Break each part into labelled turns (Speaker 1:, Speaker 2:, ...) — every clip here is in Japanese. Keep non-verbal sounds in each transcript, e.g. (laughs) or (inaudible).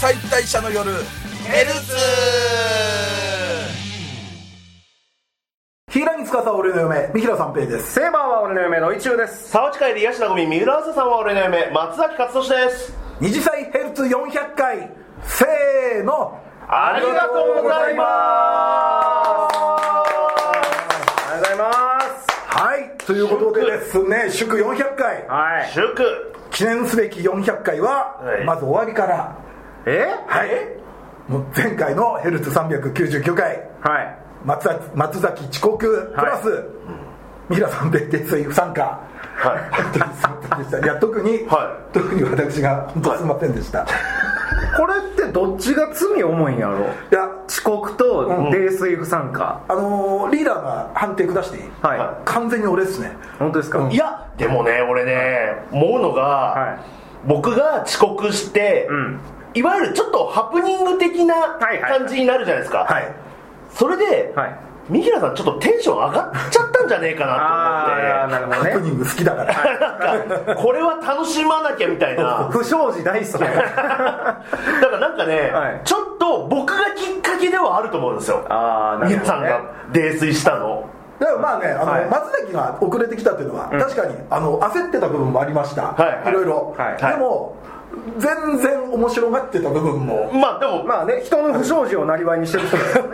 Speaker 1: 解体者の夜ヘルツ
Speaker 2: ヒーラギツカサ俺の嫁、三平三平です。
Speaker 3: セーバーは俺の夢、ロイチュウです。沢地会で癒しなゴミ、三浦朝さんは俺の夢、松崎勝利です。
Speaker 2: 二次祭ヘルツ400回、せーの、
Speaker 3: ありがとうございますありがとうございます。
Speaker 2: はい、ということでですね、祝400回、
Speaker 3: はい。祝。
Speaker 2: 記念すべき400回は、
Speaker 3: はい
Speaker 2: まず終わりから、
Speaker 3: え
Speaker 2: はい、もう前回のヘルツ399回、
Speaker 3: はい。
Speaker 2: 松崎松崎遅刻、プラス、三平三平訂正不参加。
Speaker 3: は
Speaker 2: 本当にすいませんでしたいや特に、
Speaker 3: はい
Speaker 2: 特に私が本当すいませんでした、
Speaker 4: これってどっちが罪重いんやろ
Speaker 2: いや
Speaker 4: 遅刻と泥酔不参加、
Speaker 2: あのーリーダーが判定下していい、
Speaker 4: はい、
Speaker 3: は
Speaker 2: 完全に俺ですね
Speaker 4: 本当ですか、
Speaker 2: うん
Speaker 3: い。いや、でもね、俺ね、思うのが、
Speaker 4: はい
Speaker 3: 僕が遅刻して、
Speaker 4: ん
Speaker 3: いわゆるちょっとハプニング的な
Speaker 4: はいはい
Speaker 3: 感じになるじゃないですか。
Speaker 2: はい
Speaker 3: それで、
Speaker 4: はい
Speaker 3: 三平さんちょっとテンション上がっちゃったんじゃねえか
Speaker 4: ああ
Speaker 3: な
Speaker 4: な
Speaker 3: と思
Speaker 4: る
Speaker 3: って
Speaker 4: ほど
Speaker 2: ハプ
Speaker 4: ね
Speaker 2: ニング好きだから、
Speaker 3: なんかこれは楽しまなきゃみたい (laughs) な
Speaker 4: 不祥事大好き
Speaker 3: だからなんかね、
Speaker 4: はい
Speaker 3: ちょっと僕がきっかけではあると思うんですよ
Speaker 4: ああなる
Speaker 3: 皆
Speaker 4: ほど、ね、
Speaker 3: さんが泥酔したの
Speaker 2: だからまあねあの、
Speaker 4: はい
Speaker 2: 松崎が遅れてきたっていうのは、確かにあの焦ってた部分もありました、
Speaker 3: はいはい
Speaker 2: ろいろ、
Speaker 4: はい
Speaker 2: でも全然面白がってた部分も
Speaker 3: まあでも、
Speaker 4: まあね人の不祥事をなりわいにしてる人ですよね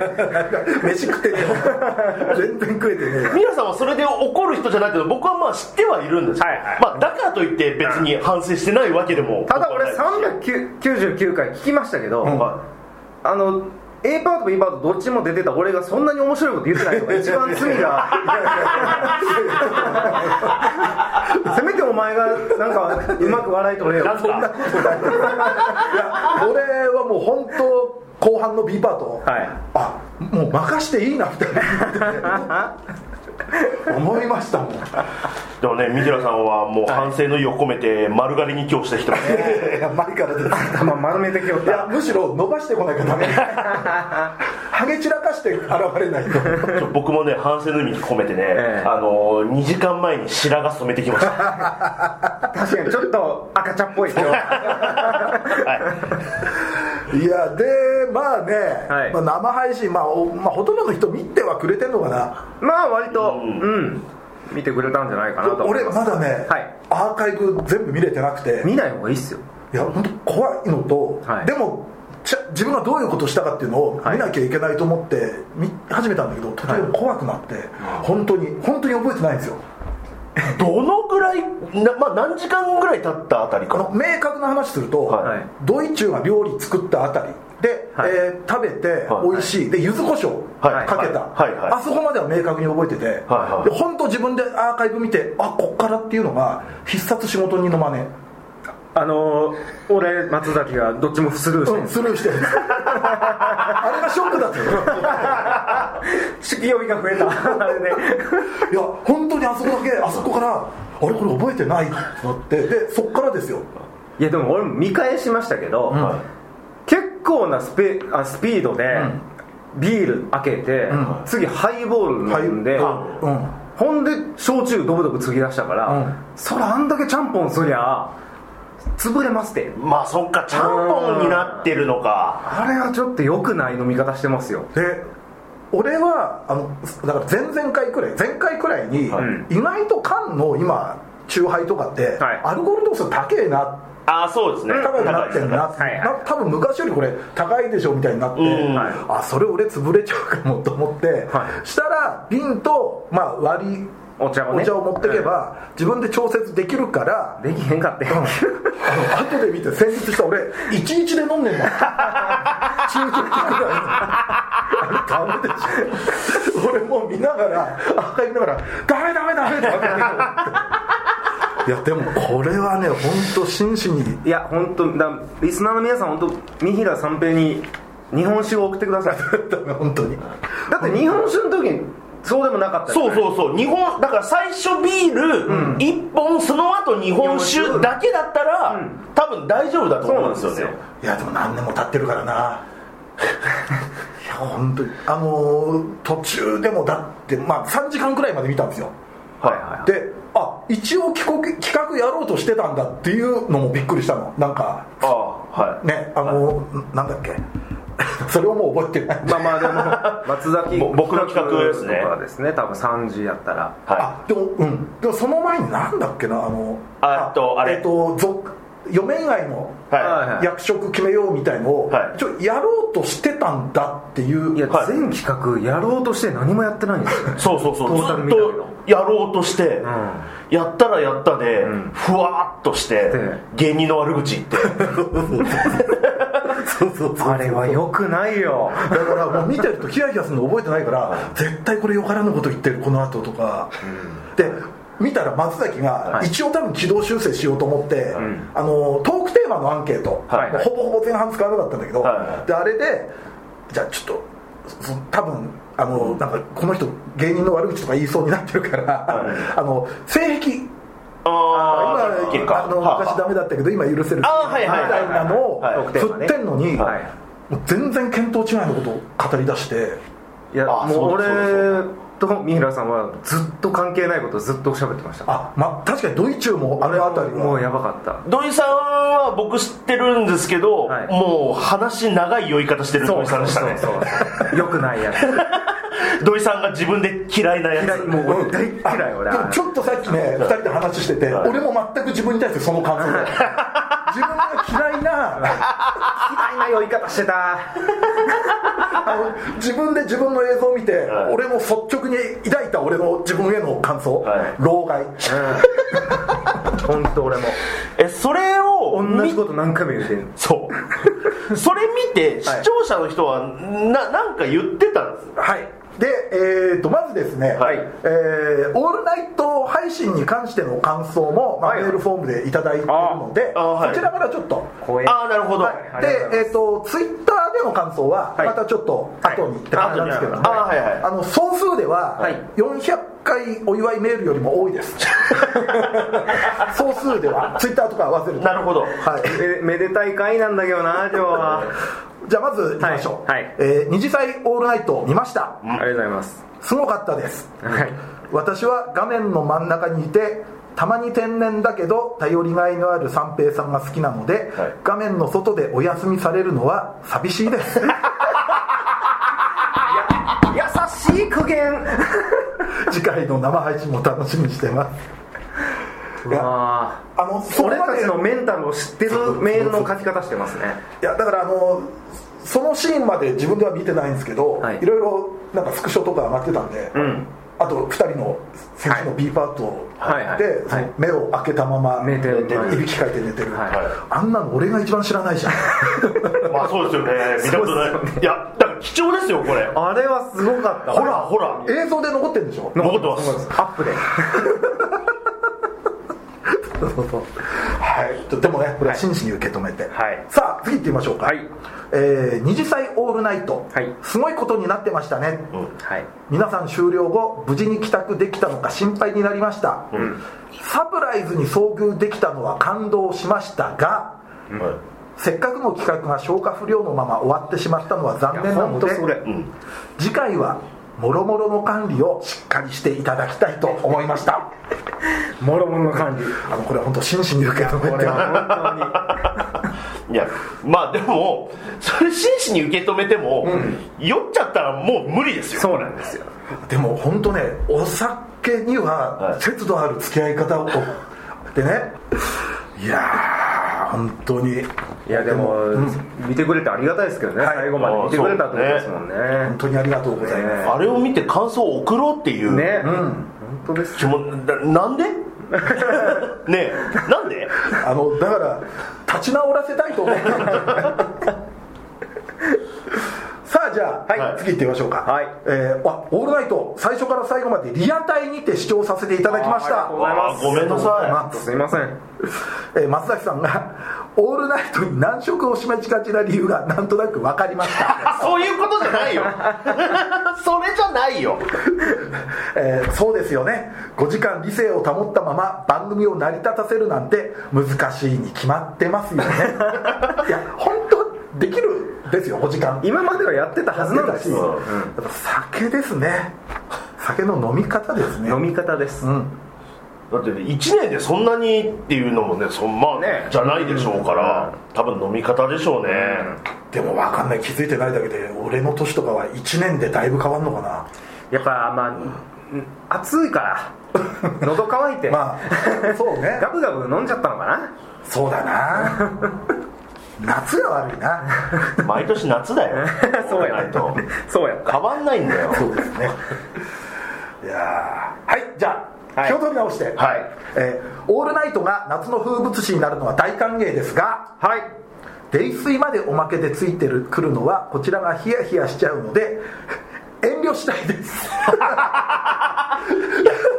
Speaker 2: 飯食ってねえ全然食えてねえよ
Speaker 3: 皆さんはそれで怒る人じゃないけど僕はまあ知ってはいるんですよ、
Speaker 4: はいはい
Speaker 3: まあ、だからといって別に反省してないわけでも
Speaker 4: ただ俺
Speaker 3: 僕はないし
Speaker 4: 399回聞きましたけど、
Speaker 3: は
Speaker 4: あの A パートと B パートどっちも出てた俺がそんなに面白いこと言ってない (laughs) のが一番罪がせめてお前がなんかうまく笑い取れ
Speaker 3: い
Speaker 4: よ
Speaker 3: なんすか
Speaker 2: いや俺はもう本当後半の B パート、
Speaker 4: はい
Speaker 2: あもう任していいなみたいな思いましたもん
Speaker 3: でもね三平さんはもう反省の意を込めて丸刈りに今日してきてます、
Speaker 2: (laughs) いや前からです
Speaker 4: 頭丸めてきよっ
Speaker 2: いや
Speaker 4: た
Speaker 2: むしろ伸ばしてこないからダメハゲ散らかして現れないと
Speaker 3: ちょ僕もね反省の意味込めてね、
Speaker 4: ええ
Speaker 3: あの2時間前に白髪染めてきました
Speaker 4: 確かにちょっと赤ちゃんっぽい (laughs) 今日
Speaker 2: いやでまあね、
Speaker 4: はい
Speaker 2: まあ、生配信、まあおまあ、ほとんどの人見てはくれてんのかな
Speaker 4: まあ割と
Speaker 3: うん
Speaker 4: うん見てくれたんじゃないかなと思い
Speaker 2: 俺
Speaker 4: ます
Speaker 2: まだね、
Speaker 4: はい
Speaker 2: アーカイブ全部見れてなくて
Speaker 4: 見ない方がいいっすよ
Speaker 2: いや本当怖いのと、
Speaker 4: はい
Speaker 2: でもちゃ自分がどういうことをしたかっていうのを
Speaker 4: はい
Speaker 2: 見なきゃいけないと思って見始めたんだけどとても怖くなって、本当に本当に覚えてないんですよ
Speaker 3: どのぐらいな、まあ、何時間ぐらい経ったあたり
Speaker 2: あ
Speaker 3: か
Speaker 2: の明確な話すると、
Speaker 3: はい
Speaker 2: ドイツが料理作ったあたりで、
Speaker 4: はい
Speaker 2: えー食べて
Speaker 3: はい
Speaker 2: 美味しい、で柚子胡椒
Speaker 3: はい
Speaker 2: かけた、
Speaker 3: はいはいはい
Speaker 2: あそこまでは明確に覚えてて、
Speaker 3: はい
Speaker 2: で本当自分でアーカイブ見てあこっからっていうのが必殺仕事人の真似、
Speaker 4: あのー俺松崎がどっちもスルーして
Speaker 2: うん、スルーしてるんで
Speaker 3: (laughs)
Speaker 2: すあれがショックだったよ (laughs)
Speaker 4: 式呼びが増えたあれね
Speaker 2: いや本当にあそこだけあそこからあれこれ覚えてないってなってでそっからですよ
Speaker 4: (laughs) いやでも俺も見返しましたけど、
Speaker 2: ん
Speaker 4: 結構なスペあスピードで、ビール開けて、
Speaker 2: ん
Speaker 4: 次ハイボール飲んで、
Speaker 2: あうん
Speaker 4: ほんで焼酎ドブドブ継ぎ出したから、
Speaker 2: うん
Speaker 4: そらあんだけちゃんぽんすりゃ潰れますって
Speaker 3: まあそっかちゃんぽんになってるのか
Speaker 4: あれはちょっと良くない飲み方してますよ
Speaker 2: で俺はあのだから前々回くらい前回くらいに、
Speaker 3: は
Speaker 2: 意外と缶の今酎ハイとかって、
Speaker 4: はい
Speaker 2: アルコール度数高えな
Speaker 3: ああそうですね
Speaker 2: 高くなってん
Speaker 3: 高
Speaker 2: な、
Speaker 3: いですね
Speaker 4: はいはい
Speaker 2: な多分昔よりこれ高いでしょみたいになって、
Speaker 3: うん
Speaker 4: はい
Speaker 2: あそれ俺潰れちゃうかもと思って、
Speaker 4: はい
Speaker 2: したら瓶と、まあ、割り
Speaker 4: お茶をね
Speaker 2: お茶を持ってけば、自分で調節できるから、
Speaker 4: できへんかって、
Speaker 2: うんあの後で見て先日した俺一日で飲んでんの中途期間ぐらいのあれダメでしょ俺もう見ながらあっ見ながらダメダメダメダメいやでもこれはね本当真摯に
Speaker 4: (laughs) いや本当だリスナーの皆さん本当三平三平に日本酒を送ってく
Speaker 2: (laughs)
Speaker 4: ださい
Speaker 2: 本当に
Speaker 4: だって日本酒の時にそうでもなかった
Speaker 3: そうそうそう日本だから最初ビール1本、その後日本酒だけだったら、
Speaker 4: うん
Speaker 3: 多分大丈夫だと思うんですよね
Speaker 4: そうなんですよ
Speaker 2: いやでも何年も経ってるからないや本当にあのー途中でもだってまあ3時間くらいまで見たんですよ
Speaker 4: はいはいはい
Speaker 2: であ一応企画企画やろうとしてたんだっていうのもびっくりしたのなんか
Speaker 3: あはい
Speaker 2: ねあの、なんだっけ (laughs) それをもう覚
Speaker 3: (laughs)
Speaker 2: えてない
Speaker 4: まあまあでも松崎
Speaker 3: ぼ僕の企画ですね
Speaker 4: とかですね多分3時やったら
Speaker 3: は
Speaker 2: あでもうんでもその前になんだっけなあの
Speaker 3: あえっとあれ
Speaker 2: えっと続余命愛の
Speaker 3: いはい
Speaker 4: はい
Speaker 2: 役職決めようみたいのを、
Speaker 3: はい
Speaker 2: ちょやろうとしてたんだっていう
Speaker 4: いや、
Speaker 3: はい
Speaker 4: 全企画やろうとして何もやってないんですよね
Speaker 3: そうそうそう
Speaker 4: ト
Speaker 3: ず
Speaker 4: ータル
Speaker 3: っ
Speaker 4: みたいな
Speaker 3: とやろうとして、
Speaker 4: ん
Speaker 3: やったらやったで、
Speaker 4: ん
Speaker 3: ふわーっとして
Speaker 4: で
Speaker 3: 芸人の悪口言って
Speaker 4: (laughs) あれはよくないよ
Speaker 2: だからもう見てるとヒヤヒヤするの覚えてないから絶対これよからぬこと言ってるこの後とか、で見たら松崎が
Speaker 4: い
Speaker 2: 一応多分軌道修正しようと思って、あのトークテーマのアンケート、
Speaker 4: はいはい
Speaker 2: ほぼほぼ前半使わなかったんだけど、
Speaker 3: は
Speaker 2: であれでじゃあちょっとそ多分あのなんかこの人芸人の悪口とか言いそうになってるから、あの性癖
Speaker 3: あーいける
Speaker 2: 今
Speaker 3: か
Speaker 2: あの
Speaker 3: はあ
Speaker 2: 昔ダメだったけど今許せるみ
Speaker 3: あーは
Speaker 2: たい
Speaker 3: いはいはいはい
Speaker 2: なのを
Speaker 3: はい
Speaker 2: 振ってんのに、
Speaker 4: はい
Speaker 2: もう全然見当違いのことを語り出して
Speaker 4: いや
Speaker 3: あ
Speaker 4: も
Speaker 3: そ
Speaker 4: う
Speaker 3: うだそう
Speaker 4: 俺と三平さんはずっと関係ないことをずっと喋ってました
Speaker 2: あ、ま、確かにドイツもあれあたりは
Speaker 4: もうやばかった
Speaker 3: 土井さんは僕知ってるんですけど、
Speaker 4: はい
Speaker 3: もう話長い酔い方してる土井さんでしたね
Speaker 4: そうそうそうよくないやつ
Speaker 3: (laughs) 土井さんが自分で嫌いなやつ
Speaker 4: 嫌いもう俺大
Speaker 2: あ
Speaker 4: 嫌い俺
Speaker 2: でもちょっとさっきね2人で話してて
Speaker 3: はい
Speaker 2: 俺も全く自分に対してその感想だよ自分が嫌いな
Speaker 4: 嫌いな酔い方してた
Speaker 2: あの自分で自分の映像を見て
Speaker 3: はい
Speaker 2: 俺も率直に抱いた俺の自分への感想
Speaker 3: はい
Speaker 2: 老害
Speaker 4: 本当俺も
Speaker 3: えそれを見
Speaker 4: 同じこと何回も言ってる
Speaker 3: そうそれ見て視聴者の人はななんか言ってたんです
Speaker 2: はいでえー、とまずですね、
Speaker 3: はい
Speaker 2: えーオールナイト配信に関しての感想も、まあ
Speaker 4: はい
Speaker 2: メールフォームでいただいているので、
Speaker 3: あーはい
Speaker 2: そちらからちょっと
Speaker 4: 怖え
Speaker 3: ああなるほど、
Speaker 4: ありがとうござい
Speaker 2: で
Speaker 4: ま、
Speaker 2: えっとツイッターでの感想は
Speaker 4: はい
Speaker 2: またちょっと後にって感じなんですけども、
Speaker 3: はいあはいはい
Speaker 2: あの総数では
Speaker 4: はい
Speaker 2: 400回お祝いメールよりも多いです総数ではツイッターとか合わせると
Speaker 3: なるほど
Speaker 2: はい、
Speaker 4: めめでたい回なんだけどな今日は
Speaker 2: じゃあまずいきましょう、
Speaker 4: はいはい
Speaker 2: えー二次祭オールナイト見ました
Speaker 4: ありがとうございます
Speaker 2: すごかったです
Speaker 4: はい
Speaker 2: 私は画面の真ん中にいてたまに天然だけど頼りがいのある三平さんが好きなので、
Speaker 3: はい
Speaker 2: 画面の外でお休みされるのは寂しいです
Speaker 4: 優しい苦言
Speaker 2: (laughs) 次回の生配信も楽しみにしてます
Speaker 4: うわ
Speaker 2: あの
Speaker 4: ー
Speaker 2: それ
Speaker 4: 俺
Speaker 2: ま
Speaker 4: た
Speaker 2: で
Speaker 4: ちの
Speaker 2: い
Speaker 4: メンタルを知ってるメールの書き方してますね
Speaker 2: やだからあのそのシーンまで自分では見てないんですけど、
Speaker 4: はい
Speaker 2: い、ろいろなんかスクショとか上がってたんで、
Speaker 4: ん
Speaker 2: あと2人の選手の B パートを
Speaker 4: はいはい
Speaker 2: でそ
Speaker 4: は
Speaker 2: の
Speaker 4: い
Speaker 2: 目を開けたまま
Speaker 4: 目で
Speaker 2: いびきかいて寝てる、
Speaker 4: はい
Speaker 2: あんなの俺が一番知らない
Speaker 4: (laughs)
Speaker 2: じゃん
Speaker 3: まあそうですよね見たことない、
Speaker 4: そうです
Speaker 3: いやだから貴重ですよこれ
Speaker 4: あれはすごかった
Speaker 3: ほらほら
Speaker 2: 映像で残ってるんでしょ
Speaker 3: 残ってます
Speaker 4: アップで
Speaker 2: はい、とでもねこれは真摯に受け止めて、
Speaker 4: はい
Speaker 2: さあ次行ってみましょうか、
Speaker 4: はい
Speaker 2: えー二次祭オールナイト、
Speaker 4: はい
Speaker 2: すごいことになってましたね、
Speaker 4: はい
Speaker 2: 皆さん終了後無事に帰宅できたのか心配になりました、サプライズに遭遇できたのは感動しましたが
Speaker 3: はい
Speaker 2: せっかくの企画が消化不良のまま終わってしまったのは残念なので
Speaker 4: いやほんとそれ
Speaker 3: ん
Speaker 2: 次回はもろもろの管理をしっかりしていただきたいと思いました
Speaker 4: もろもろの感じ
Speaker 2: あのこれは本当真摯に受け止め
Speaker 4: これ
Speaker 2: て
Speaker 4: は本当に
Speaker 3: いやまあでもそれ真摯に受け止めても、酔っちゃったらもう無理ですよ
Speaker 4: そうなんですよ
Speaker 2: でも本当ねお酒には
Speaker 3: はい
Speaker 2: 節度ある付き合い方を、でねいやー本当に
Speaker 4: いやでも、見てくれてありがたいですけどね、
Speaker 2: はい
Speaker 4: 最後まで見てくれたってことですもんね
Speaker 2: 本当にありがとうございます、
Speaker 3: あれを見て感想を送ろうっていう
Speaker 4: ね本当です
Speaker 3: 気もななんでねえなんで
Speaker 2: あのだから立ち直らせたいと
Speaker 3: (laughs)
Speaker 2: 思うさあじゃあ、
Speaker 3: はい
Speaker 2: 次行ってみましょうか、
Speaker 4: はい
Speaker 2: えーあオールナイト最初から最後までリアタイにて視聴させていただきまし
Speaker 4: あ
Speaker 2: た
Speaker 4: ーありがとうございます
Speaker 3: あーごめんなさ
Speaker 4: すいません
Speaker 2: えー松崎さんがオールナイトに難色を示しがちな理由がなんとなく分かりました
Speaker 3: いあそういうことじゃないよ (laughs) それじゃないよ
Speaker 2: (laughs) えーそうですよね5時間理性を保ったまま番組を成り立たせるなんて難しいに決まってます
Speaker 4: (laughs)
Speaker 2: よねいや本当できるんですよ5時間
Speaker 4: 今まではやってたはずなんです
Speaker 2: や
Speaker 4: よ
Speaker 2: っぱ酒ですね酒の飲み方ですね
Speaker 4: 飲み方です、
Speaker 2: うん
Speaker 3: だって1年でそんなにっていうのもねそんま
Speaker 4: ね
Speaker 3: じゃないでしょうから、多分飲み方でしょうね、
Speaker 2: でも分かんない気づいてないだけで俺の年とかは1年でだいぶ変わんのかな
Speaker 4: やっぱまあ、うん暑いから (laughs) 喉乾いて、
Speaker 2: まあそうね
Speaker 4: ガブガブ飲んじゃったのかな
Speaker 2: そうだ
Speaker 4: (laughs)
Speaker 2: な夏が悪いな
Speaker 3: 毎年夏だ (laughs) よ
Speaker 4: そう
Speaker 3: ない
Speaker 4: や
Speaker 3: と
Speaker 4: そうや
Speaker 3: 変わんないんだよ
Speaker 2: そうですねいやーはいじゃあ、
Speaker 4: はい
Speaker 2: 気を取り直して、
Speaker 3: はい
Speaker 2: えーオールナイト」が夏の風物詩になるのは大歓迎ですが
Speaker 4: はい
Speaker 2: 泥酔までおまけでついてるくるのはこちらがヒヤヒヤしちゃうので (laughs) 遠慮したい
Speaker 4: (laughs)
Speaker 2: です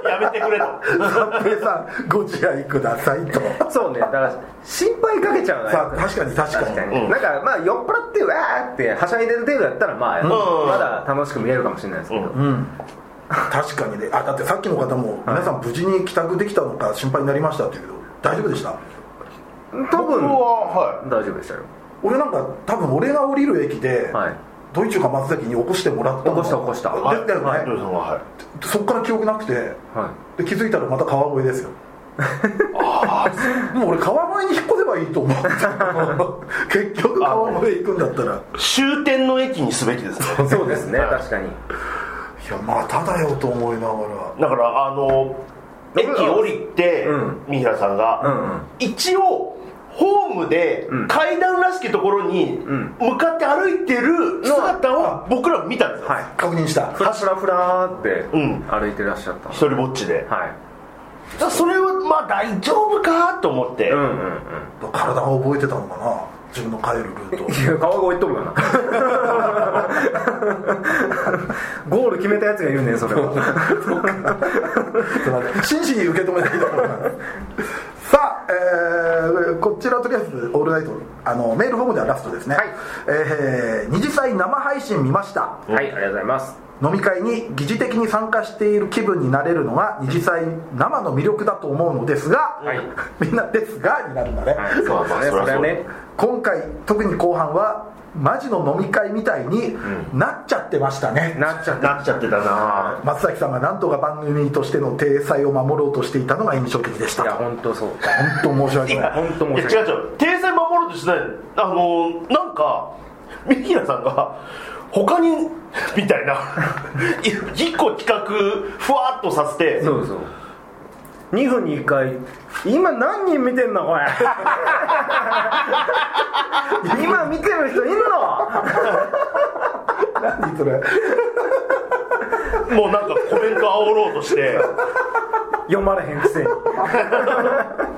Speaker 3: やめてくれと
Speaker 2: 三平さんご自愛ください
Speaker 4: (laughs)
Speaker 2: と
Speaker 4: そうねだから心配かけちゃうの
Speaker 2: さ
Speaker 4: よ
Speaker 2: あ確かに確かに
Speaker 4: 確かに、なんかまあ酔っ払ってうわーってはしゃいでる程度やったらまあ、まだ楽しく見れるかもしれないですけど、
Speaker 2: 確かにねあだってさっきの方も皆さん無事に帰宅できたのか心配になりましたって言うけど大丈夫でした
Speaker 4: 多
Speaker 3: 僕
Speaker 4: 分
Speaker 3: は
Speaker 4: 大丈夫でしたよ
Speaker 2: 俺なんか多分俺が降りる駅で、
Speaker 4: はい
Speaker 2: ドイツか松崎に起こしてもらったの
Speaker 4: 起こした起こした
Speaker 2: で
Speaker 3: はい
Speaker 2: だよね、
Speaker 3: はいルーさんははい
Speaker 2: そっから記憶なくて
Speaker 4: は
Speaker 2: で気づいたらまた川越ですよああもう俺川越に引っ越せばいいと思って
Speaker 4: (laughs)
Speaker 2: 結局川越行くんだったら
Speaker 3: 終点の駅にすべきですね
Speaker 4: いそうですね確かに
Speaker 2: いやまただよと思いながら
Speaker 3: だからあの
Speaker 4: だ
Speaker 3: 駅
Speaker 4: から
Speaker 3: 降りて、
Speaker 4: うん
Speaker 3: 三平さんが、
Speaker 4: うんうん
Speaker 3: 一応ホームで
Speaker 4: うん
Speaker 3: 階段らしきところに
Speaker 4: ん
Speaker 3: 向かって歩いてる姿を僕ら見たんですよ、
Speaker 4: はい
Speaker 2: 確認した
Speaker 4: ふらふらふらーって
Speaker 3: うん
Speaker 4: 歩いてらっしゃった、
Speaker 3: 一人ぼっちで、
Speaker 4: は
Speaker 3: だ
Speaker 4: い
Speaker 3: からそれはまあ大丈夫かと思って、
Speaker 4: うんうんうん
Speaker 2: 体が覚えてたのかな自分の帰るルート
Speaker 4: いや (laughs) 川越行っとるかなゴール決めたやつが言うねんそれは
Speaker 2: (laughs) 真摯に受け止めていただこうかなさあ、えーこちらとりあえず「オールナイト」あのメールフォームではラストですね、
Speaker 4: はい
Speaker 2: えー二次祭生配信見ました
Speaker 4: はいありがとうございます
Speaker 2: 飲み会に疑似的に参加している気分になれるのが二次祭生の魅力だと思うのですが、
Speaker 4: はい
Speaker 2: みんな「ですが」になるんだね、
Speaker 4: はいそうですね
Speaker 3: まあまあそりゃそう
Speaker 4: それはね
Speaker 2: 今回特に後半はマジの飲み会みたいになっちゃってましたね、
Speaker 4: なっちゃった
Speaker 3: なっちゃってたな
Speaker 2: 松崎さんが何とか番組としての体裁を守ろうとしていたのが印象的でした
Speaker 4: いや本当そう
Speaker 2: 本当申し訳ない
Speaker 4: 本当
Speaker 3: い
Speaker 4: 申
Speaker 3: や
Speaker 4: し
Speaker 3: 違
Speaker 4: 訳な
Speaker 3: 違
Speaker 4: いう
Speaker 3: う訂正守ろうとしてないあのーなんか三平さんが他にみたいな
Speaker 4: (laughs)
Speaker 3: 一個企画ふわっとさせて
Speaker 4: そうそう2分に1回今何人見てんの
Speaker 3: (laughs)
Speaker 4: これ今見てる人いんの
Speaker 2: 何それ
Speaker 3: もうなんかコメント煽ろうとして
Speaker 4: 読まれへんくせに
Speaker 3: 分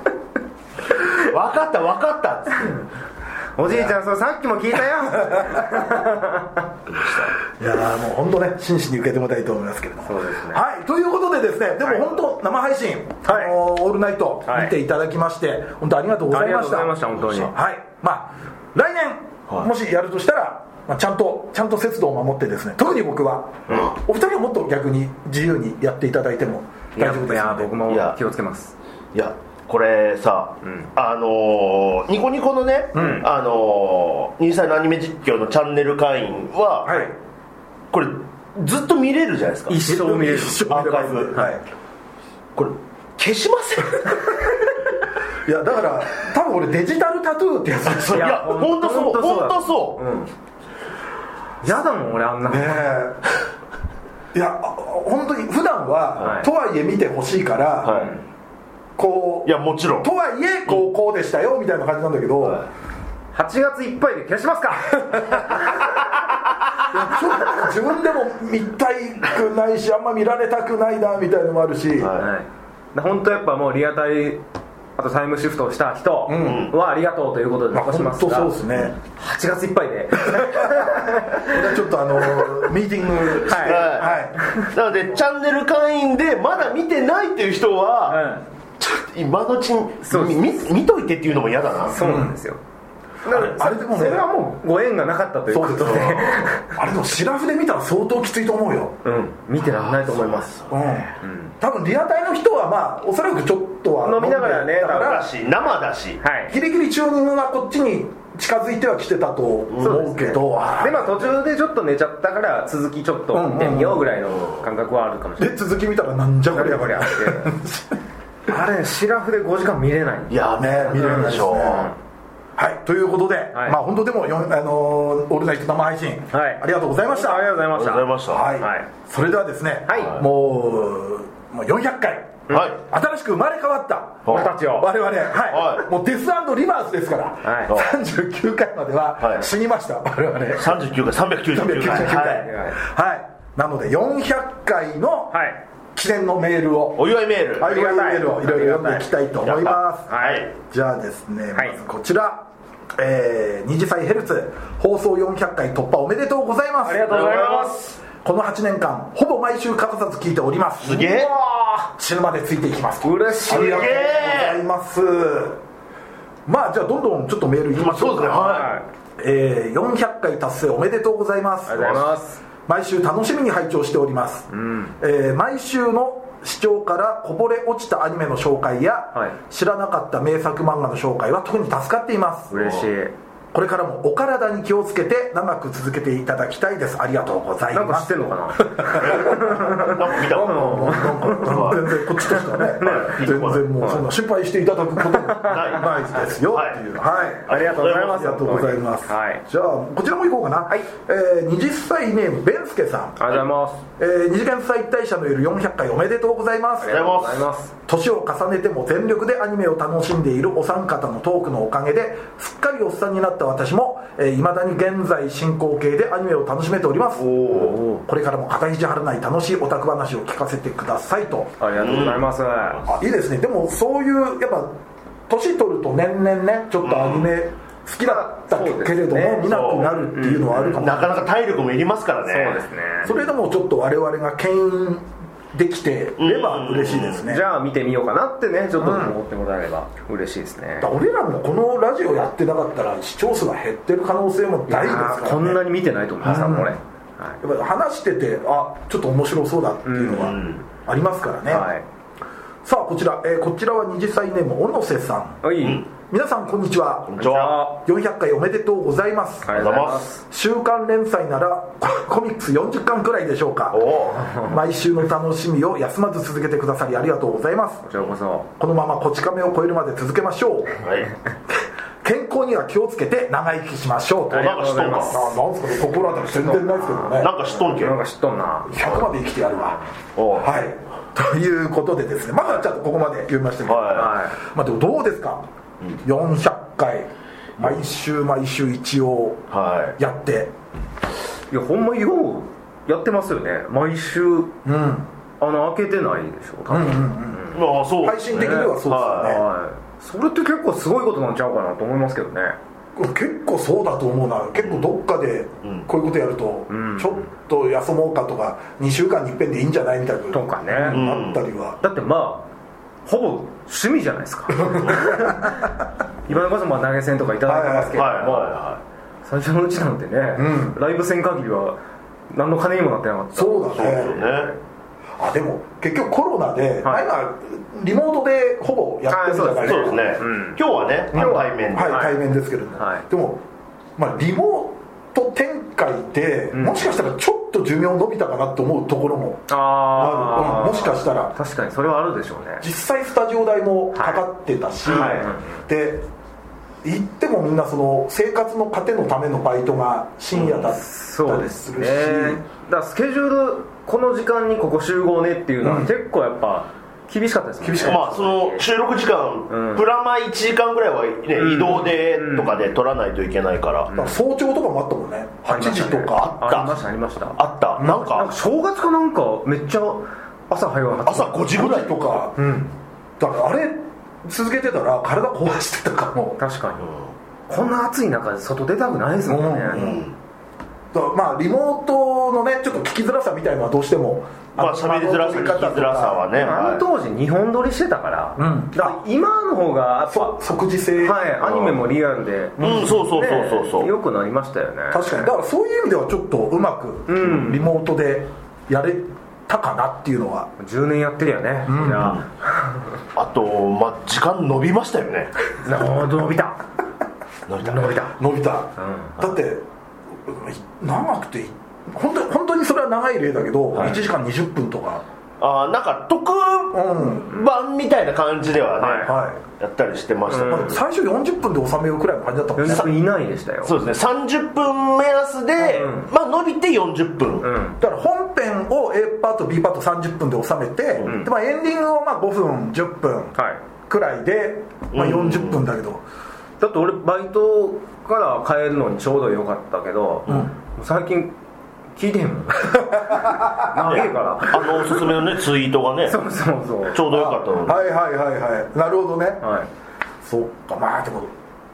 Speaker 3: かった分かったっつって
Speaker 4: おじいちゃんそれさっきも聞い
Speaker 3: (laughs)
Speaker 4: たよ
Speaker 2: いやーもう本当ね真摯に受け止めたいと思いますけれども
Speaker 4: そうですね
Speaker 2: はいということでですねで
Speaker 4: はい
Speaker 2: も本当生配信、
Speaker 4: はい
Speaker 2: あのーオールナイト
Speaker 4: はい
Speaker 2: 見ていただきまして、本当ありがとうございました
Speaker 4: ありがとうございました本当に
Speaker 2: はいまあ来年、もしやるとしたらまあ、ちゃんとちゃんと節度を守ってですね特に僕は、お二人はもっと逆に自由にやっていただいても
Speaker 4: い
Speaker 2: 大
Speaker 4: や
Speaker 2: 丈夫です
Speaker 4: いや僕も
Speaker 3: いや
Speaker 4: 気をつけます
Speaker 3: いやこれさ、あのーニコニコのね、あのー、2歳のアニメ実況のチャンネル会員は、
Speaker 2: はい
Speaker 3: これずっと見れるじゃないですか
Speaker 4: 一生見れる
Speaker 2: 一生見ればいいんで
Speaker 3: アーカイブ
Speaker 2: はい
Speaker 3: これ消しません
Speaker 2: いやだから多分俺デジタルタトゥーってやつでしょ
Speaker 3: い
Speaker 2: ね
Speaker 4: や
Speaker 3: や
Speaker 4: ほ
Speaker 3: 本
Speaker 4: ん
Speaker 3: 当そう
Speaker 4: ほんとそう
Speaker 3: 本
Speaker 4: だ
Speaker 3: 当そう、
Speaker 4: やだもん俺あんな
Speaker 2: えいやあ本当に普段は、
Speaker 4: はい
Speaker 2: とはいえ見てほしいから、
Speaker 3: はい
Speaker 2: こう
Speaker 3: いやもちろん
Speaker 2: とはいえこうこうでしたよみたいな感じなんだけど、
Speaker 4: 8月いっぱいで消しますか
Speaker 2: ちょっと自分でも見たくないしあんま見られたくないなみたいのもあるし、
Speaker 4: はいで本当やっぱもうリアタイあとタイムシフトをした人はありがとうということで
Speaker 2: まあ
Speaker 4: 残し
Speaker 2: 本
Speaker 4: ます
Speaker 2: 当
Speaker 4: が
Speaker 2: そうですね、
Speaker 4: 8月いっぱいで
Speaker 2: これはちょっとあのミーティングして、
Speaker 4: はい
Speaker 2: は
Speaker 3: なのでチャンネル会員でまだ見てないっていう人は、
Speaker 4: うん
Speaker 3: ちょっと今のうち
Speaker 4: そうで
Speaker 3: に
Speaker 4: す
Speaker 3: み見見といてっていうのも嫌だな
Speaker 4: (laughs) そうなんですよ、だから
Speaker 2: あれでもね
Speaker 4: それはもうご縁がなかったという
Speaker 2: そ
Speaker 4: こ
Speaker 2: う
Speaker 4: と
Speaker 2: です
Speaker 4: で
Speaker 2: よあれでもシラフで見たら相当きついと思うよ
Speaker 4: うん見てらんないと思います
Speaker 2: うん、多分リアタイの人はまあおそらくちょっとは
Speaker 4: 飲みながら
Speaker 2: 飲
Speaker 4: ね
Speaker 2: んでだか
Speaker 3: だ
Speaker 2: ら
Speaker 3: し生だし
Speaker 4: はい
Speaker 2: ギリギリ中二のなこっちに近づいては来てたと思うけどあー
Speaker 4: でまあ途中でちょっと寝ちゃったから続きちょっと見てみようぐらいの感覚はあるかもしれない
Speaker 2: で続き見たらなんじゃこりゃ
Speaker 4: やっぱりあって (laughs) あれシラフで5時間見れないん
Speaker 3: いや
Speaker 2: ね見れるでしょう、
Speaker 4: うん
Speaker 2: はいということで、
Speaker 4: はい
Speaker 2: まあ本当でもよん、あのーオールナイト生配信、
Speaker 4: はい
Speaker 2: ありがとうございました
Speaker 4: ありがとうござい
Speaker 3: あ
Speaker 4: ま
Speaker 3: り
Speaker 4: し
Speaker 3: が
Speaker 4: た
Speaker 3: とうございました
Speaker 2: は、
Speaker 3: はい
Speaker 4: はい
Speaker 2: それではですね、
Speaker 4: はい
Speaker 2: もうもう400回
Speaker 3: い、
Speaker 2: 新しく生まれ変わった
Speaker 4: 俺たちを
Speaker 2: 我々、はい
Speaker 3: はい
Speaker 2: もうデスリバースですから、
Speaker 4: は
Speaker 2: 39回までは
Speaker 3: はい
Speaker 2: 死にました、我
Speaker 3: 39
Speaker 2: 々
Speaker 3: 回399
Speaker 2: 39
Speaker 3: 回
Speaker 2: 回はい、
Speaker 3: はい
Speaker 4: はい
Speaker 2: なので400回の
Speaker 4: はい
Speaker 2: 記念のメールを、
Speaker 3: お祝いメール
Speaker 2: は
Speaker 4: あ
Speaker 2: い、
Speaker 4: りがたい
Speaker 2: メールをいろいろ読んでいきたいと思います
Speaker 3: はい
Speaker 2: じゃあですね、
Speaker 4: はい
Speaker 2: まずこちら、えー、二次祭ヘルツ放送400回突破おめでとうございます
Speaker 4: ありがとうございます
Speaker 2: この8年間ほぼ毎週欠かさず聞いております
Speaker 3: すげえ
Speaker 2: 死ぬまでついていきます
Speaker 4: 嬉しい
Speaker 2: ありがとうございますまあじゃあどんどんちょっとメールいきましょうか、
Speaker 3: は
Speaker 2: えー、400回達成おめでとうございます
Speaker 4: ありがとうございます
Speaker 2: 毎週楽しみに拝聴しております、えー毎週の視聴からこぼれ落ちたアニメの紹介や、
Speaker 4: はい
Speaker 2: 知らなかった名作漫画の紹介は特に助かっています
Speaker 4: 嬉しい
Speaker 2: これからもお体に気をつけて長く続けていただきたいですありがとうござい
Speaker 4: なんか
Speaker 2: ま
Speaker 4: 知っ
Speaker 2: す
Speaker 4: てんのか
Speaker 3: なんか見た
Speaker 4: なうん
Speaker 2: なんか全然こっちとしては
Speaker 4: (laughs)
Speaker 2: ね
Speaker 3: はい
Speaker 2: 全然もうそんな心配していただくこともないですよっていうはい
Speaker 4: (laughs) ありがとうございま
Speaker 2: あ
Speaker 4: す
Speaker 2: りがとうございます、
Speaker 4: はいあり
Speaker 2: じゃあこちらもいこうかな、
Speaker 4: はい
Speaker 2: えー、20歳ネームベンスケさん、
Speaker 4: がとうございます
Speaker 2: えー、二次元再退社の夜400回おめでとうございます
Speaker 3: りがとうござい
Speaker 4: ま
Speaker 3: ます
Speaker 2: 年を重ねても全力でアニメを楽しんでいるお三方のトークのおかげですっかりおっさんになった私もいま、えー未だに現在進行形でアニメを楽しめておりますこれからも肩肘張らない楽しいオタク話を聞かせてくださいと
Speaker 4: ありがとうございます
Speaker 2: あいいですねでもそういうやっぱ年取ると年々ねちょっとアニメ好きだったけれども、
Speaker 4: そうですね
Speaker 2: 見なくなるっていうのはあるかも、
Speaker 3: なかなか体力もいりますからね
Speaker 4: そうですね
Speaker 2: それでもちょっと我々が牽引できてれば嬉しいですね、
Speaker 4: じゃあ見てみようかなってねちょっと思ってもらえれば嬉しいですね
Speaker 2: だから俺らもこのラジオやってなかったら視聴数が減ってる可能性も大ですから、
Speaker 4: い
Speaker 2: ね
Speaker 4: や、ーこんなに見てないと思います
Speaker 2: うん
Speaker 4: これ
Speaker 2: やっぱり話しててあちょっと面白そうだっていうのはありますからね、
Speaker 4: はい
Speaker 2: さあこちら、えーこちらは二次歳ネーム小野瀬さん
Speaker 4: はい
Speaker 2: 皆さんこんにちは
Speaker 3: こんにちは
Speaker 2: 400回おめでとうございます、
Speaker 4: ありがとうございます
Speaker 2: 週刊連載ならココミックス40巻くらいでしょうか
Speaker 3: おお
Speaker 2: 毎週の楽しみを休まず続けてくださりありがとうございます
Speaker 4: こちらこそ
Speaker 2: このままこち亀を超えるまで続けましょう
Speaker 3: はい
Speaker 2: 健康には気をつけて長生きしましょうと
Speaker 3: あ
Speaker 2: な
Speaker 3: り
Speaker 2: な
Speaker 3: がとうございます
Speaker 2: んすかね心当たり全然ないですけどね
Speaker 3: なんか知っとんけ
Speaker 4: なんか知っとんな
Speaker 2: 100まで生きてやるわ
Speaker 3: おう
Speaker 2: はいということでですねまずはちょっとここまで読みましたけど、
Speaker 3: は
Speaker 4: は
Speaker 2: まあでもどうですか、400回毎週毎週一応
Speaker 3: いは
Speaker 2: やって
Speaker 4: いいやほんまようやってますよね毎週
Speaker 2: うん
Speaker 4: 穴開けてないでしょ多分
Speaker 3: いまあそう
Speaker 2: 配信的にはそう
Speaker 4: はいそれって結構すごいことなんちゃうかなと思いますけどね
Speaker 2: ですよね結構そうだと思うな結構どっかで
Speaker 3: うん
Speaker 2: こういうことやると、
Speaker 4: ん
Speaker 2: ちょっと休もうかとか2週間に一遍でいいんじゃないみたいな
Speaker 4: とかね
Speaker 3: ん
Speaker 2: あったりは、
Speaker 4: だってまあほぼ趣味じゃない
Speaker 2: (laughs)
Speaker 4: ですか今のこそまあ投げ銭とかいただいてますけど
Speaker 3: はいは
Speaker 4: 最初のうちなんてね
Speaker 2: う
Speaker 4: ライブ戦限りは何の金にもなってなかった
Speaker 2: そう
Speaker 3: いはいそう
Speaker 2: だ
Speaker 3: で
Speaker 2: ね
Speaker 3: すよね
Speaker 2: あでも結局コロナで、
Speaker 4: はい
Speaker 2: 前はリモートでほぼやってるじゃない
Speaker 3: そうですね
Speaker 4: うん
Speaker 3: 今日はね
Speaker 2: 今日は
Speaker 3: 対面で
Speaker 2: はい、対面ですけれども、
Speaker 4: はい
Speaker 2: でも、まあ、リモート展開で、もしかしたらちょっと寿命伸びたかなと思うところもある、
Speaker 4: あ
Speaker 2: うんもしかしたら
Speaker 4: 確かにそれはあるでしょうね
Speaker 2: 実際スタジオ代もかかってたし、
Speaker 4: はい
Speaker 2: で行ってもみんなその生活の糧のためのバイトが深夜だったりするし、
Speaker 4: だからスケジュールこの時間にここ集合ねっていうのは結構やっぱ厳しかったですもんね
Speaker 2: 厳しかった
Speaker 3: まあその収録時間、
Speaker 4: うん
Speaker 3: プラマイ1時間ぐらいは、ね、移動でとかで撮らないといけないから、
Speaker 2: だから早朝とかもあったもんね8時とか
Speaker 3: あった
Speaker 4: ありましたありました
Speaker 3: あったなん
Speaker 4: なん
Speaker 3: か
Speaker 4: か正月かなんかめっちゃ朝早いは
Speaker 3: 朝5時ぐらい
Speaker 2: とか、だからあれ続けてたら体壊してたかも
Speaker 4: 確かに、こんな暑い中で外出たくないですもんね、
Speaker 2: うんだからまあリモートのねちょっと聞きづらさみたいのはどうしても
Speaker 3: まあ喋りづらさ聞きづらさはね、
Speaker 4: あの
Speaker 3: は
Speaker 4: 当時日本撮りしてたから,、
Speaker 2: うん
Speaker 4: だから今の方がやっぱ
Speaker 2: そ即時性、
Speaker 4: はいアニメもリアルで、
Speaker 3: い、うんそうそうそうそうそう、
Speaker 4: よくなりましたよね
Speaker 2: 確かにだからそういう意味ではちょっとうまく
Speaker 4: うん
Speaker 2: リモートでやれたかなっていうのは、
Speaker 4: 10年やってるよね、
Speaker 2: ん
Speaker 4: いや
Speaker 3: あとまあ時間伸びましたよね
Speaker 4: な伸びた
Speaker 3: 伸びた
Speaker 4: 伸びた
Speaker 2: 伸びた、
Speaker 4: ん
Speaker 2: だってい長くてい本当に本当にそれは長い例だけど、
Speaker 3: はい
Speaker 2: 1時間20分とか
Speaker 3: あーなんか特
Speaker 2: うん、
Speaker 3: 番みたいな感じではね、
Speaker 2: は
Speaker 3: やったりしてましたけ
Speaker 2: い、
Speaker 3: ど、
Speaker 2: まあ最初40分で収めようくらいの感じだったもんね
Speaker 4: 40分以内でしたよ
Speaker 3: そうですね30分目安で、
Speaker 4: う
Speaker 3: まあ伸びて40分、
Speaker 4: うん
Speaker 2: だから本編を A パート B パート30分で収めて、でまあ、エンディングをまあ5分10分
Speaker 4: はい
Speaker 2: くらいで、まあ、
Speaker 3: うん
Speaker 2: 40分だけど、
Speaker 4: だって俺バイトから帰るのにちょうどよかったけど、
Speaker 2: ん
Speaker 4: もう最近聞いてへん
Speaker 3: (laughs)
Speaker 4: もん長いから
Speaker 3: あのおすすめのねツイートがね
Speaker 4: そうそうそう
Speaker 3: ちょうどよかったので
Speaker 2: はいはいはいはいなるほどね、
Speaker 4: はい
Speaker 2: そっかまあでも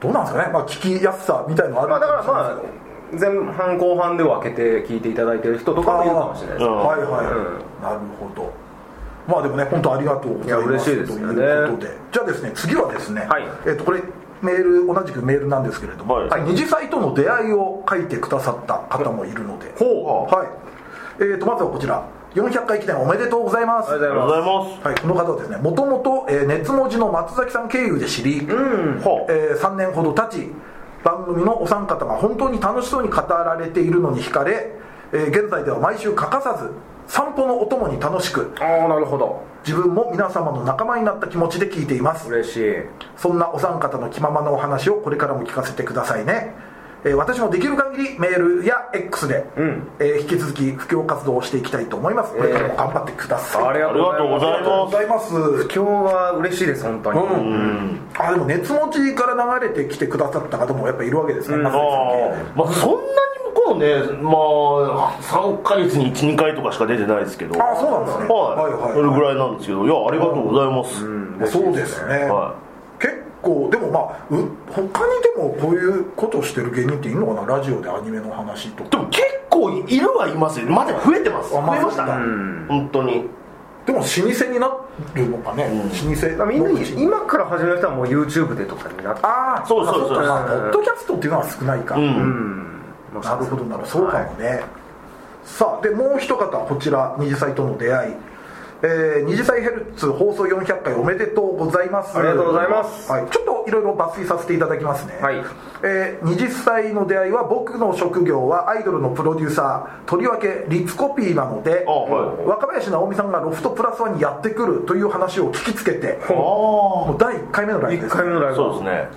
Speaker 2: どうなんですかね、まあ、聞きやすさみたいのはある
Speaker 4: まあだから
Speaker 2: かもしれない
Speaker 4: まあ
Speaker 2: ですけど
Speaker 4: 前半後半で分けて聞いていただいてる人とかもいるかもしれないで
Speaker 2: あ
Speaker 4: す
Speaker 2: ー
Speaker 3: うん
Speaker 2: はいはい、
Speaker 4: う
Speaker 2: なるほどまあでもね本当ありがとうございます
Speaker 4: いや嬉しいですよね
Speaker 2: ということでじゃあですね次はですね、
Speaker 4: はい
Speaker 2: えっとこれメール同じくメールなんですけれども、
Speaker 3: はい
Speaker 2: はい、二次祭との出会いを書いてくださった方もいるので、
Speaker 3: ほう
Speaker 2: はいえー、とまずはこちら400回記念おめでとうございます
Speaker 4: ありが
Speaker 3: ありがとうございます
Speaker 2: はい、この方はですねもともとえー熱文字の松崎さん経由で知り、
Speaker 3: ほう
Speaker 2: えー3年ほど経ち番組のお三方が本当に楽しそうに語られているのに惹かれ、えー現在では毎週欠かさず散歩のお供に楽しく
Speaker 4: ああなるほど
Speaker 2: 自分も皆様の仲間になった気持ちで聞いています
Speaker 4: 嬉しい
Speaker 2: そんなお三方の気ままなお話をこれからも聞かせてくださいね、えー私もできる限りメールや X で、
Speaker 4: ん
Speaker 2: えー引き続き布教活動をしていきたいと思いますこれからも頑張ってください、
Speaker 4: ありが
Speaker 3: ありがと
Speaker 4: と
Speaker 3: う
Speaker 4: う
Speaker 3: ご
Speaker 4: ご
Speaker 3: ざい
Speaker 2: あ
Speaker 4: ざいます
Speaker 2: りがとう
Speaker 3: ま
Speaker 2: ご
Speaker 3: す
Speaker 2: ざいます
Speaker 4: 今日は嬉しいです本当に、
Speaker 2: うん、あでも熱持ちから流れてきてくださった方もやっぱいるわけですね、
Speaker 3: あ
Speaker 2: 松崎さん経由で
Speaker 3: ーまあそんなに向こうねまあ3か月に12回とかしか出てないですけど
Speaker 2: あそうなんですね
Speaker 3: はい、
Speaker 2: はいはいはい
Speaker 3: それぐらいなんですけどいやありがとうございます、
Speaker 2: まあそうですね、
Speaker 3: は
Speaker 2: 結構でもまあう他にでもこういうことをしてる芸人っているのかなラジオでアニメの話と
Speaker 3: で
Speaker 2: か
Speaker 3: も結構いるはいますよまだ増えてます増
Speaker 2: あ
Speaker 3: え
Speaker 2: まあ
Speaker 3: ました
Speaker 2: そうか
Speaker 3: 本当に
Speaker 2: でも老舗になるのかね、老舗
Speaker 4: まあみんな
Speaker 2: どういう
Speaker 4: 今から始める人はもう YouTube でとかになって
Speaker 2: ああ
Speaker 3: そうそうそう
Speaker 2: っか
Speaker 4: うん
Speaker 2: ポッドキャストっていうのは少ないか、
Speaker 3: うん、
Speaker 4: うんまあ
Speaker 2: なるほどなるほどそうかもね、さあでもう一方こちら二次祭との出会い、えー、二次祭ヘルツ放送400回おめでとうございます
Speaker 4: ありがとうございます
Speaker 2: はい、ちょっといろいろ抜粋させていただきますね
Speaker 4: はい
Speaker 2: えー、20歳の出会いは僕の職業はアイドルのプロデューサーとりわけリツコピーなので、
Speaker 3: あはい
Speaker 2: 若林直美さんがロフトプラスワンにやってくるという話を聞きつけて
Speaker 3: ああ
Speaker 2: もう第1回目のライブ
Speaker 4: 1
Speaker 2: です
Speaker 4: 回目のライブ
Speaker 3: そうですね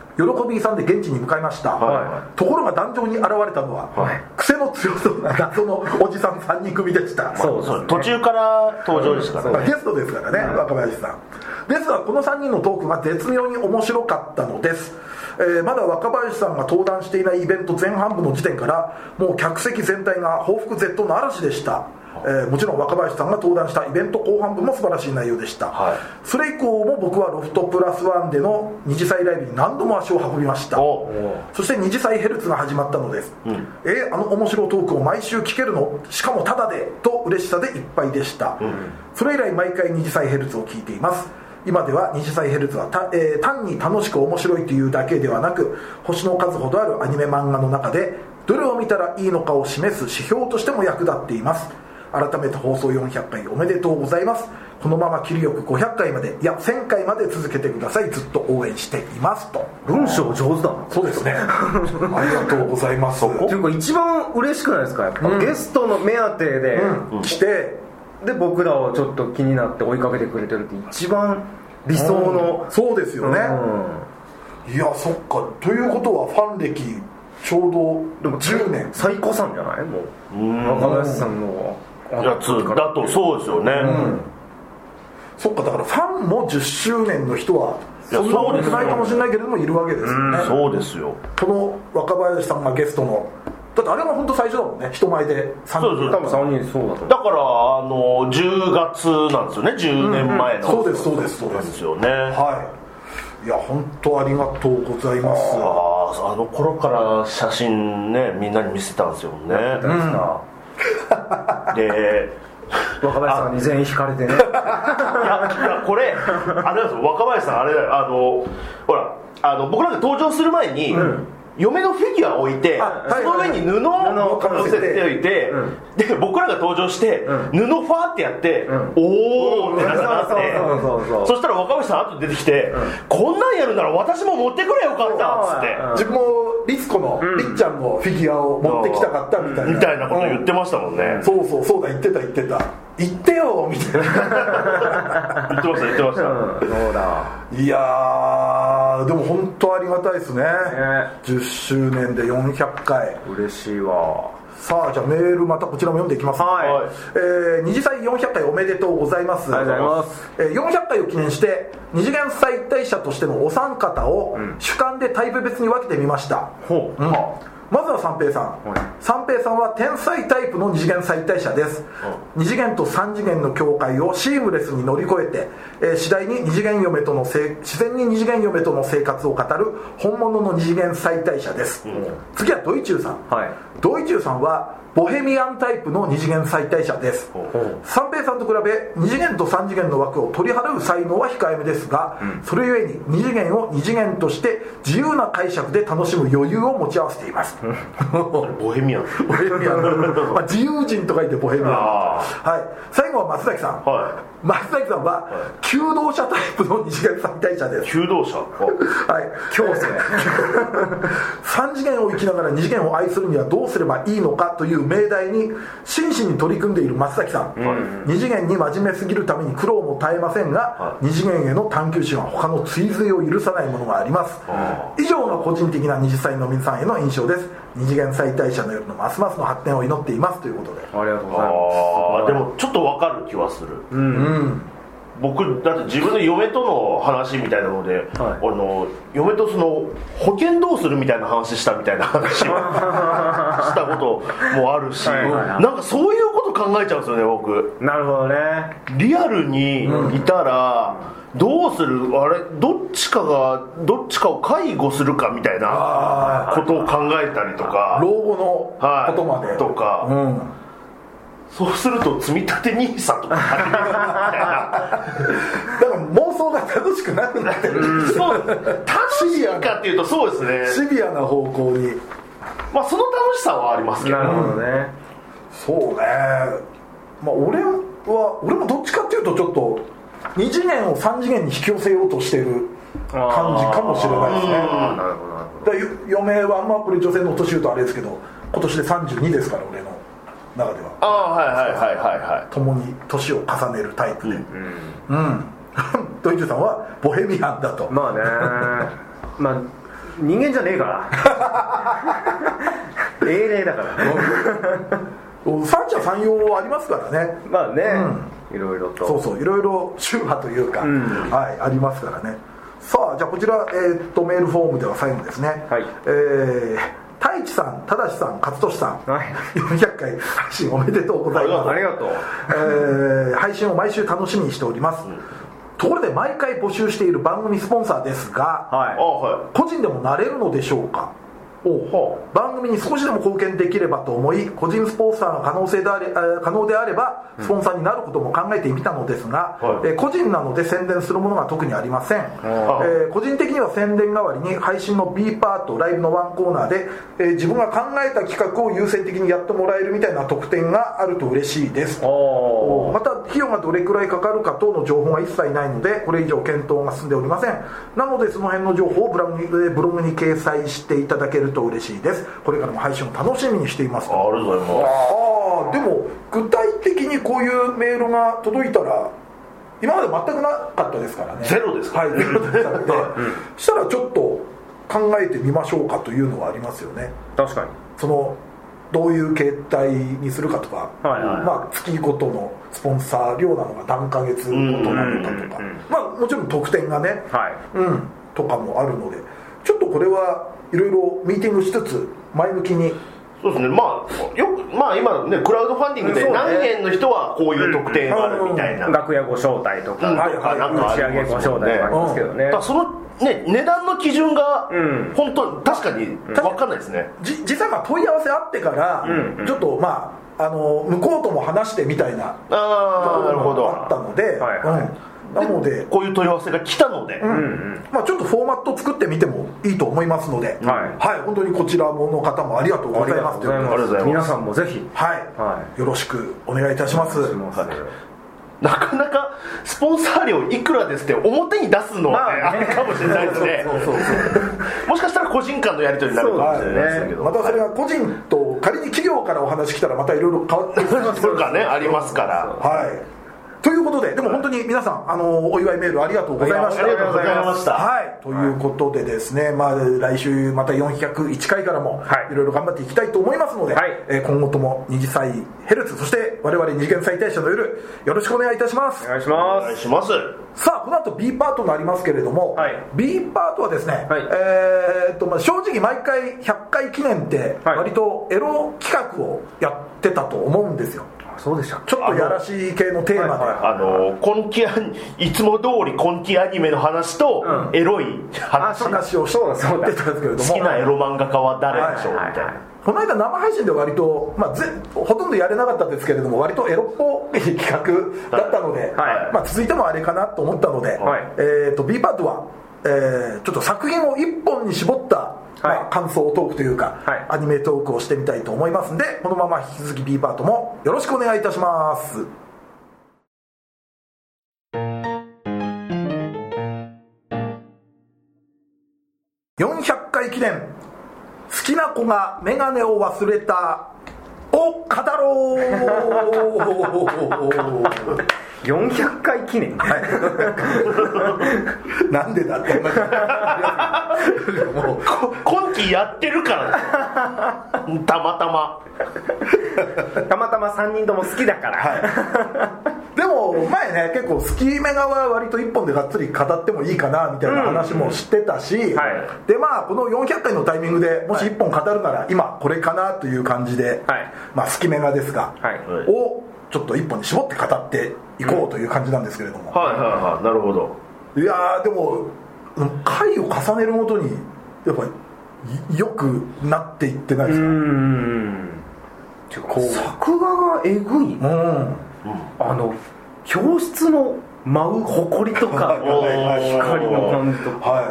Speaker 2: 喜びさんで現地に向かいました、
Speaker 3: は
Speaker 2: ところが壇上に現れたのは、
Speaker 4: はい
Speaker 2: 癖の強そうな謎のおじさん3人組でした
Speaker 4: そうですね
Speaker 3: そう途中から登場ですから
Speaker 2: ま
Speaker 3: ね
Speaker 2: あゲストですからね、若林さんですがこの3人のトークが絶妙に面白かったのです、えーまだ若林さんが登壇していないイベント前半部の時点からもう客席全体が報復絶倒の嵐でした、えーもちろん若林さんが登壇したイベント後半部も素晴らしい内容でした、
Speaker 3: はい
Speaker 2: それ以降も僕はロフトプラスワンでの二次祭ライブに何度も足を運びました
Speaker 3: お
Speaker 2: そして二次祭ヘルツが始まったのです、
Speaker 3: ん
Speaker 2: えーあの面白いトークを毎週聞けるのしかもタダでと嬉しさでいっぱいでした、それ以来毎回二次祭ヘルツを聞いています今では二次祭ヘルツはた、えー単に楽しく面白いというだけではなく星の数ほどあるアニメ漫画の中でどれを見たらいいのかを示す指標としても役立っています改めて放送400回おめでとうございますこのまま切りよく500回までいや1000回まで続けてくださいずっと応援していますと
Speaker 4: 文章上手だな
Speaker 2: そうですね。ありがとうございます。
Speaker 4: っていうか一番嬉しくないですかやっぱ、ゲストの目当てで、
Speaker 2: 来て、
Speaker 4: で僕らをちょっと気になって追いかけてくれてるって一番理想の、
Speaker 2: そうですよね。いや、そっか。ということは、ファン歴、ちょう
Speaker 4: で
Speaker 2: ど
Speaker 4: も
Speaker 2: 10年。
Speaker 4: 最高さんじゃないもう若林さんの
Speaker 3: やつだとそうですよね、
Speaker 2: そっか、だからファンも10周年の人は、
Speaker 3: いや
Speaker 2: そんな多くないかもしれないけれども、いるわけですよね。
Speaker 3: そうですよ
Speaker 2: この若林さんがゲストの、だってあれが本当最初だもんね、人前で参加
Speaker 3: そうです
Speaker 4: 多分3人そうだと思
Speaker 3: だからあの10月なんですよね10年前の、
Speaker 2: そうです、そうです、そう
Speaker 3: なん
Speaker 2: で
Speaker 3: です
Speaker 2: す。
Speaker 3: よねあ
Speaker 2: はい。いや、本当ありがとうございます。
Speaker 3: ああの頃から写真ねみんなに見せたんですよね
Speaker 4: うですか、
Speaker 3: で
Speaker 4: 若林さんに全員引かれてね
Speaker 3: いやいやこれあれなんですよ若林さんあれだよあのほらあの僕らが登場する前に、嫁のフィギュアを置いて、
Speaker 2: あはい
Speaker 3: その上に布をかぶせておいて、
Speaker 4: うん
Speaker 3: で僕らが登場して、布ファーってやって、
Speaker 4: ん
Speaker 3: おおってなって
Speaker 4: そうそうそうそう
Speaker 3: そしたら若林さん後で出てきて、こんなんやるなら私も持ってくれよかったっつって、
Speaker 4: うん
Speaker 2: 自分もリツコのりっちゃんのフィギュアを持ってきたかったみたいな
Speaker 3: みたいなこと言って
Speaker 2: ま
Speaker 3: ましたもんね、
Speaker 2: そうそうそうだ言ってた言ってた言ってよみたい
Speaker 3: 言ってました言ってました、
Speaker 2: な
Speaker 4: そうだ
Speaker 2: いやーでも本当ありがたいですね10周年で400回
Speaker 4: 嬉しいわ
Speaker 2: さあじゃあメールまたこちらも読んでいきます
Speaker 4: はい
Speaker 3: はい
Speaker 2: えー二次祭400回おめでとうございます
Speaker 4: ありがとうございます、
Speaker 2: えー400回を記念して二次元再退社としてのお三方を主観でタイプ別に分けてみました、
Speaker 4: ほう、
Speaker 2: まずは三平さん、
Speaker 4: はい
Speaker 2: 三平さんは天才タイプの二次元再退者です、二次元と三次元の境界をシームレスに乗り越えて、えー次第に二次元嫁とのせい自然に二次元嫁との生活を語る本物の二次元再退者です、次はドイチューさん、
Speaker 4: はい
Speaker 2: ドイチューさんはボヘミアンタイプの二次元再退者です
Speaker 4: う
Speaker 2: 三平さんと比べ二次元と三次元の枠を取り払う才能は控えめですが、それゆえに二次元を二次元として自由な解釈で楽しむ余裕を持ち合わせています、
Speaker 3: ボヘミアン
Speaker 2: ボヘミアン (laughs) まあ自由人と書いてボヘミアン
Speaker 3: あ
Speaker 2: はい最後は松崎さん、
Speaker 3: は
Speaker 2: 松崎さんは求道者タイプの二次元再退者です
Speaker 3: い (laughs) 求道者
Speaker 2: はい、
Speaker 4: 強
Speaker 2: (laughs)
Speaker 4: 制
Speaker 2: 3次元を生きながら2次元を愛するにはどうすればいいのかという命題に真摯に取り組んでいる松崎さん、2次元に真面目すぎるために苦労も絶えませんが、2次元への探求心は他の追随を許さないものがあります、以上が個人的な20歳の皆さんへの印象です2次元再退社の夜のますますの発展を祈っていますということで
Speaker 4: ありがとうござい
Speaker 3: あ
Speaker 4: ま
Speaker 3: あ
Speaker 4: す
Speaker 3: でもちょっとわかる気はするうん、僕だって自分の嫁との話みたいなので、
Speaker 4: はい
Speaker 3: あの嫁とその保険どうするみたいな話したみたいな話をしたこともあるし、
Speaker 4: はいはいはい
Speaker 3: なんかそういうこと考えちゃうんですよね僕
Speaker 4: なるほどね
Speaker 3: リアルにいたら、どうするあれどっちかがどっちかを介護するかみたいな
Speaker 2: あ
Speaker 3: ことを考えたりとか
Speaker 2: あ老後の
Speaker 3: はい
Speaker 2: ことまで、
Speaker 3: とか
Speaker 2: うん
Speaker 3: そうすると積み立て NISA とか始めるみ
Speaker 2: だから妄想が楽しくなくなって
Speaker 3: た
Speaker 2: る、
Speaker 3: いなそう楽しいかっていうとそうですね、
Speaker 2: シビアな方向に
Speaker 3: まあ、その楽しさはありますけど
Speaker 4: なるほどね、
Speaker 2: そうねまあ俺は俺もどっちかっていうとちょっと2次元を3次元に引き寄せようとしてる感じかもしれないですね
Speaker 4: ああなるほどなるほ
Speaker 2: だからよ嫁はあんまこれ女性の年言うとあれですけど今年で32ですから俺の中では
Speaker 3: ああはいはいはいはいはい
Speaker 2: 共に年を重ねるタイプでうん、 (laughs) ドイツさんはボヘミアンだと、
Speaker 4: どまあねまあ人間じゃねえから英霊だから
Speaker 2: 三者三様ありますからね
Speaker 4: まあね、いろいろと
Speaker 2: そうそういろいろ宗派というか、はい、ありますからねさあじゃあこちら、えーっとメールフォームでは最後ですね
Speaker 4: はい
Speaker 2: えー太一さん、忠さん、勝利さん、
Speaker 4: はい
Speaker 2: 400回配信おめでとうございます。
Speaker 4: ありがとう
Speaker 2: えー配信を毎週楽しみにしております、ところで毎回募集している番組スポンサーですが、
Speaker 4: はい
Speaker 3: ああは
Speaker 2: 個人でもなれるのでしょうか番組に少しでも貢献できればと思い個人スポンサーの可能性であれえー可能であればスポンサーになることも考えてみたのですが、
Speaker 3: はい
Speaker 2: えー個人なので宣伝するものが特にありません、えー個人的には宣伝代わりに配信の B パートライブのワンコーナーで、えー自分が考えた企画を優先的にやってもらえるみたいな特典があると嬉しいです
Speaker 4: おー
Speaker 2: また費用がどれくらいかかるか等の情報が一切ないのでこれ以上検討が進んでおりませんなのでその辺の情報をブラグにえーブログに掲載していただけると嬉しいですこれからも配信を楽しみにしています
Speaker 3: いあありがとうございます
Speaker 2: ああでも具体的にこういうメールが届いたら今まで全くなかったですからね
Speaker 3: ゼロですか
Speaker 2: はいゼロでし
Speaker 3: (laughs)
Speaker 2: たので、そしたらちょっと考えてみましょうかというのはありますよね
Speaker 4: 確かに
Speaker 2: そのどういう形態にするかとか、
Speaker 4: はいはい
Speaker 2: まあ、月ごとのスポンサー量なのか何ヶ月ごとなのかとか
Speaker 4: うんうんうんうん
Speaker 2: まあもちろん特典がね、
Speaker 4: はい
Speaker 2: うん、とかもあるのでちょっとこれはいろいろミーティングしつつ前向きに
Speaker 3: そうですねまあよくまあ今ねクラウドファンディング
Speaker 4: そ
Speaker 3: で
Speaker 4: うね
Speaker 3: 何円の人はこういう特典があるみたいな、
Speaker 4: 楽屋ご招待とか、
Speaker 3: うん
Speaker 2: はいはい
Speaker 3: なんかあ
Speaker 4: 打ち
Speaker 3: り
Speaker 4: 上げご
Speaker 3: ます
Speaker 4: 招
Speaker 3: もん
Speaker 4: 待
Speaker 3: ね
Speaker 4: もありますけどね、
Speaker 3: だからそのね値段の基準が
Speaker 4: うん
Speaker 3: 本当に確かに分かんないですね、
Speaker 2: じ実際まあ問い合わせあってから、
Speaker 4: んうん
Speaker 2: ちょっとまああの向こうとも話してみたいなとこ
Speaker 3: ああなるほ
Speaker 2: ろもあった
Speaker 3: ど
Speaker 2: ので、
Speaker 4: はいはい
Speaker 2: うんなので、
Speaker 3: こういう問い合わせが来たので、
Speaker 2: まあ、ちょっとフォーマット作ってみてもいいと思いますので、はい本当にこちらもの方もありがとうございますという
Speaker 3: ありがと
Speaker 2: ことで
Speaker 3: うございます
Speaker 4: 皆さんもぜひ
Speaker 2: はい、
Speaker 4: は
Speaker 2: よろしくお願いいたします。
Speaker 4: します
Speaker 3: なかなかスポンサー料いくらですって表に出すのはね、
Speaker 4: まあ
Speaker 3: あれかもしれないですね
Speaker 2: そうそうそう
Speaker 3: もしかしたら個人間のやり取りになるかもしれないですけど、
Speaker 2: またそれが個人と仮に企業からお話来たらまたいろいろ変わってくる
Speaker 3: (laughs) とかねありますから
Speaker 2: はいということででも本当に皆さんあのお祝いメールありがとうございました
Speaker 3: ありがとうございました
Speaker 2: はい、ということでですね、まあ、来週また401回からも
Speaker 4: はい
Speaker 2: いろいろ頑張っていきたいと思いますので、
Speaker 4: はい
Speaker 2: えー今後とも二次祭ヘルツそして我々二次元再大社の夜よろしくお願いいたします
Speaker 4: お願いし
Speaker 3: お
Speaker 4: ま
Speaker 3: 願い
Speaker 4: す
Speaker 3: します
Speaker 2: さあこの後 B パートになりますけれども、
Speaker 4: はい
Speaker 2: B パートはですね、
Speaker 4: はい
Speaker 2: えーっとまあ正直毎回100回記念って
Speaker 4: はい
Speaker 2: 割とエロ企画をやってたと思うんですよ
Speaker 4: そうでしたっけ
Speaker 2: ちょっとやらしい系のテーマで、
Speaker 4: あのはいは
Speaker 3: あの今期アニいつも通り今期アニメの話と、
Speaker 4: うん
Speaker 3: エロい
Speaker 4: あ
Speaker 3: 話
Speaker 4: そう
Speaker 2: 話をして
Speaker 4: そうだ
Speaker 2: や
Speaker 4: そう
Speaker 2: っ
Speaker 4: だ
Speaker 2: てたんですけれども
Speaker 3: 好きなエロ漫画家は誰でしょうみ
Speaker 4: はいはい
Speaker 3: たいな、
Speaker 2: この間生配信で割と、まあ、ぜほとんどやれなかったですけれども割とエロっぽい企画だったので、
Speaker 4: はい
Speaker 2: まあ、続いてもあれかなと思ったので、
Speaker 4: はい
Speaker 2: えー、と B パートは、えーちょっと作品を1本に絞った、まあ
Speaker 4: はい
Speaker 2: 感想トークというか、
Speaker 4: はい
Speaker 2: アニメトークをしてみたいと思いますんでこのまま引き続き B パートもよろしくお願いいたします。400回記念好きな子が眼鏡を忘れたを語ろう
Speaker 4: 400回記念
Speaker 2: (laughs) なんでだって (laughs) 話もう
Speaker 3: こ今期やってるからね
Speaker 4: (laughs)
Speaker 3: たまたま
Speaker 4: たまたま3人とも好きだから
Speaker 2: でも前ね結構スキーメガは割と一本でがっつり語ってもいいかなみたいな話もしてたし、
Speaker 4: はい
Speaker 2: でまあこの400回のタイミングでもし一本語るなら今これかなという感じで、
Speaker 4: はい
Speaker 2: まあスキメガですが、
Speaker 4: はい
Speaker 2: をちょっと一本に絞って語っていこうという感じなんですけれども、
Speaker 3: はいはいはいなるほど
Speaker 2: いやーでも回を重ねるごとにやっぱりよくなっていってないです
Speaker 4: う
Speaker 2: か
Speaker 4: ん
Speaker 2: こう
Speaker 4: 作画がえぐい
Speaker 2: うん
Speaker 4: あの教室の舞う埃とか
Speaker 2: はいはい
Speaker 4: 光の感じとか
Speaker 2: は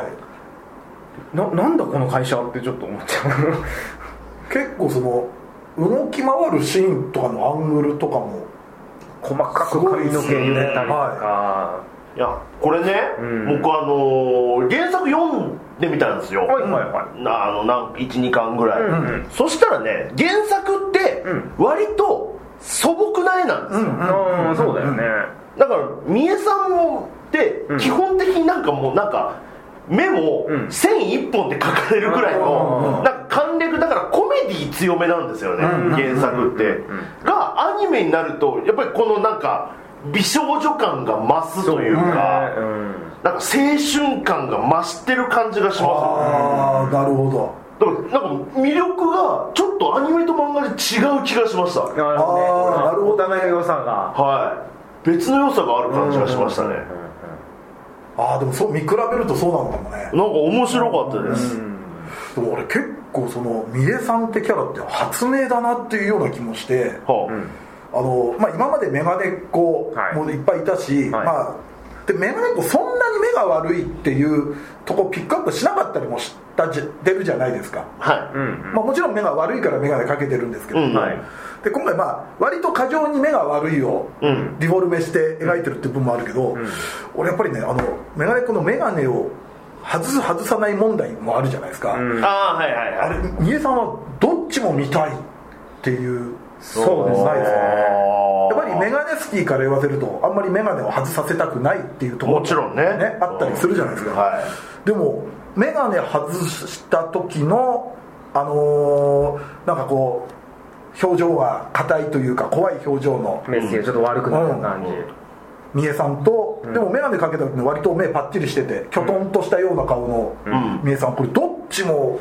Speaker 4: ななんだこの会社ってちょっと思っちゃう
Speaker 2: い結構その動き回るシーンとかのアングルとかも
Speaker 4: (laughs) 細かく髪の毛揺れたりとか
Speaker 3: いやこれね、
Speaker 4: うん
Speaker 3: 僕あのー原作読んでみたんですよ、
Speaker 4: はいはいはい
Speaker 3: なあのなん12巻ぐらい、
Speaker 4: うんうん
Speaker 3: そしたらね原作って
Speaker 4: うん
Speaker 3: 割と素朴な絵なんですよ、
Speaker 4: ああそうだよね
Speaker 3: だから三重さんもって
Speaker 4: うん
Speaker 3: 基本的になんかもうなんか目も
Speaker 4: うん
Speaker 3: 線一本で描かれるぐらいの
Speaker 4: うん
Speaker 3: なんか簡略だからコメディ強めなんですよね原作ってがアニメになるとやっぱりこのなんか美少女感が増すというか
Speaker 4: うん
Speaker 3: なんか青春感が増してる感じがしま
Speaker 2: ああなるほ
Speaker 3: す
Speaker 2: ど
Speaker 3: よねだからなんか魅力がちょっとアニメと漫画で違う気がしました
Speaker 4: なるほどね
Speaker 2: あーなるほど
Speaker 4: お互いの良さが
Speaker 3: はい別の良さがある感じがしましたね
Speaker 2: ああでもそう見比べるとそうなのかもね
Speaker 3: なんか面白かったです
Speaker 2: でも俺結構その三重さんってキャラって発明だなっていうような気もして
Speaker 3: はあ
Speaker 2: あの、まあ、今までメガネっ子
Speaker 4: はい
Speaker 2: もいっぱいいたし、
Speaker 4: はい
Speaker 2: まあでメガネっ子そんなに目が悪いっていうとこピックアップしなかったりもしたじ出るじゃないですか、
Speaker 3: はい、
Speaker 4: うん
Speaker 2: まあ、もちろん目が悪いからメガネかけてるんですけど、
Speaker 3: うん
Speaker 4: はい
Speaker 2: で今回まあ割と過剰に目が悪いを
Speaker 3: うん
Speaker 2: リフォルメして描いてるって部分もあるけど、俺やっぱりねあのメガネっ子のメガネを外す外さない問題もあるじゃないですか、
Speaker 4: ん
Speaker 3: ああはいはいはい
Speaker 2: あれ三重さんはどっちも見たいっていう
Speaker 4: そうですね
Speaker 2: ないですねやっぱりメ
Speaker 3: ね
Speaker 2: ガネスキーから言わせるとあんまりメガネを外させたくないっていうところ
Speaker 3: もちろんね
Speaker 2: あったりするじゃないですか、
Speaker 3: は
Speaker 2: でもメガネ外した時のあのーなんかこう表情が硬いというか怖い表情の
Speaker 4: メッセージちょっと悪くなる感じ
Speaker 2: 三重さんと、でもメガネかけた時に割と目パッチリしててきょとんとしたような顔の
Speaker 3: ん
Speaker 2: 三重さんこれどっちも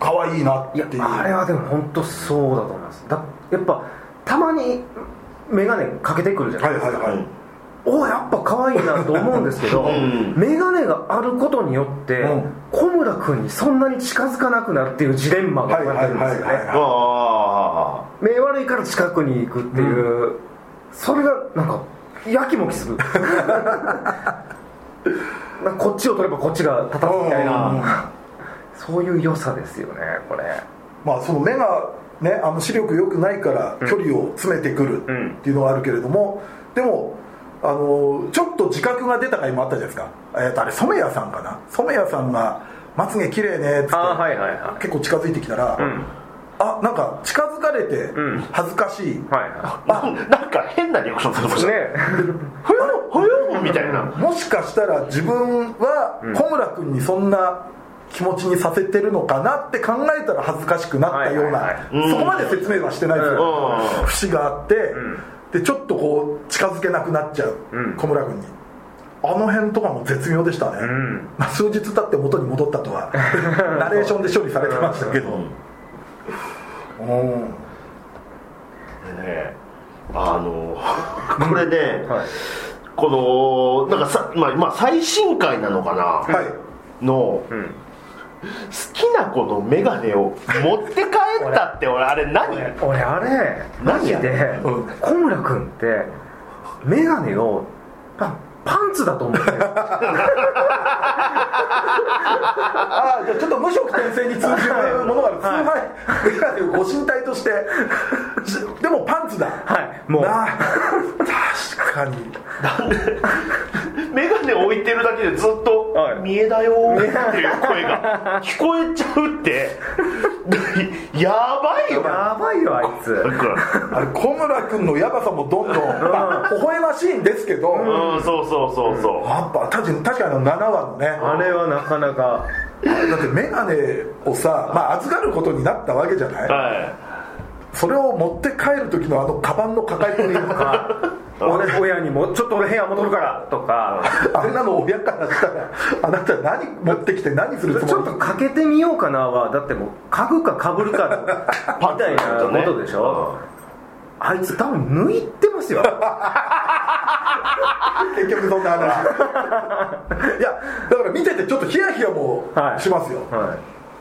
Speaker 2: 可愛いなっ
Speaker 4: い
Speaker 2: てい
Speaker 4: や
Speaker 2: う
Speaker 4: あれはでも本当そうだと思いますだやっぱたまに眼鏡かけてくるじゃない
Speaker 2: はい
Speaker 4: です
Speaker 2: はい
Speaker 4: か、
Speaker 2: はい、
Speaker 4: おやっぱ可愛いなと思うんです
Speaker 2: (laughs)
Speaker 4: けど
Speaker 3: ん
Speaker 4: 眼鏡があることによって、
Speaker 2: うん
Speaker 4: 小村君にそんなに近づかなくなるっていうジレンマが生まれてるんですよね、
Speaker 2: はいはいはいはい
Speaker 3: あ
Speaker 4: 目悪いから近くに行くっていう、それがなんかやきもき (laughs) するなんかこっちを取ればこっちが立たすみたい
Speaker 2: うんうんうん
Speaker 4: なそういう良さですよねこれ
Speaker 2: まあ、その目が、ね、あの視力良くないから距離を詰めてくる
Speaker 4: うん
Speaker 2: っていうのはあるけれども、でもあのちょっと自覚が出た回もあったじゃないですか、えーとあれ染谷さんかな染谷さんがまつげ綺麗ねっつって、
Speaker 4: あーはいはいはい
Speaker 2: 結構近づいてきたら、
Speaker 4: ん
Speaker 2: あなんか近づかれて
Speaker 4: ん
Speaker 2: 恥ずかしい、
Speaker 4: はいは
Speaker 3: なんなんか変なリアクションするかも
Speaker 4: い
Speaker 3: し
Speaker 4: ね
Speaker 3: れないほよほよみたいな
Speaker 2: もしかしたら自分は小村君にそんな気持ちにさせてるのかなって考えたら恥ずかしくなったような、
Speaker 4: はいはいはい
Speaker 3: うん
Speaker 2: そこまで説明はしてないですよ、
Speaker 3: うん
Speaker 2: 節があって、でちょっとこう近づけなくなっちゃう、
Speaker 4: うん
Speaker 2: 小村君にあの辺とかも絶妙でしたね、
Speaker 4: ん
Speaker 2: まあ数日経って元に戻ったと
Speaker 4: (laughs)
Speaker 2: はナレーションで処理されてましたけど、うん
Speaker 3: ねあのこれね、
Speaker 4: はい
Speaker 3: このなんかさ、まあ、まあ最新回なのかな、
Speaker 2: はい
Speaker 3: の、
Speaker 4: ん
Speaker 3: 好きな子の眼鏡を持って帰ったって俺あれ何
Speaker 4: 俺あれマジで
Speaker 2: うん
Speaker 4: 小村君って眼鏡をパパンツだと思ってる
Speaker 2: ああじゃあちょっと無職転生に通じるものがある通販眼鏡をご身体としてしでもパンツだ
Speaker 4: はいもう
Speaker 2: なあ確かに
Speaker 3: (laughs) 眼鏡置いてるだけでずっと
Speaker 4: はい
Speaker 3: 「見えだよ」っていう声が聞こえちゃうって (laughs) やばいよ
Speaker 4: (laughs) やばいよあいつ (laughs)
Speaker 3: なんか
Speaker 2: あれ小村君のヤバさもどんどん、まあ微笑ましいんですけど、やっ
Speaker 3: うんそうそうそうそう、
Speaker 2: ぱ確かに確かにあの7話のね
Speaker 4: あれはなかなか
Speaker 2: だって眼鏡をさ、まあ、預かることになったわけじゃない、
Speaker 3: は
Speaker 2: それを持って帰る時のあのカバンの抱え込みとか
Speaker 4: 俺親にも「ちょっと俺部屋戻るから」とか
Speaker 2: あれなの親からしたらあなた何持ってきて何するつもり
Speaker 4: ちょっとかけてみようかなはだってもう家具かかぶるかみたいなことでしょ、あいつ多分抜いてますよ
Speaker 2: 結局そんな (laughs) 話いやだから見ててちょっとヒヤヒヤも
Speaker 4: はい
Speaker 2: しますよ、
Speaker 4: は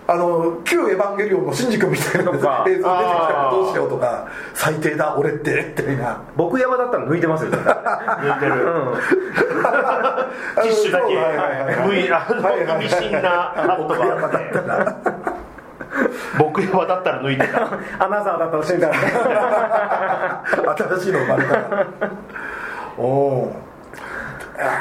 Speaker 2: あの旧エヴァンゲリオンのシンジ君みたいな
Speaker 4: とか
Speaker 2: 映像出てきたら
Speaker 3: あー
Speaker 2: どうしようとか最低だ俺ってみたいない
Speaker 4: 僕山だったら抜いてますよ絶対
Speaker 3: い抜いてる、ティッシュだけ、
Speaker 2: はいはいはいはい
Speaker 3: 無いあ
Speaker 2: はいはいは
Speaker 3: の
Speaker 2: い
Speaker 3: 意味深なカット
Speaker 2: 僕
Speaker 3: が
Speaker 2: 山
Speaker 3: あ
Speaker 2: だった
Speaker 3: って
Speaker 2: ら
Speaker 3: 僕山だったら抜いてた
Speaker 4: アナザーだったら死んだらね
Speaker 2: (laughs) 新しいの生まれたらおお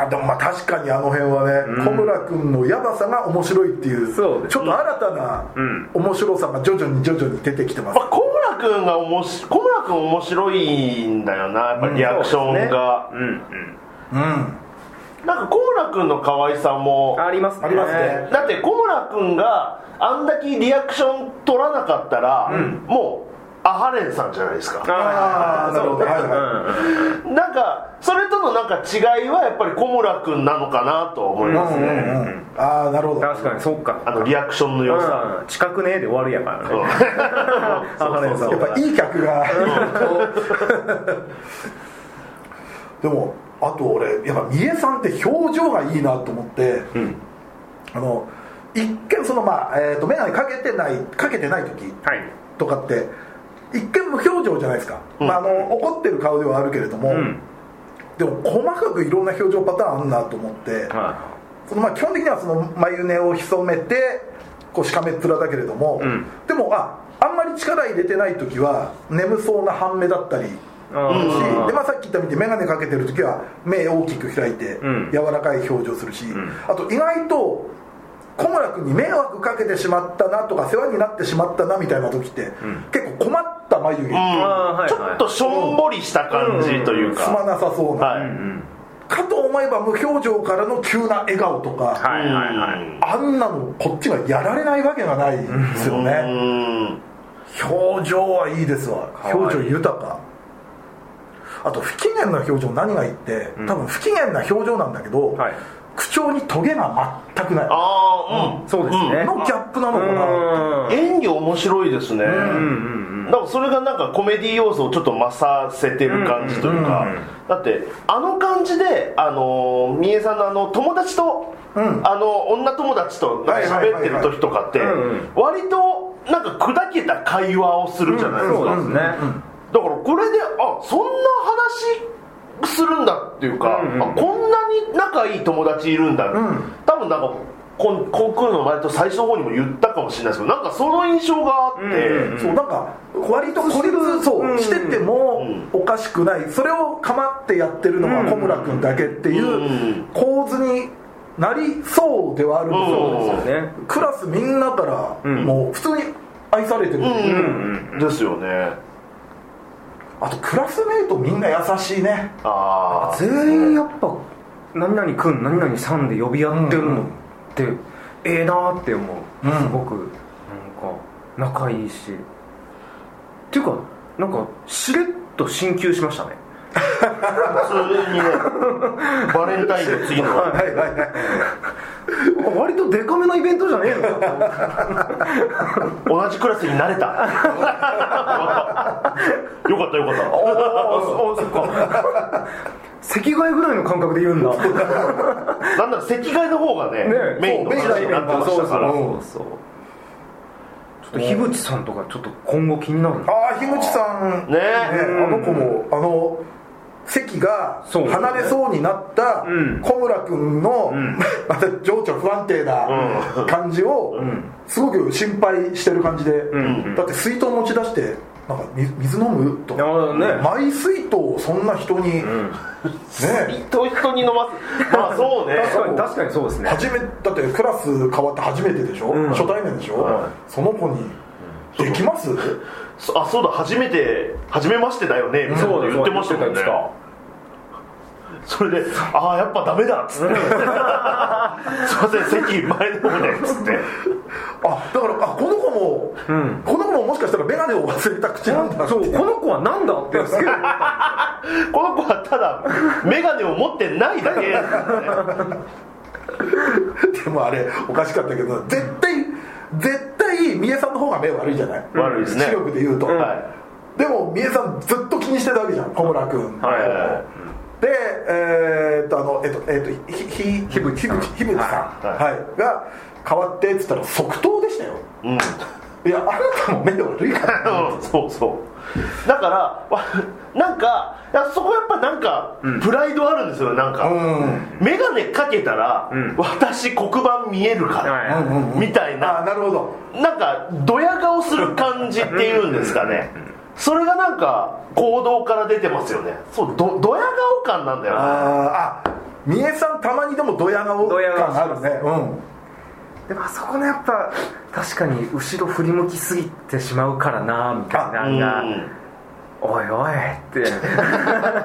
Speaker 2: でもまあ確かにあの辺はね、小村君のヤバさが面白いっていう
Speaker 4: そうです
Speaker 2: ちょっと新たな面白さが徐々に徐々に出てきてます
Speaker 3: まあ、小村君がおもし小村君面白いんだよなやっぱりリアクションが、
Speaker 4: うんうん
Speaker 3: なんか小村君の可愛さも
Speaker 4: ありますね
Speaker 2: ありますね
Speaker 3: だって小村君があんだけリアクション取らなかったら、もうアハレンさんじゃないですか
Speaker 2: ああなるほどはいはい、
Speaker 3: なんかそれとのなんか違いはやっぱり小村君なのかなと思いますね、
Speaker 2: うんうんうんああなるほど
Speaker 4: 確かにそっか
Speaker 3: あのリアクションの良さ、
Speaker 4: うん近くねえで終わるやから (laughs) ね
Speaker 3: そう
Speaker 4: あそうそう
Speaker 2: やっぱいい客がでもあと俺やっぱ三重さんって表情がいいなと思って、あの一見そのまあ、えー、と眼鏡かけてないかけてない時
Speaker 4: はい
Speaker 2: とかって一見無表情じゃないですか、まあ、あの怒ってる顔ではあるけれども、
Speaker 4: ん
Speaker 2: でも細かくいろんな表情パターンあんなと思って、
Speaker 4: は
Speaker 2: そのまあ基本的にはその眉根を潜めてこうしかめっ面だけれども、
Speaker 4: ん
Speaker 2: でもああんまり力入れてない時は眠そうな半目だったりし、
Speaker 4: いうん
Speaker 2: でまあ、さっき言ったみたいに眼鏡かけてる時は目大きく開いて
Speaker 4: ん
Speaker 2: 柔らかい表情するし、あと意外と小村君に迷惑かけてしまったなとか世話になってしまったなみたいな時って、結構困った眉毛、
Speaker 3: うん
Speaker 4: あーはいはい
Speaker 3: ちょっとしょんぼりした感じという
Speaker 2: すま
Speaker 3: か、
Speaker 2: なさそうな、
Speaker 3: はい、
Speaker 2: かと思えば無表情からの急な笑顔とか、
Speaker 4: はいはいはい
Speaker 3: うん
Speaker 2: あんなのこっちがやられないわけがないんですよね
Speaker 3: うん
Speaker 2: 表情はいいですわ
Speaker 4: いい
Speaker 2: 表情豊かあと不機嫌な表情何がいいって、多分不機嫌な表情なんだけど、
Speaker 4: はい
Speaker 2: 口調にトゲが全くない
Speaker 3: ああうん
Speaker 4: そうですね
Speaker 2: のギャップなのかな
Speaker 4: うん
Speaker 3: 演技面白いですね、だからそれがなんかコメディ要素をちょっと勝せてる感じというか、だってあの感じで、あのー、三重さんのあの友達と、あの女友達となんか喋ってる時とかって
Speaker 4: はいはいはいはいうん
Speaker 3: 割となんか砕けた会話をするじゃないですか、
Speaker 4: そうですね
Speaker 3: だからこれであそんな話するんだっていうか、
Speaker 4: うんうん
Speaker 3: あこんなに仲いい友達いるんだ、多分なんかこんこう来るの前と最初の方にも言ったかもしれないですけどなんかその印象があって、
Speaker 2: そうなんか割と孤立そう、
Speaker 4: うん
Speaker 2: してても
Speaker 3: ん
Speaker 2: おかしくないそれを構ってやってるのが小村君だけっていうう構図になりそうではあるんですよ、
Speaker 3: うん
Speaker 4: そうですよね
Speaker 2: クラスみんなから、
Speaker 4: ん
Speaker 2: もう普通に愛されてる、
Speaker 3: うんうんですよね
Speaker 2: あとクラスメートみんな優しいね
Speaker 3: ああ
Speaker 4: 全員やっぱ「何々くん何々さん」で呼び合ってるのって、ええなーって思
Speaker 2: う
Speaker 4: う、
Speaker 2: ん
Speaker 4: すごくなんか仲いいしっていうかなんかしれっと進級しましたね
Speaker 3: 普通にねバレンタインの次の
Speaker 2: はいはいはい
Speaker 4: 割とデカめなイベントじゃねえのか
Speaker 3: 同じクラスになれた (laughs) よかったよかったよかった
Speaker 4: あそっか席替えぐらいの感覚で言うんだね
Speaker 3: なんなら席替えの方がねメインの話になってましたから
Speaker 4: そうそうそうちょっと樋口さんとかちょっと今後気になるな
Speaker 2: ああ樋口さん
Speaker 3: ね
Speaker 2: あの子もあの席が
Speaker 4: そう
Speaker 2: 離れそうになった
Speaker 4: うん
Speaker 2: 小村君の、
Speaker 4: ん
Speaker 2: (laughs) また情緒不安定な感じをすごく心配してる感じで、
Speaker 4: ん
Speaker 2: だって水筒持ち出してなんか水水飲むと
Speaker 4: なるほどね
Speaker 2: マイ水筒をそんな人に、ね
Speaker 3: 人人に飲ますまあそうね
Speaker 4: 確かに確かにそうですね
Speaker 2: 初めだってクラス変わって初めてでしょ、
Speaker 4: うん
Speaker 2: 初対面でしょ、
Speaker 3: は
Speaker 2: その子にできます
Speaker 3: そあそうだ初めて初めましてだよねみたいなこと言ってましたもんねそれで「ああやっぱダメだ」っつ (laughs) って「すいません席前の方で」っつって
Speaker 2: あだからあこの子も、
Speaker 4: ん
Speaker 2: この子ももしかしたら眼鏡を忘れた口なんだって
Speaker 4: そうこの子はなんだってすげえ
Speaker 3: この子はただ眼鏡を持ってないだけ
Speaker 2: でもあれおかしかったけど絶対絶対三重さんの方が目悪いじゃない
Speaker 3: 悪いですね
Speaker 2: 視力で言うと、
Speaker 3: はい
Speaker 2: でも三重さんずっと気にしてたわけじゃん小村君、
Speaker 3: はいはいはい
Speaker 2: でえーっとあのえっとえーっとひひひぶひぶひぶさん、
Speaker 3: はい
Speaker 2: はいが変わってっつったら即答でしたよ
Speaker 3: うん
Speaker 2: いやあなたも目悪いか
Speaker 3: (laughs)
Speaker 2: ら
Speaker 3: うんそうそうだからわなんかいやそこやっぱなんか、プライドあるんですよなんか、
Speaker 2: うん
Speaker 3: 眼鏡かけたら、
Speaker 4: ん
Speaker 3: 私黒板見えるから、
Speaker 4: はい
Speaker 2: うんうんうん
Speaker 3: みたい
Speaker 2: あ
Speaker 3: な
Speaker 2: あなるほど
Speaker 3: なんかドヤ顔する感じっていうんですかねそれがなんか行動から出てますよねそうどドヤ顔感なんだよね
Speaker 2: あーあ三重さんたまにでもドヤ顔
Speaker 4: ドヤ顔
Speaker 2: 感あるねうん
Speaker 4: でもあそこのやっぱ確かに後ろ振り向きすぎてしまうからなみたいなのが
Speaker 3: うん
Speaker 4: おいおいっ
Speaker 2: だ
Speaker 4: て
Speaker 2: か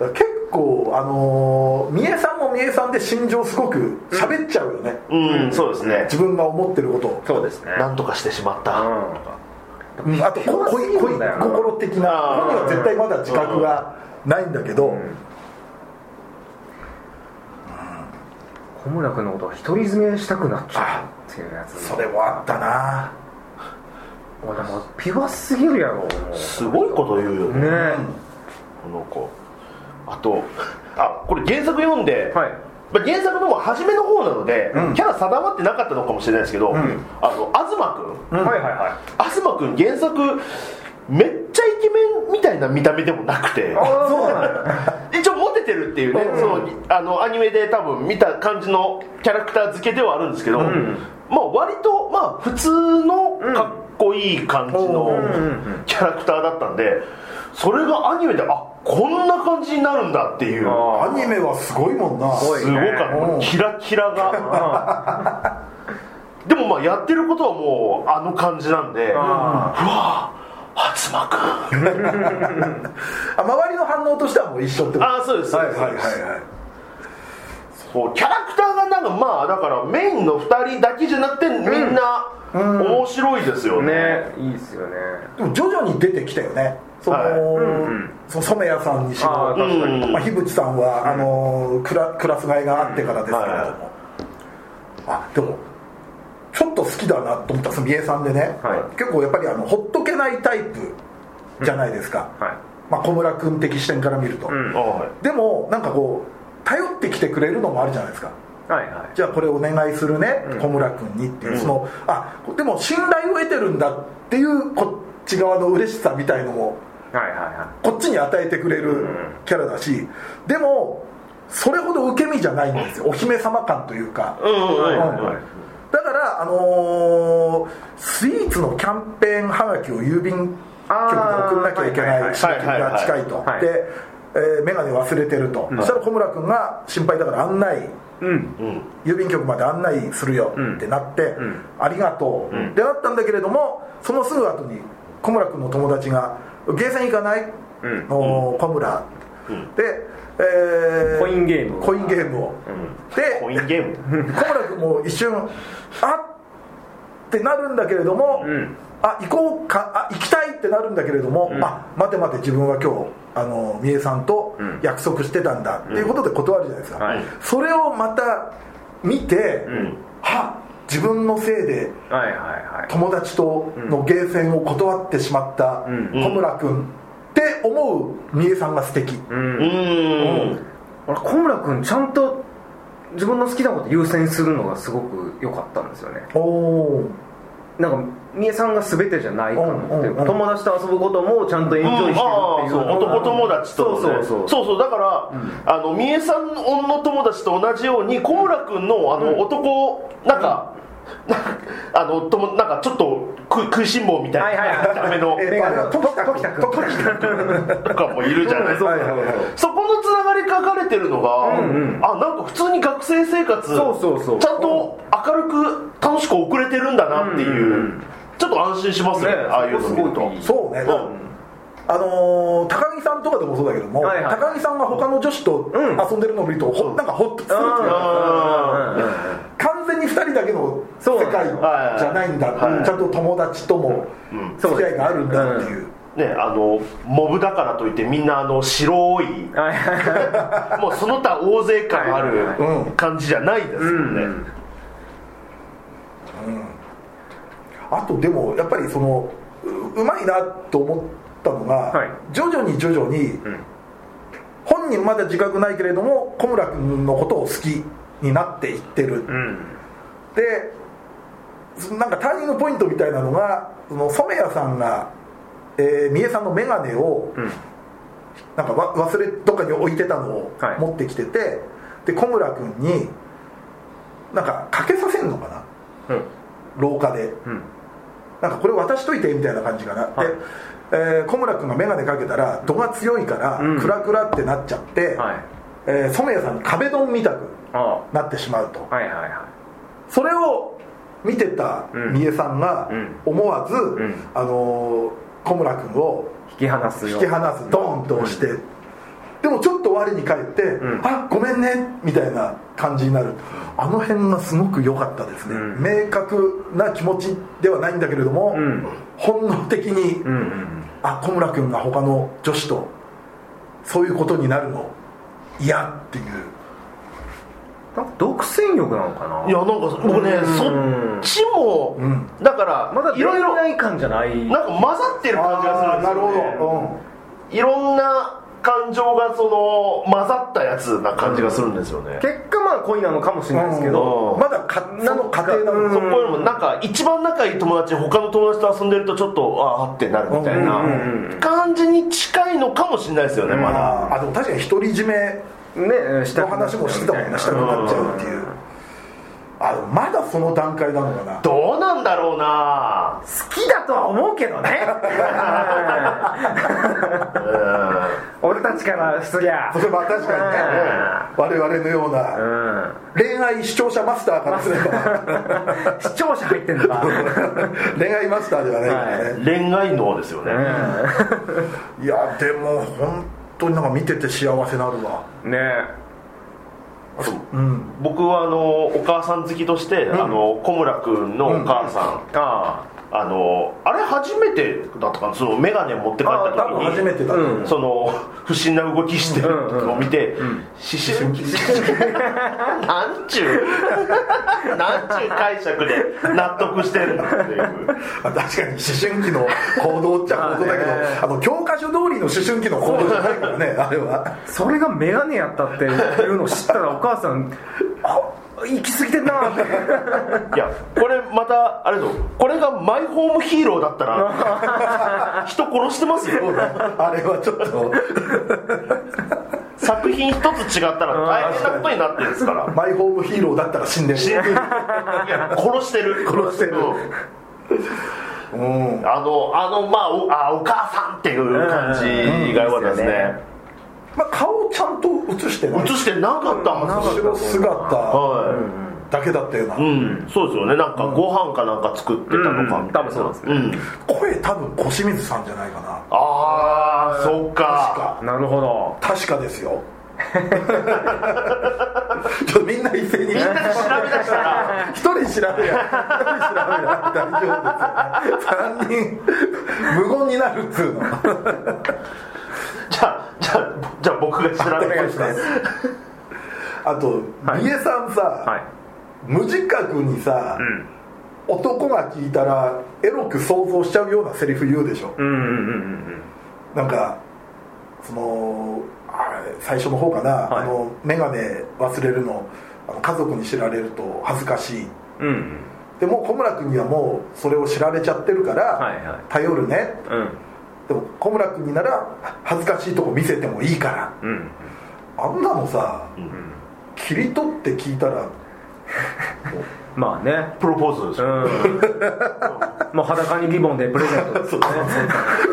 Speaker 2: ら結構あのー三重さんも三重さんで心情すごく喋っちゃうよね、
Speaker 3: うん、そうですね
Speaker 2: 自分が思ってることを、
Speaker 4: そうですね
Speaker 3: なんとかしてしまった、
Speaker 2: うんあとこ
Speaker 4: ピュアすぎ
Speaker 2: 恋
Speaker 4: る
Speaker 2: 恋
Speaker 4: んだよな
Speaker 2: 心的な
Speaker 3: あー
Speaker 2: 本人は絶対まだ自覚がないんだけど、
Speaker 4: 小村君のことを独り占めしたくなっちゃうっていうやつ
Speaker 2: それもあったな
Speaker 4: 俺もうピュアすぎるやろもう
Speaker 3: すごいこと言うよね
Speaker 4: ね
Speaker 3: この子あとあこれ原作読んで、
Speaker 4: はい
Speaker 3: まあ原作のも初めの方なので、
Speaker 2: うん
Speaker 3: キャラ定まってなかったのかもしれないですけど、
Speaker 2: ん
Speaker 3: あの東君、
Speaker 4: はいはいは
Speaker 3: 東君原作めっちゃイケメンみたいな見た目でもなくて
Speaker 4: いああそうなんだ
Speaker 3: 一応モテてるっていうね、そのあのアニメで多分見た感じのキャラクター付けではあるんですけど、
Speaker 4: ん
Speaker 3: まあ割とまあ普通のかっこいい感じの
Speaker 2: うん
Speaker 4: うん
Speaker 3: キャラクターだったんでそれがアニメであこんな感じになるんだっていう
Speaker 2: アニメはすごいもんな
Speaker 4: すごい
Speaker 3: すごかっ
Speaker 2: うん
Speaker 3: たキラキラがでもまあやってることはもうあの感じなんでうわあ初間君
Speaker 2: あ周りの反応としてはもう一緒ってこと
Speaker 3: ああそうですそう
Speaker 2: はい
Speaker 3: で
Speaker 2: はい
Speaker 3: す
Speaker 2: は
Speaker 3: そ
Speaker 2: い
Speaker 3: うです
Speaker 2: はい
Speaker 3: そうキャラクターがなんかまあだからメインの2人だけじゃなくてみんな面白いですよね,、
Speaker 4: ねいいっすよね
Speaker 2: でも徐々に出てきたよねその、
Speaker 3: はい
Speaker 2: その染谷さんにし
Speaker 4: あ
Speaker 2: ろ
Speaker 4: あ確かに
Speaker 3: うん
Speaker 2: まあ、樋口さんは、あのークラクラス替えがあってからですけれども、あでもちょっと好きだなと思ったその三重さんでね、
Speaker 4: はい
Speaker 2: 結構やっぱりあのほっとけないタイプじゃないですか、
Speaker 4: は
Speaker 2: まあ、小村君的視点から見ると、
Speaker 4: いうん
Speaker 3: は
Speaker 2: でもなんかこう頼ってきてくれるのもあるじゃないですか
Speaker 4: はいはい
Speaker 2: じゃあこれお願いするね、小村君にっていうそのあでも信頼を得てるんだっていうこっち側の嬉しさみたいのも
Speaker 4: はいはいは
Speaker 2: こっちに与えてくれるキャラだし、でもそれほど受け身じゃないんですよお姫様感というか、
Speaker 3: いうんうんうん
Speaker 2: はいはいだから、あのースイーツのキャンペーンはがきを郵便局に送んなきゃいけ
Speaker 4: あー
Speaker 2: ない時期が近いと、
Speaker 4: はいはいはいはい
Speaker 2: でえー、眼鏡忘れてると、そしたら小村君が心配だから案内
Speaker 4: うん
Speaker 2: 郵便局まで案内するよってなって、
Speaker 4: ん
Speaker 2: ありがとう、ってなったんだけれどもそのすぐ後に小村君の友達が「ゲーセン行かない
Speaker 4: うん
Speaker 2: おー小村」で、え
Speaker 4: コインゲームを
Speaker 2: コインゲームを、で
Speaker 3: コインゲーム
Speaker 2: 小村君も一瞬「あっ!」てなるんだけれども、
Speaker 4: ん
Speaker 2: あ行こうかあ行きたいってなるんだけれども、あ待て待て自分は今日あの三重さんと
Speaker 4: ん
Speaker 2: 約束してたんだ、っていうことで断るじゃないですか、
Speaker 4: はい
Speaker 2: それをまた見て、
Speaker 4: ん
Speaker 2: は自分のせいで
Speaker 4: はいはいはい
Speaker 2: 友達とのゲーセンを断ってしまった
Speaker 4: うん
Speaker 2: 小村君って思う三重さんが素敵、
Speaker 4: うん
Speaker 3: うーん
Speaker 4: 俺小村君ちゃんと自分の好きなこと優先するのがすごく良かったんですよね
Speaker 2: おお
Speaker 4: なんか三重さんが全てじゃないかなっていう
Speaker 2: うんうんう
Speaker 4: か
Speaker 2: ん
Speaker 4: 友達と遊ぶこともちゃんとエンジョイしてる
Speaker 3: あ
Speaker 4: っ
Speaker 3: あ
Speaker 4: て
Speaker 3: そ
Speaker 4: いうう
Speaker 3: 男友達とのね
Speaker 4: そうそうそう
Speaker 3: そうだから、あの三重さんの友達と同じように小村君のあの、男なんか、 (laughs) なんかあのともなんかちょっと食い食いしん坊みた
Speaker 4: はい
Speaker 3: い
Speaker 4: はいはい
Speaker 3: なダメ
Speaker 4: (laughs)
Speaker 3: の
Speaker 2: えっとあれは時田君
Speaker 4: 時
Speaker 2: 時田君
Speaker 3: とかもいるじゃないですか
Speaker 2: はいはいはい
Speaker 3: そこのつながり書かれてるのが、
Speaker 4: うんうん
Speaker 3: あなんか普通に学生生活
Speaker 4: そうそうそう
Speaker 3: ちゃんと明るく楽しく送れてるんだなっていう、
Speaker 4: うんうんうん
Speaker 3: ちょっと安心しますね
Speaker 4: ね
Speaker 3: ああいうの見る
Speaker 4: そことすごいいい
Speaker 2: そうね、
Speaker 3: うん
Speaker 2: あのー高木さんとかでもそうだけども、
Speaker 4: はいはい
Speaker 2: 高木さんが他の女子と
Speaker 4: うん
Speaker 2: 遊んでるのを見ると、ほなんかホッとするっていうか
Speaker 4: あー
Speaker 2: 完全に2人だけの世界
Speaker 4: そう
Speaker 3: はい
Speaker 2: じゃないんだ、
Speaker 3: はい
Speaker 2: ちゃんと友達とも
Speaker 3: ん
Speaker 2: 付き合いがあるんだっていう、
Speaker 3: ねあのモブだからといってみんなあの白い
Speaker 4: はいはいは
Speaker 3: もうその他大勢感ある
Speaker 4: (laughs) はい
Speaker 2: はいはい
Speaker 3: 感じじゃないです
Speaker 4: い
Speaker 3: よね、
Speaker 2: あとでもやっぱりそのううまいなと思ったのが、
Speaker 4: はい
Speaker 2: 徐々に徐々に、
Speaker 4: ん
Speaker 2: 本人まだ自覚ないけれども小村君のことを好きになっていってる、
Speaker 4: うん
Speaker 2: でそのなんかターニングポイントみたいなのがその染谷さんが、えー三重さんの眼鏡を、
Speaker 4: ん
Speaker 2: なんかわ忘れどっかに置いてたのを
Speaker 4: はい
Speaker 2: 持ってきてて、で小村君になんかかけさせるのかな
Speaker 4: うん
Speaker 2: 廊下で
Speaker 4: うん
Speaker 2: なんかこれ渡しといてみたいな感じかな、
Speaker 4: はい
Speaker 2: で、えー小村君が眼鏡かけたら度が強いから、
Speaker 4: うん
Speaker 2: クラクラってなっちゃって、
Speaker 4: はい
Speaker 2: えー染谷さんに壁ドンみたく
Speaker 4: ああ
Speaker 2: なってしまうと。
Speaker 4: はいはいは
Speaker 2: それを見てた
Speaker 4: うん
Speaker 2: 三重さんが
Speaker 4: うん
Speaker 2: 思わず、
Speaker 4: ん
Speaker 2: あのー小村君を
Speaker 4: い引き離すよ
Speaker 2: 引き離すドーンと押して、でもちょっと我に返って「
Speaker 4: ん
Speaker 2: あごめんね」みたいな感じになるあの辺がすごく良かったですね、
Speaker 4: うん
Speaker 2: 明確な気持ちではないんだけれども、
Speaker 4: うん
Speaker 2: 本能的に、
Speaker 4: うんうん
Speaker 2: あ小村君が他の女子とそういうことになるの嫌っていう
Speaker 4: なんか独占欲なのかない
Speaker 3: やなんか僕ね、
Speaker 4: うん
Speaker 3: そっちも、
Speaker 2: ん
Speaker 3: だから、
Speaker 4: まだ
Speaker 3: いろいろ
Speaker 4: 恋愛感じゃない
Speaker 3: なんか混ざってる感じがするんですよ、ね、
Speaker 2: なるほど、うん
Speaker 3: いろんな感情がその混ざったやつな感じがするんですよね、
Speaker 4: 結果まあ恋なのかもしれないですけど
Speaker 3: うん
Speaker 2: まだかなの家庭なの、
Speaker 4: うん
Speaker 3: そこよりもなんか一番仲いい友達他の友達と遊んでるとちょっとああってなるみたいな
Speaker 4: うんうんうん
Speaker 3: 感じに近いのかもしれないですよねまだ
Speaker 2: ああでも確かに独り占め
Speaker 4: ねした
Speaker 2: の
Speaker 4: くなっ
Speaker 2: 話
Speaker 4: ちゃう
Speaker 2: もしてたもんねしたくなっちゃうっていうあでもまだその段階なのかな
Speaker 3: どうなんだろうな
Speaker 4: 好きだとは思うけ
Speaker 2: (laughs)
Speaker 4: どね俺たちからすりゃ
Speaker 2: それは確かにね我々のよう
Speaker 4: う
Speaker 2: なん恋愛視聴者マスターからすれば
Speaker 4: 視聴者入ってんだな
Speaker 2: 恋愛マスターではないからね、
Speaker 3: 恋愛脳ですよね、
Speaker 2: い、やでも本当になんか見てて幸せなるわ
Speaker 4: うんね
Speaker 3: あと僕はあのお母さん好きとして、あの小村君のお母さん、
Speaker 4: あ
Speaker 3: あのあれ初めてだったかなその眼鏡持って帰った
Speaker 2: 多分
Speaker 3: 時
Speaker 2: 初
Speaker 3: に
Speaker 2: めてだと思う、
Speaker 3: その不審な動きしてるのを見て思春
Speaker 2: (laughs)
Speaker 3: 期なんちゅうなんちゅう解釈で納得してるんだっていう
Speaker 2: あ確かに思春期の行動っちゃ行動だけど
Speaker 4: まあね
Speaker 2: あの教科書通りの思春期の行動じゃないからねあれは
Speaker 4: あそれが眼鏡やったっていうのを知ったらお母さんあ行き過ぎてんなって
Speaker 3: いやこれまたあれぞこれがマイホームヒーローだったら人殺してますよ
Speaker 2: あれはちょっと
Speaker 3: 作品一つ違ったら大変なことになってるんですから
Speaker 2: マイホームヒーローだったら死んでる
Speaker 3: いや殺してる
Speaker 2: 殺してる
Speaker 3: うん
Speaker 2: うん
Speaker 3: あのあのまあおあお母さんっていう感じが良かったですね、
Speaker 2: まあ、顔をちゃんと映してない
Speaker 3: 映してなかったはず
Speaker 2: 後ろ姿
Speaker 3: は
Speaker 2: だけだったような、
Speaker 3: い、うん、そうですよねなんかご飯かなんか作ってたのかみたいな、
Speaker 4: うん多分そうなんです
Speaker 3: ね、
Speaker 2: 声多分小清水さんじゃないかな
Speaker 3: ああそっか
Speaker 2: 確か
Speaker 4: なるほど
Speaker 2: 確かです
Speaker 3: (laughs)
Speaker 2: よちょっとみんな一斉にみんな
Speaker 3: 調べ出したら
Speaker 2: 一人調べや一人調べや大丈夫ですよ、ね、3人無言になるっつうの
Speaker 3: じゃあじゃあじゃあ僕が調べました
Speaker 2: お願いしあと
Speaker 4: はい
Speaker 2: 三重さんさ、
Speaker 4: はい
Speaker 2: 無自覚にさ、男が聞いたらエロく想像しちゃうようなセリフ言うでしょ、
Speaker 4: うんうんうんうん
Speaker 2: なんかそのあれ最初の方かな、
Speaker 4: はい
Speaker 2: あの眼鏡忘れるのあの家族に知られると恥ずかしい
Speaker 4: うんうん
Speaker 2: でも小村君にはもうそれを知られちゃってるから、
Speaker 4: はいはい
Speaker 2: 頼るね
Speaker 4: うん
Speaker 2: でも小村君になら恥ずかしいとこ見せてもいいから
Speaker 4: うん
Speaker 2: あんなのさ、切り取って聞いたら
Speaker 4: まあね
Speaker 3: プロポーズです
Speaker 4: う
Speaker 3: よ、
Speaker 4: んもう裸にリボンでプレゼントですね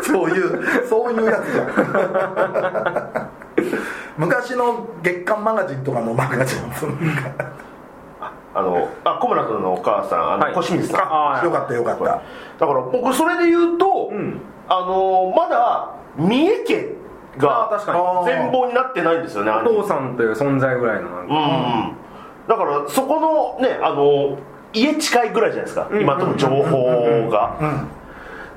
Speaker 2: (laughs) そういうそういうやつじゃん
Speaker 4: (laughs)
Speaker 2: 昔の月刊マガジンとかのマガジンそのなんか
Speaker 3: あのあ小村君のお母さんあの、
Speaker 4: はい
Speaker 3: 小清水さん
Speaker 4: ああ
Speaker 2: よかったよかった
Speaker 3: だから僕それで言うと、
Speaker 4: うん
Speaker 3: あのまだ三重県が
Speaker 4: あ確かに
Speaker 3: 全貌になってないんですよね
Speaker 4: お父さんという存在ぐらいのなん
Speaker 3: う
Speaker 4: か
Speaker 3: ん、だからそこのねあの家近いぐらいじゃないですか、今との情報が、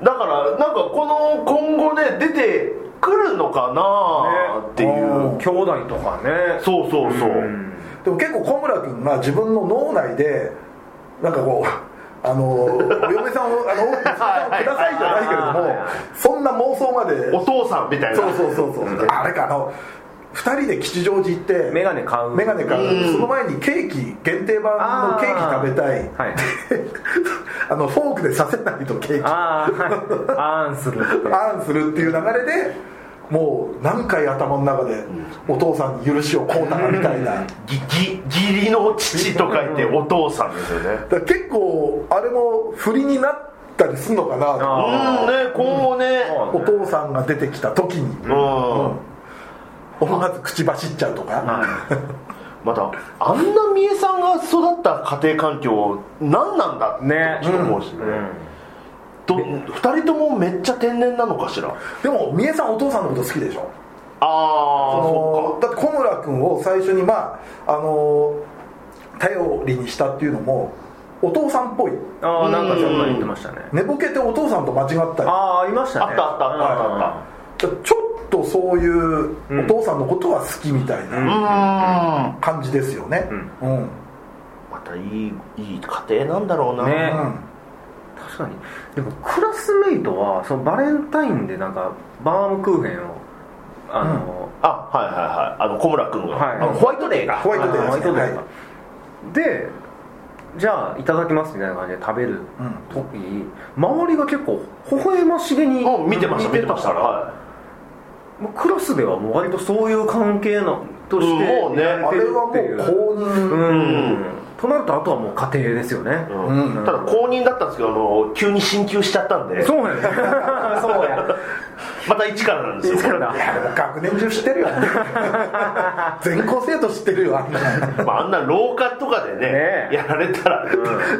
Speaker 3: だからなんかこの今後ね出てくるのかなっていう、
Speaker 2: ね
Speaker 4: 兄弟とかね
Speaker 3: そうそうそう、
Speaker 4: ん
Speaker 2: でも結構小村君が自分の脳内でなんかこうあのお嫁さんをあのお嫁さんをくださいじゃないけれど
Speaker 4: はいはい
Speaker 2: も
Speaker 4: はいはい
Speaker 2: そんな妄想まで
Speaker 3: お父さんみたいな
Speaker 2: そうそうそうそう、あれかあの2人で吉祥寺行って
Speaker 4: メガネ買う
Speaker 2: メガネ買う、
Speaker 3: うん
Speaker 2: その前にケーキ限定版のケーキ食べたい
Speaker 4: あーはい
Speaker 2: (laughs) あのフォークで刺せないとケーキ
Speaker 4: ああはいあーんするって
Speaker 2: あんするっていう流れでもう何回頭の中でお父さんに許しをこうたかみたいな、
Speaker 3: ぎぎ義理の父と書いてお父さんですよね
Speaker 2: (laughs) だから結構あれも振りになったりすんのかな
Speaker 3: う
Speaker 4: あ
Speaker 3: んね今後ね
Speaker 4: あー
Speaker 2: お父さんが出てきた時に、
Speaker 3: うん、
Speaker 2: 思わず口走っちゃうとか、
Speaker 3: またあんな三重さんが育った家庭環境何なんだって
Speaker 4: ね
Speaker 3: ちょっと思うしね、ど2人ともめっちゃ天然なのかしらあ
Speaker 2: でも三重さんお父さんのこと好きでしょ
Speaker 3: あ
Speaker 2: あ
Speaker 3: そ
Speaker 2: のだって小村君を最初にまああの頼りにしたっていうのもお父さんっぽい
Speaker 4: ああなんかそんなの言ってましたね
Speaker 2: 寝ぼけてお父さんと間違ったり
Speaker 4: ああいましたね
Speaker 3: あったあったあったあったあっ
Speaker 2: ちょっとそういうお父さんのことは好きみたい
Speaker 3: っ
Speaker 2: な
Speaker 3: たうーん
Speaker 2: 感じですよねうん、うん
Speaker 3: またいいいい家庭なんだろうな、
Speaker 4: ね確かにでもクラスメイトはそのバレンタインでなんかバームクーヘンをあの、
Speaker 3: あはいはいはいあの小村君が、
Speaker 4: はい
Speaker 3: あのホワイトデーが
Speaker 2: ホワイトデー
Speaker 4: あホワイトデーか
Speaker 2: は
Speaker 4: でじゃあいただきますみたいな感じで食べる
Speaker 2: うん
Speaker 4: 時、周りが結構微笑ましげに
Speaker 3: うん見てました見てました
Speaker 4: から
Speaker 3: は
Speaker 4: もうクラスではもう割とそういう関係のとして
Speaker 3: うんもうね
Speaker 4: や
Speaker 2: あ
Speaker 4: って
Speaker 2: れ
Speaker 4: る
Speaker 2: は
Speaker 4: っ
Speaker 2: も
Speaker 4: ていう
Speaker 2: う公認、
Speaker 4: うん、となるとあとはもう家庭ですよね、
Speaker 3: いうん
Speaker 4: うん
Speaker 3: ただ公認だったんですけどあの急に進級しちゃったんで
Speaker 4: そうやねそうや
Speaker 3: また一からなんですよ
Speaker 4: いつからだ
Speaker 2: いやでも学年中知ってるよあんな全校生徒知ってるよあんな (laughs)
Speaker 3: まあ、あんな廊下とかでね
Speaker 4: ねえ
Speaker 3: やられたら、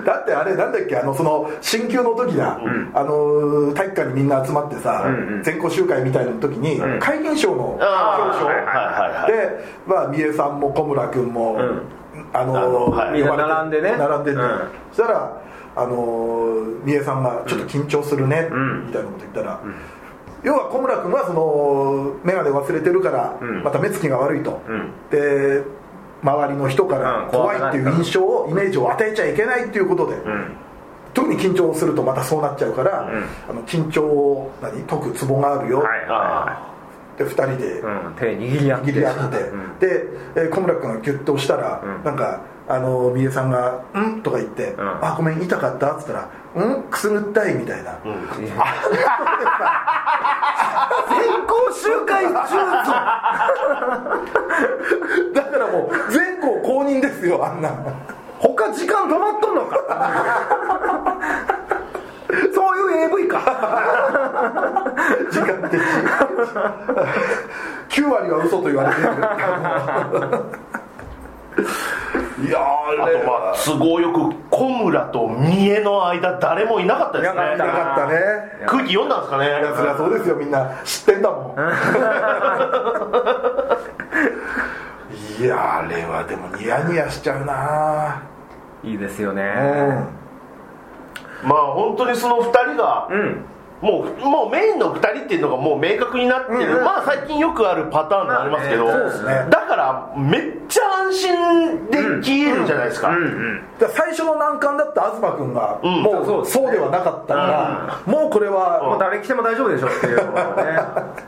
Speaker 2: だってあれなんだっけあのその進級の時だ、あのー体育館にみんな集まってさ、全校集会みたいな時に、皆勤賞の表
Speaker 3: あー
Speaker 2: 彰
Speaker 3: はい
Speaker 2: で、
Speaker 3: はいはいはい
Speaker 2: まあ三重さんも小村君も、
Speaker 4: ん
Speaker 2: あの
Speaker 3: あ
Speaker 2: ー
Speaker 3: のはい
Speaker 2: 呼ばれて
Speaker 4: 並んでね
Speaker 2: 並んでて、
Speaker 4: うん
Speaker 2: そしたらあのー三重さんがちょっと緊張するね、みたいなこと言ったら、要は小村君はその眼鏡忘れてるから、
Speaker 4: ん
Speaker 2: また目つきが悪いと、
Speaker 4: ん
Speaker 2: で周りの人から
Speaker 4: うん
Speaker 2: 怖いっていう
Speaker 4: 怖い
Speaker 2: 印象をイメージを与えちゃいけないっていうことで、特に緊張するとまたそうなっちゃうから、あの緊張を何解くツボがあるよ、
Speaker 4: はい
Speaker 3: あ
Speaker 2: で2人で
Speaker 4: うん、手握り合って
Speaker 2: 握り合ってて、で、えー小村君がギュッと押したら、なんかあの三重さんが「うん?」とか言って「
Speaker 4: ん
Speaker 2: あごめん痛かった」っつったら「うんくすぐったい」みたいな、
Speaker 4: 全校集会中ぞ
Speaker 2: だからもう全校公認ですよあんなの
Speaker 4: 他時間止まっとんのかそういう AV か
Speaker 2: 時間的9割は嘘と言われてるいや
Speaker 3: あとまあ都合よく小村と三重の間誰もいなかったですね
Speaker 4: いな
Speaker 2: な
Speaker 4: か
Speaker 2: かったね
Speaker 3: 空気読んだんですかね
Speaker 2: いやそりゃそうですよみんな知ってんだもんいやあれはでもニヤニヤしちゃうない
Speaker 4: いですよ
Speaker 2: う
Speaker 4: ね
Speaker 2: ん
Speaker 3: まあ本当にその2人が、
Speaker 4: うん
Speaker 3: もうもうメインの2人っていうのがもう明確になってる、
Speaker 2: うん
Speaker 3: まあ最近よくあるパターンでありますけど、
Speaker 4: まあねそう
Speaker 2: ですね
Speaker 3: だからめっちゃ安心で消えるじゃないですか、
Speaker 4: うんうん
Speaker 2: だから最初の難関だった東君が、
Speaker 3: ん
Speaker 2: もうそうではなかったから、もうこれ
Speaker 4: もう
Speaker 2: は、
Speaker 4: 誰来ても大丈夫でしょっていうのがね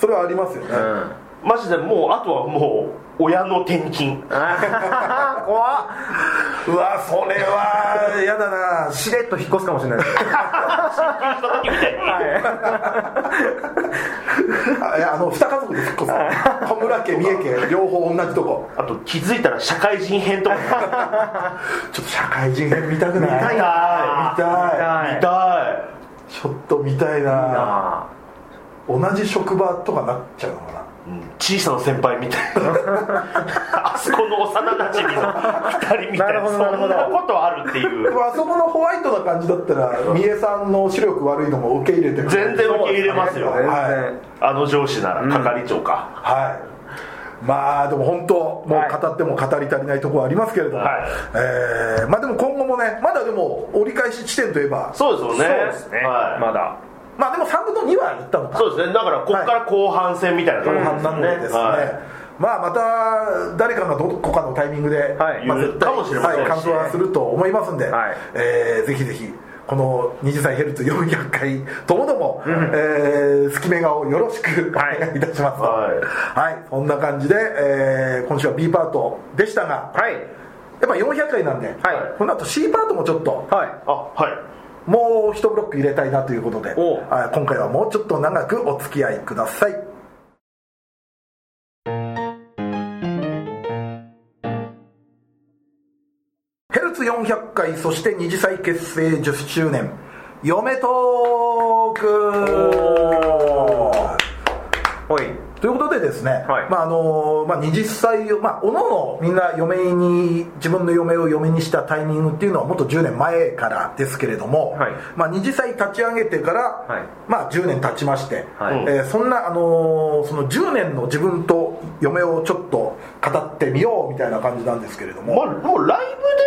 Speaker 2: それはありますよね、
Speaker 4: うん
Speaker 3: マジでもうあとはもう親の転勤
Speaker 4: あー怖っ
Speaker 2: うわそれは嫌
Speaker 3: (laughs)
Speaker 2: だな
Speaker 4: しれっと引っ越すかもしれないですは
Speaker 2: あいやあの二家族で引っ越す小村家三重家両方同じとこ
Speaker 3: あと気づいたら社会人編とか
Speaker 2: ちょっと社会人編見たくない
Speaker 3: 見たいな
Speaker 2: 見たい
Speaker 4: い
Speaker 3: 見た、
Speaker 2: ちょっと見たい
Speaker 4: いい
Speaker 2: な
Speaker 4: な
Speaker 2: 同じ職場とかなっちゃうのかない
Speaker 3: うん小さな先輩みたい (laughs) なあそこの幼なじみの2人みた
Speaker 4: ないる
Speaker 3: な
Speaker 4: ほ
Speaker 3: そん
Speaker 4: どなるほど
Speaker 3: なことあるってい
Speaker 2: で
Speaker 3: う
Speaker 2: もあそこのホワイトな感じだったら三重さんの視力悪いのも受け入れてくれる
Speaker 3: 全然受け入れますよ
Speaker 4: 全然、
Speaker 2: は
Speaker 3: あの上司なら係長か、
Speaker 2: はいまあでも本当もう語っても語り足りないところはありますけれども、
Speaker 3: はい
Speaker 2: えーまあでも今後もねまだでも折り返し地点といえば
Speaker 3: そうですよね
Speaker 4: そうですね、
Speaker 3: はい
Speaker 4: まだ
Speaker 2: まあでも3分の2は行ったのか
Speaker 3: そうですねだからここから後半戦みたいな
Speaker 2: 後
Speaker 3: 感じ
Speaker 2: 半なのでですね、
Speaker 3: はい
Speaker 2: まあまた誰かがどこかのタイミングで、
Speaker 4: はい
Speaker 2: ま
Speaker 3: 言
Speaker 2: あ、
Speaker 3: う
Speaker 2: 絶対
Speaker 3: かもしれませんし
Speaker 2: はい、感想はすると思いますんで、
Speaker 4: はい
Speaker 2: えーぜひぜひこの20歳ヘルツ400回ともども、えー、隙目顔よろしくお
Speaker 4: はい
Speaker 2: 願いいたします
Speaker 3: はい
Speaker 2: はい、そんな感じで、えー今週は B パートでしたが、
Speaker 4: はい
Speaker 2: やっぱ400回なんで、この後 C パートもちょっと
Speaker 4: はい
Speaker 3: あはい
Speaker 2: もう一ブロック入れたいなということで、
Speaker 4: お
Speaker 2: はい今回はもうちょっと長くお付き合いくださいヘルツ400回そして二次祭結成10周年嫁トーク
Speaker 4: おい
Speaker 2: ということでですね、
Speaker 4: はい
Speaker 2: まああのまあ、20歳を、まあ、おのおのみんな嫁に自分の嫁を嫁にしたタイミングっていうのはもっと10年前からですけれども、
Speaker 4: はい
Speaker 2: まあ、20歳立ち上げてから、
Speaker 4: はい
Speaker 2: まあ、10年経ちまして、
Speaker 4: はい
Speaker 2: えーそんな、あのその10年の自分と嫁をちょっと語ってみようみたいな感じなんですけれども、
Speaker 3: まあ、もうライ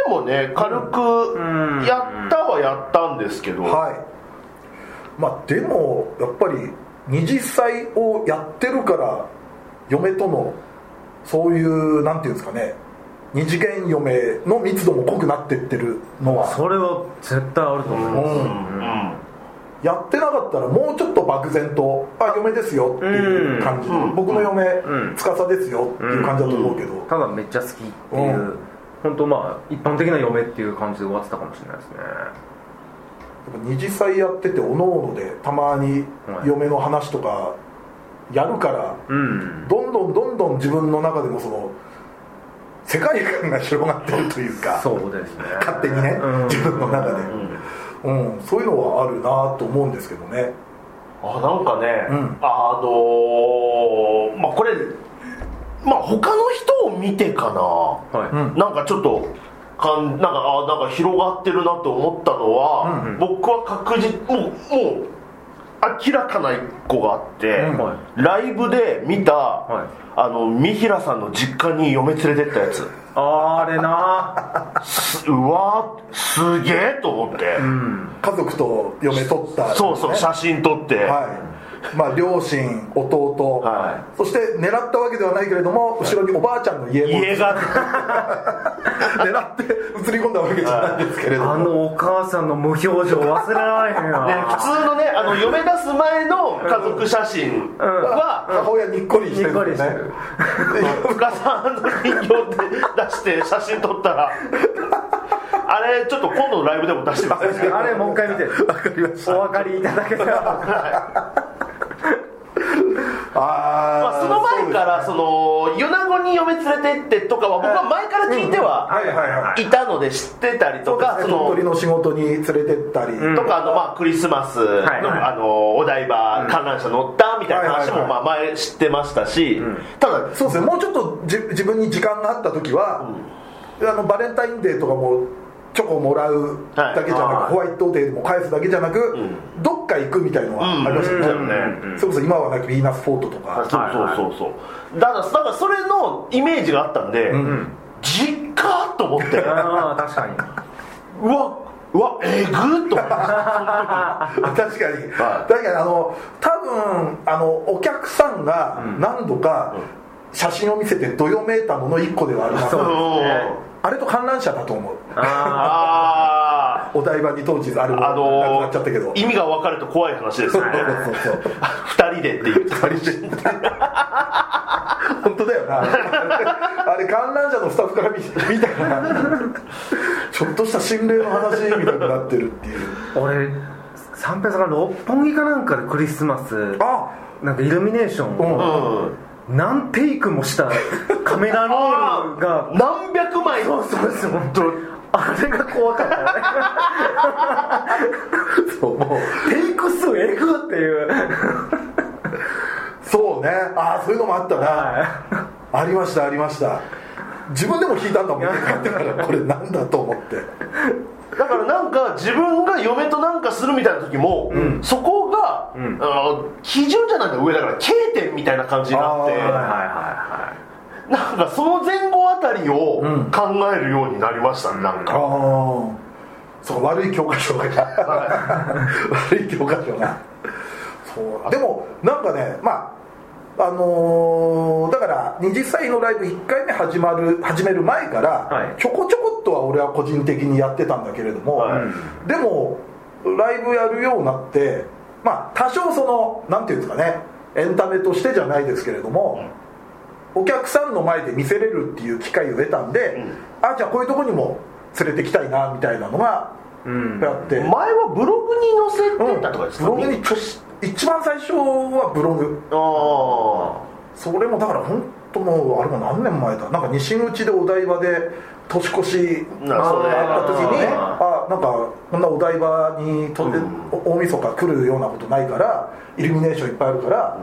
Speaker 3: ブでもね軽
Speaker 4: ん
Speaker 3: くやったはやったんですけど、
Speaker 2: はいまあ、でもやっぱり20歳をやってるから嫁とのそういうなんていうんですかね二次元嫁の密度も濃くなってってるのは、
Speaker 4: それは絶対あると思います、
Speaker 2: うん
Speaker 3: うん
Speaker 2: やってなかったらもうちょっと漠然と「あ嫁ですよ」っていう感じ、
Speaker 3: うん
Speaker 2: 僕の嫁、
Speaker 4: ん
Speaker 2: 司ですよっていう感じだと思うけど、
Speaker 4: ただめっちゃ好きっていう、
Speaker 2: うん
Speaker 4: 本当まあ一般的な嫁っていう感じで終わってたかもしれないですね
Speaker 2: やっぱ二次祭やってておのおのでたまに嫁の話とかやるから、
Speaker 4: うん
Speaker 2: どんどんどんどん自分の中でもその世界観が広がってるというか
Speaker 4: そうですね
Speaker 2: 勝手にね、
Speaker 4: うん
Speaker 2: 自分の中で、うんそういうのはあるなと思うんですけどね
Speaker 3: あなんかね、
Speaker 2: うん
Speaker 3: あのーまあこれまあ他の人を見てかな、
Speaker 4: はい、
Speaker 2: うん
Speaker 3: なんかちょっとかんなんかあなんか広がってるなと思ったのは、
Speaker 2: うんうん
Speaker 3: 僕は確実もうもう明らかな一個があって、
Speaker 2: うん
Speaker 4: は
Speaker 3: ライブで見た、
Speaker 4: い
Speaker 3: あの三平さんの実家に嫁連れてったやつ
Speaker 4: あれな
Speaker 3: すうわーすげえと思って、
Speaker 2: 家族と嫁取った、
Speaker 3: そうそう写真撮って、
Speaker 2: はいまあ両親弟、
Speaker 3: は
Speaker 2: そして狙ったわけではないけれども後ろにおばあちゃんの家も
Speaker 3: 家が
Speaker 2: 狙って映り込んだわけじゃないですけれども、
Speaker 4: あのお母さんの無表情忘れられへん
Speaker 3: (laughs) ね、
Speaker 4: わ
Speaker 3: 普通のねあの嫁出す前の家族写真は
Speaker 2: 母親にっこりしてるんですね
Speaker 4: にっこ
Speaker 3: (laughs) 深さんの人形で出して写真撮ったらあれちょっと今度のライブでも出してください
Speaker 4: あれもう一回見て
Speaker 2: わかりました
Speaker 4: お分かりいただけたら
Speaker 2: あー
Speaker 3: まあ、その前からその米子に嫁連れてってとかは僕は前から聞いては
Speaker 2: はいはいはい
Speaker 3: いたので知ってたりとかその
Speaker 2: 鳥取の仕事に連れてったり、
Speaker 4: ん
Speaker 3: とかあのまあクリスマスの
Speaker 4: はい
Speaker 3: あのお台場観覧車乗ったみたいな話
Speaker 2: は
Speaker 3: も
Speaker 2: いはいは
Speaker 3: まあ前知ってましたしただ
Speaker 2: そうですねもうちょっとじ自分に時間があった時は、あのバレンタインデーとかもチョコもらうだけじゃなく、
Speaker 4: はい
Speaker 2: ホワイトデーも返すだけじゃなく、どっか行くみたいのはありましたね、
Speaker 3: うんうん
Speaker 4: うんうん
Speaker 2: それこそ今はなきヴィーナスフォートとか、
Speaker 3: そうそうそうそうだからだからそれのイメージがあったんで
Speaker 2: ん
Speaker 3: 実家と思 (laughs) って
Speaker 4: ああ確かに
Speaker 3: うわうわえぐっと思って
Speaker 2: (laughs) 確かに、
Speaker 3: はい
Speaker 2: 確かにあの多分あのお客さんが何度か写真を見せてどよめいたもの1個ではあります、
Speaker 4: そう
Speaker 2: あれと観覧車だと思う
Speaker 4: あ
Speaker 3: あ
Speaker 2: お台場に当時あれも
Speaker 3: ああ
Speaker 2: なくな
Speaker 3: の
Speaker 2: っちゃったけど、
Speaker 3: ー、意味が分かると怖い話です
Speaker 2: そう
Speaker 3: ね
Speaker 2: そう (laughs) そうそう
Speaker 3: 2人でっていう
Speaker 2: 本当だよな (laughs) あれ観覧車のスタッフから見見たらちょっとした心霊の話みたいになってるっていう
Speaker 4: あ俺三平さんが六本木かなんかでクリスマス
Speaker 2: あ
Speaker 4: なんかイルミネーション
Speaker 2: うん、
Speaker 4: を何テイクもしたカメラロールが
Speaker 3: 何百枚
Speaker 4: そうそうそう本当あれが怖かったよね
Speaker 2: そうもう
Speaker 4: テイク数えぐっていう
Speaker 2: そうねああそういうのもあったな、ありましたありました自分でも聞いたんだもんねだからこれなんだと思って
Speaker 3: だからなんか自分が嫁となんかするみたいな時も、そこが、あの基準じゃないんだ上だから K 点みたいな感じになっ
Speaker 2: あーはい
Speaker 3: てなんかその前後あたりを考えるようになりましたね、なん
Speaker 2: あ
Speaker 3: か
Speaker 2: あそう悪い教科書が悪い教科書がそうでもなんかねまああのーだから20歳のライブ1回目始まる始める前から、
Speaker 4: はい
Speaker 2: ちょこちょこっとは俺は個人的にやってたんだけれども、
Speaker 3: はい
Speaker 2: でもライブやるようになってまあ多少そのなんていうんですかねエンタメとしてじゃないですけれども、お客さんの前で見せれるっていう機会を得たんで、あじゃあこういうとこにも連れてきたいなみたいなのが
Speaker 4: うん
Speaker 2: やって、
Speaker 3: 前はブログに載せてたとかですか、
Speaker 2: ブログにちょ一番最初はブログ
Speaker 3: あ
Speaker 2: それもだから本当もうあれも何年前だなんか西口でお台場で年越し
Speaker 3: なそうね
Speaker 2: あった時に
Speaker 4: あ
Speaker 2: あなんかこんなお台場にとって、大晦日来るようなことないからイルミネーションいっぱいあるから、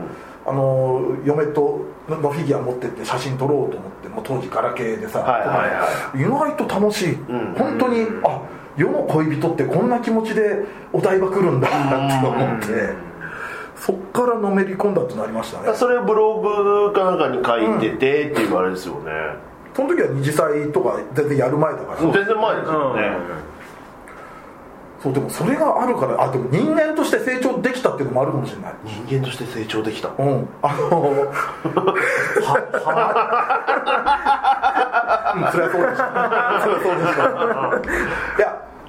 Speaker 2: あの嫁とのフィギュア持ってって写真撮ろうと思ってもう当時ガラケーでさ、
Speaker 3: はいはいはい
Speaker 2: 意外と楽しい、
Speaker 3: ん
Speaker 2: 本当にあ世の恋人ってこんな気持ちでお台場来るんだって思って、そっからのめり込んだってなりましたね
Speaker 3: あそれブログかなんかに書いててっていうあれですよね、
Speaker 2: その時は二次祭とか全然やる前だから、
Speaker 3: 全然前ですよね、
Speaker 2: そうでもそれがあるからあでも人間として成長できたっていうのもあるかもしれない
Speaker 3: 人間として成長できた
Speaker 2: うんあのははうんそれはそうでしたそれはそうでしたいや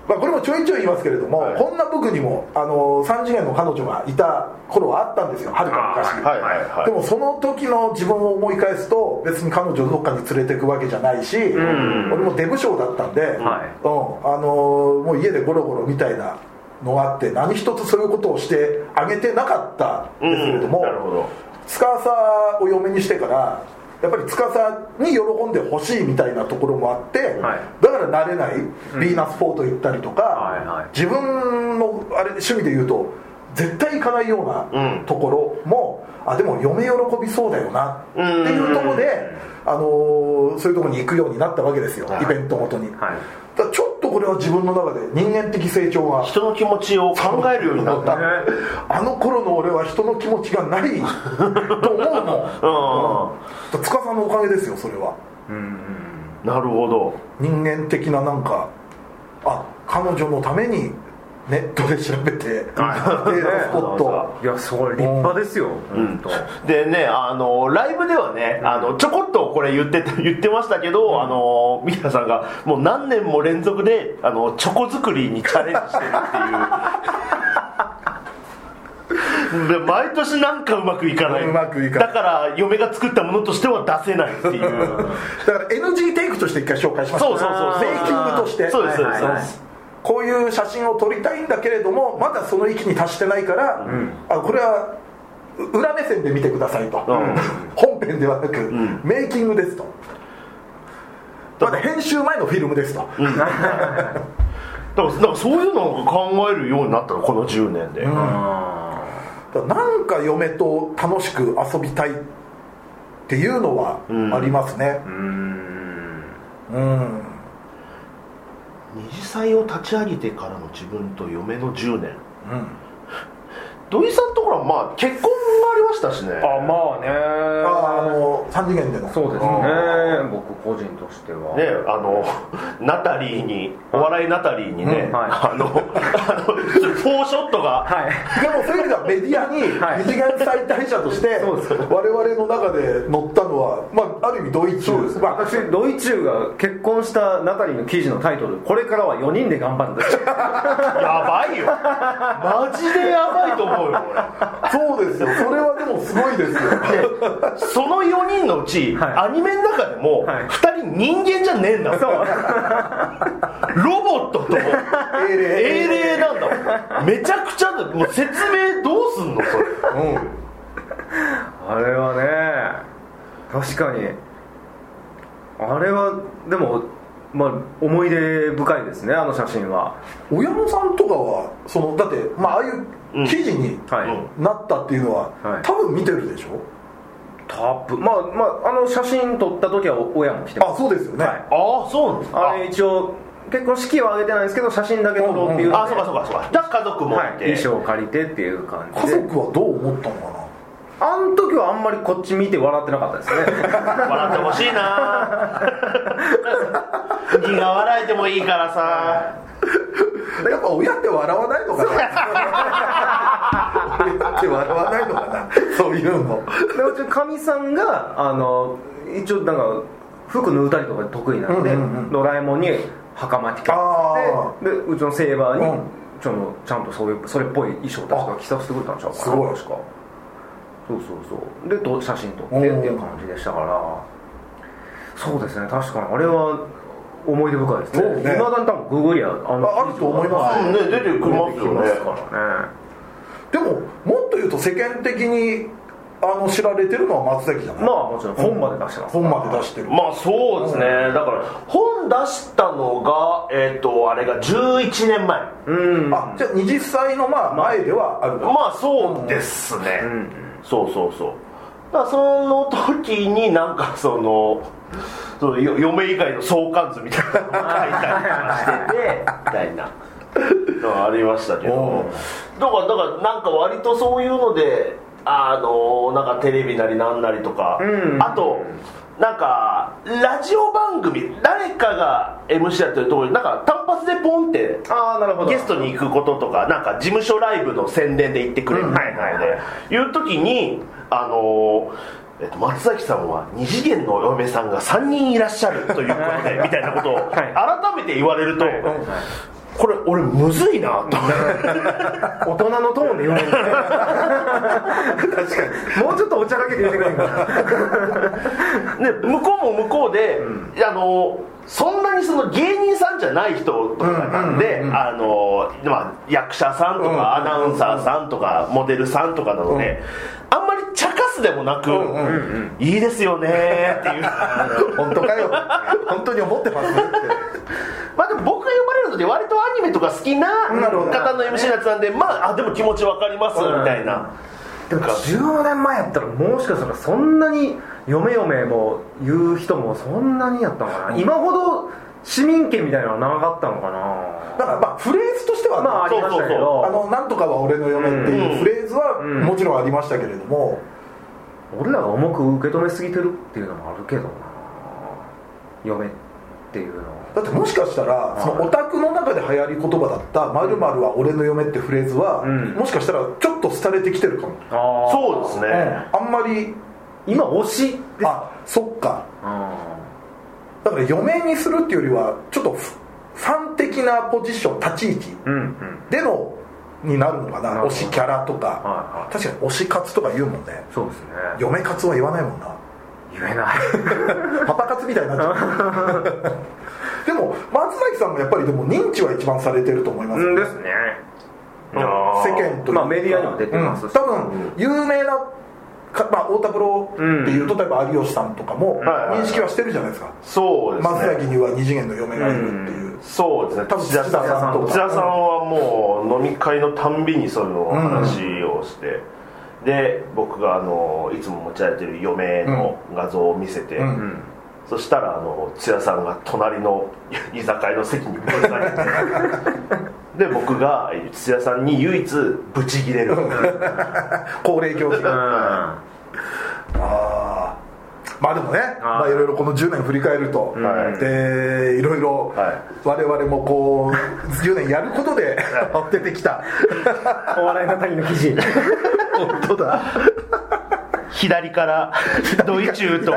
Speaker 2: まあ、これもちょいちょい言いますけれども、
Speaker 3: はい
Speaker 2: こんな僕にもあの3次元の彼女がいた頃はあったんですよはるか昔、
Speaker 3: はいはいはい
Speaker 2: でもその時の自分を思い返すと別に彼女をどっかに連れていくわけじゃないし、俺もデブ症だったんで、うん
Speaker 4: はい
Speaker 2: あのーもう家でゴロゴロみたいなのがあって何一つそういうことをしてあげてなかったんですけれども、
Speaker 3: うんなるほど
Speaker 2: 司を嫁にしてからやっぱり司に喜んでほしいみたいなところもあって、
Speaker 4: はい
Speaker 2: だから慣れないヴィーナスフォート行ったりとか、
Speaker 4: はいはい
Speaker 2: 自分のあれ趣味で言うと絶対行かないよう
Speaker 3: う
Speaker 2: なんところも、あでも嫁喜びそうだよなっていうところで、あのーそういうところに行くようになったわけですよ、
Speaker 3: はい
Speaker 2: イベントごとに、
Speaker 4: はい
Speaker 2: だからちょっとこれは自分の中で人間的成長が
Speaker 3: 人の気持ちを考えるようになった
Speaker 4: ね
Speaker 2: あの頃の俺は人の気持ちがない
Speaker 3: (laughs)
Speaker 2: と思うもん、うん、塚さんのおかげですよそれは
Speaker 3: なるほど
Speaker 2: 人間的ななんかあ彼女のためにネットで調べてデータスポット
Speaker 4: いやすごい立派ですよ本当
Speaker 3: (laughs) でねあのライブではねあのちょこっとこれ言ってて言ってました (laughs) けど、あのミラさんがもう何年も連続であのチョコ作りにチャレンジしてるっていう (laughs) で毎年なんかうまくいかないう
Speaker 2: まくいかない
Speaker 3: だから嫁が作ったものとしては出せないっていう
Speaker 2: だから NG テイクとして一回紹介しました
Speaker 3: そうそうそう
Speaker 2: メイキングとして
Speaker 3: そうですそうです、
Speaker 4: はいはいはい
Speaker 3: そうです
Speaker 2: こういう写真を撮りたいんだけれどもまだその域に達してないから、あこれは裏目線で見てくださいと、
Speaker 3: ん
Speaker 2: 本編ではなく、
Speaker 3: ん
Speaker 2: メイキングですとまだ編集前のフィルムですと、
Speaker 3: だからだからそういうのを考えるようになったのこの10年で、
Speaker 2: だからなんか嫁と楽しく遊びたいっていうのはありますねうん
Speaker 3: 二次祭を立ち上げてからの自分と嫁の10年土井さんのところはまあ結婚もありましたしね
Speaker 4: あまあね
Speaker 2: ああの三次元での
Speaker 4: そうですね僕個人としては
Speaker 3: ね、あのナタリーにお笑いナタリーにね、
Speaker 4: うんはい
Speaker 3: あのあのフォーショットが
Speaker 4: はい
Speaker 2: でもそういう意味ではメディアに
Speaker 4: (laughs) はい
Speaker 2: 二次元再退者として
Speaker 4: そうです
Speaker 2: 我々の中で乗ったのは、まあ、ある意味ドイツまあ
Speaker 4: 私ドイチューが結婚したナタリーの記事のタイトルこれからは4人で頑張るんですよ
Speaker 3: やばいよマジでやばいと思うよ
Speaker 2: そうですよそれはでもすごいですよ
Speaker 3: 俺その4人のうち、
Speaker 4: はい
Speaker 3: アニメの中でも
Speaker 4: はい
Speaker 3: 2人人間じゃねえんだもん、
Speaker 4: そう
Speaker 3: ロボットと
Speaker 2: (laughs) 英霊
Speaker 3: 英霊なんだもんめちゃくちゃだもう説明どうすんのそれ
Speaker 4: あれはね確かにあれはでもまあ思い出深いですねあの写真は
Speaker 2: 親御さんとかはそのだって、まあああいう記事に
Speaker 4: はい、
Speaker 3: うん
Speaker 2: なったっていうのは、
Speaker 4: はい
Speaker 2: 多分見てるでしょ
Speaker 4: タップまあまああの写真撮った時は親も来てます
Speaker 2: あそうですよね、
Speaker 4: はい
Speaker 3: ああそうなんですか
Speaker 4: あれ一応結婚式は挙げてないんですけど写真だけ撮ろうっていう
Speaker 3: あそうかそうかそうかだから家族もい
Speaker 4: はい
Speaker 3: て、
Speaker 4: 衣装を借りてっていう感
Speaker 2: 家
Speaker 4: じで
Speaker 2: 族はどう思ったのかな
Speaker 4: あの時はあんまりこっち見て笑ってなかったですね
Speaker 3: 笑ってほしいな苦笑えてもいいからさ
Speaker 2: やっぱ親って笑わないのかな親って笑わないのかなそういうの
Speaker 4: でうちのかみさんがあの一応なんか服縫うたりとか得意なんで、
Speaker 2: うんうんうん
Speaker 4: ドラえもんに袴着て
Speaker 2: あ
Speaker 4: ででうちのセーバーに、
Speaker 2: うん
Speaker 4: ちょっとちゃんとそういうそれっぽい衣装たちが着させてくれたんちゃうかな
Speaker 2: すごい
Speaker 4: 確かそうそうそうでと写真撮って
Speaker 2: お
Speaker 4: って
Speaker 2: ー
Speaker 4: いう感じでしたからそうですね確かにあれは思い出深いですね
Speaker 2: そうね
Speaker 4: いまだに多分ググりゃあの
Speaker 2: ああると思います
Speaker 3: うんね出てきますよね
Speaker 4: 出てきますからね
Speaker 2: でももっと言うと世間的にあの知られてるのは松崎じゃない、
Speaker 4: まあもちろん本まで出してますから
Speaker 2: 本まで出してる、
Speaker 3: まあそうですねだから本出したのがえっ、とあれが11年前
Speaker 2: あじゃあ20歳のまあ前ではある
Speaker 3: まあそうですね、そうそうそうだからその時になんかその (laughs) そのよ嫁以外の相関図みたいなのを書いたりとかしててみたいなのがありましたけどだからだからなんか割とそういうのであのなんかテレビなりなんなりとか、
Speaker 4: うん
Speaker 3: あとなんかラジオ番組誰かが MC やってるところになんか単発でポンって
Speaker 4: ああなるほど
Speaker 3: ゲストに行くこととかなんか事務所ライブの宣伝で行ってくれるみたいなので、いう時にあのーえっと、松崎さんは二次元のお嫁さんが3人いらっしゃるということ
Speaker 4: (laughs)
Speaker 3: でみたいなことを改めて言われると、これ俺むずいなと思って
Speaker 4: 大人のトーンで言われる確かにもうちょっとおちゃらけて言ってくれんかな
Speaker 3: ね、向こうも向こうで、あのそんなにその芸人さんじゃない人とかなんであのまあ役者さんとかアナウンサーさんとかモデルさんとかなので、あんまり茶化すでもなく、いいですよねー (laughs) っていう
Speaker 2: 本当かよ (laughs) 本当に思ってますねって
Speaker 3: まあでも僕が呼ばれるので割とアニメとか好きな
Speaker 2: なるほど
Speaker 3: 方の MC のやつなんで、まああでも気持ちわかりますみたいな、
Speaker 4: でも10年前やったらもしかしたらそんなに嫁嫁も言う人もそんなにやったのかな今ほど市民権みたいなのはなかったのかな
Speaker 2: だからまあフレーズとしては
Speaker 4: まあありましたけど
Speaker 2: あのなんとかは俺の嫁っていうフレーズは
Speaker 4: ん
Speaker 2: もちろんありましたけれども、
Speaker 4: 俺らが重く受け止めすぎてるっていうのもあるけどな嫁っていうの
Speaker 2: だってもしかしたらそのオタクの中で流行り言葉だった「まるは俺の嫁」ってフレーズは、
Speaker 4: ん
Speaker 2: もしかしたらちょっと廃れてきてるかも、
Speaker 4: あそう
Speaker 3: そうですね、
Speaker 2: あんまり
Speaker 4: 今推しです
Speaker 2: あそっか
Speaker 4: あ
Speaker 2: だから嫁にするっていうよりはちょっとフファン的なポジション立ち位置
Speaker 4: ーうんうん
Speaker 2: でのになるのかな
Speaker 4: なるほ
Speaker 2: 推
Speaker 4: ど
Speaker 2: しキャラとか、
Speaker 4: はいはい
Speaker 2: 確かに推し活とか言うもんね
Speaker 4: そうですね
Speaker 2: 嫁活は言わないもんな
Speaker 4: 言えない
Speaker 2: パパ活みたいにな
Speaker 3: (laughs)
Speaker 2: っちゃうでも松崎さんもやっぱりでも認知は一番されてると思いますよね、
Speaker 4: うんですね
Speaker 2: 世間というか
Speaker 4: まあメディアにも出てます
Speaker 2: うん
Speaker 4: し
Speaker 2: 多分有名なかまあ、太田プロっていうと例えば有吉さんとかも
Speaker 3: はいはいはい
Speaker 2: 認識はしてるじゃないですか
Speaker 3: そうですね
Speaker 2: 松崎には二次元の嫁がいるっていう
Speaker 3: そうですね
Speaker 2: 多分土田さんとか
Speaker 3: 土田さんはもう飲み会のたんびにそういうの話をして、で僕があのいつも持ち歩いてる嫁の画像を見せて、
Speaker 2: うん
Speaker 3: そしたらあの土屋さんが隣の居酒屋の席にぶつかって
Speaker 2: (laughs)
Speaker 3: で僕が土屋さんに唯一ブチギレるっていう
Speaker 2: 高齢教師
Speaker 4: うん
Speaker 2: が
Speaker 4: は
Speaker 2: あーまあでもねまあいろいろこの10年振り返ると、
Speaker 3: はい
Speaker 2: でいろいろ
Speaker 3: はい
Speaker 2: 我々もこう10年やることで出てき
Speaker 3: (laughs)
Speaker 2: た
Speaker 4: いお笑いの谷の記 (laughs) 事
Speaker 2: 本当だ
Speaker 3: 左からドイチュー
Speaker 2: (laughs)
Speaker 3: と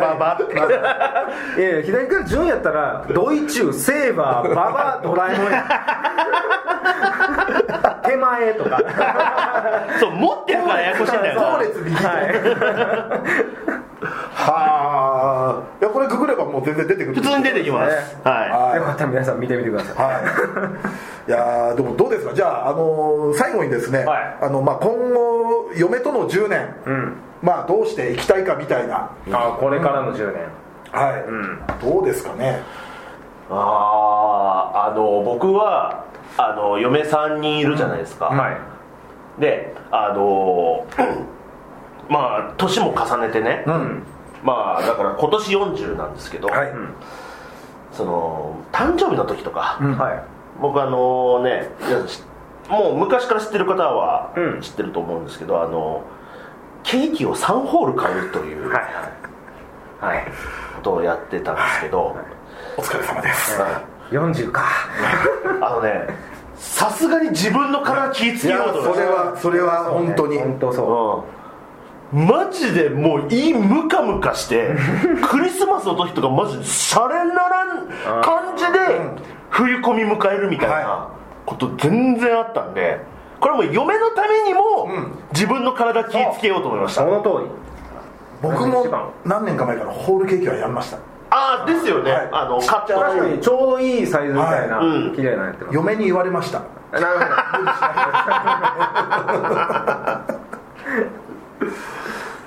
Speaker 3: ババって
Speaker 4: いやいや左から順やったらドイチューセーバーババアドラえもん (laughs) や手前とか
Speaker 3: そう持ってるからややこしいんだよ
Speaker 2: 後
Speaker 3: な
Speaker 2: 列右
Speaker 4: はい
Speaker 2: はあいやこれくぐればもう全然出てくる
Speaker 3: 普通に出てきます、は
Speaker 2: はい
Speaker 4: よかったら皆さん見てみてください
Speaker 2: はい、いやーでもどうですかじゃあ、あのー最後にですね、
Speaker 4: はい
Speaker 2: あのまあ、今後嫁との10年、
Speaker 4: ん
Speaker 2: まあ、どうしていきたいかみたいな、
Speaker 4: あこれからの10年
Speaker 2: はいどうですかね
Speaker 3: いあああの僕はあの嫁3人いるじゃないですか、
Speaker 4: はい
Speaker 3: であの (clears throat) まあ年も重ねてね、
Speaker 2: ん
Speaker 3: まあだから今年40なんですけど、
Speaker 2: はい、
Speaker 3: その誕生日の時とか、
Speaker 2: うん
Speaker 4: はい
Speaker 3: 僕あのね皆さん知もう昔から知ってる方は
Speaker 4: うん
Speaker 3: 知ってると思うんですけど、あのケーキを3ホール買うという
Speaker 4: はいはいはい
Speaker 3: ことをやってたんですけど、
Speaker 2: お疲れ様です、
Speaker 4: 40か
Speaker 3: あのねさすがに自分の体気ぃつ
Speaker 2: い
Speaker 3: け
Speaker 2: や
Speaker 3: ようと思
Speaker 2: そ
Speaker 3: いま
Speaker 2: れはそれは本当に、
Speaker 4: 本当そう
Speaker 3: うんマジでもういいムカムカしてクリスマスの時とかマジでシャレにならん感じで冬込み迎えるみたいな
Speaker 2: は
Speaker 3: こと全然あったんでこれもう嫁のためにも自分の体気ぃつけようと思いました
Speaker 4: その通り
Speaker 2: 僕
Speaker 4: 一番
Speaker 2: も何年か前からホールケーキはやりました
Speaker 3: ああですよね
Speaker 2: はい
Speaker 3: あのカット
Speaker 4: 確か
Speaker 3: の
Speaker 4: にちょうどいいサイズみたいな、
Speaker 3: はいうん
Speaker 4: 綺麗なやってます
Speaker 2: 嫁に言われました
Speaker 4: なる (laughs) ほど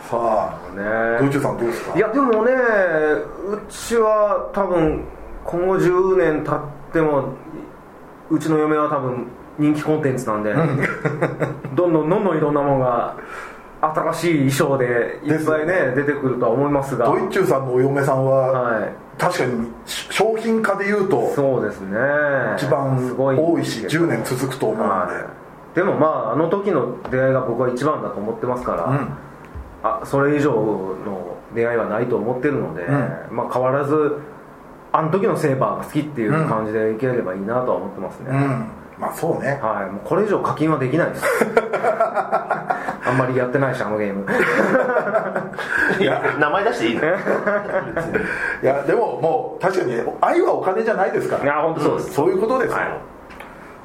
Speaker 2: さあ
Speaker 4: ね
Speaker 2: ドイチュさんどうですか
Speaker 4: いやでもねうちは多分今後10年経ってもうちの嫁は多分人気コンテンツなんで、どんどんどんどんいろんなものが新しい衣装でいっぱいね出てくるとは思いますが
Speaker 2: ドイチュさんのお嫁さんは、
Speaker 4: はい
Speaker 2: 確かに商品化でいうと
Speaker 4: そうですね
Speaker 2: 一番
Speaker 4: すご
Speaker 2: 多いし
Speaker 4: ですけど
Speaker 2: 10年続くと思うんで、
Speaker 4: はい、でもまああの時の出会いが僕は一番だと思ってますから、
Speaker 2: うん
Speaker 4: あそれ以上の出会いはないと思ってるので、
Speaker 2: う
Speaker 4: まあ、変わらずあの時のセーバーが好きっていう感じでいければいいなとは思ってますね、
Speaker 2: うんまあそうね
Speaker 4: はい、もうこれ以上課金はできない
Speaker 2: (laughs)
Speaker 4: ですあんまりやってないしあのゲーム
Speaker 3: いや名前出していいの
Speaker 2: いやでももう確かに愛はお金じゃないですか
Speaker 4: いや
Speaker 2: ら
Speaker 4: 本当そうです、
Speaker 2: そういうことですよ、
Speaker 4: はい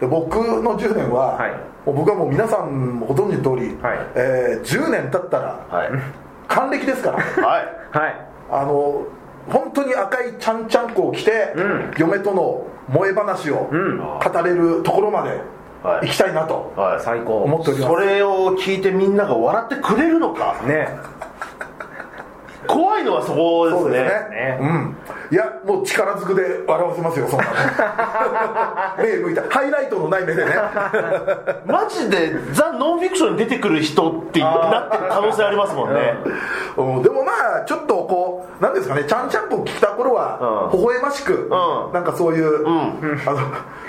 Speaker 2: で僕の10年は、
Speaker 4: はい
Speaker 2: もう僕はもう皆さんもご存知の通り、
Speaker 4: はい
Speaker 2: えー10年経ったら
Speaker 3: はい
Speaker 2: 還暦ですから
Speaker 3: はい
Speaker 4: はい
Speaker 2: あの本当に赤いちゃんちゃんこを着て、
Speaker 4: うん
Speaker 2: 嫁との萌え話を
Speaker 4: ん
Speaker 2: 語れるところまで
Speaker 3: はい
Speaker 2: 行きたいなと
Speaker 3: はい
Speaker 4: 最高
Speaker 2: 思っております、
Speaker 3: それを聞いてみんなが笑ってくれるのか
Speaker 4: ね
Speaker 3: 怖いのはそこです
Speaker 2: そうです
Speaker 3: ね
Speaker 2: ねうん、いやもう力ずくで笑わせますよそんなの (laughs) 目向いたハイライトのない目でね (laughs)
Speaker 3: マジでザ・ノンフィクションに出てくる人ってなってる可能性ありますもんね、
Speaker 2: うんでもまあちょっとこうなんですかねちゃんちゃんぽん聞いた頃は
Speaker 3: うん
Speaker 2: 微笑ましく、
Speaker 3: ん
Speaker 2: なんかそういう、
Speaker 3: ん
Speaker 2: あの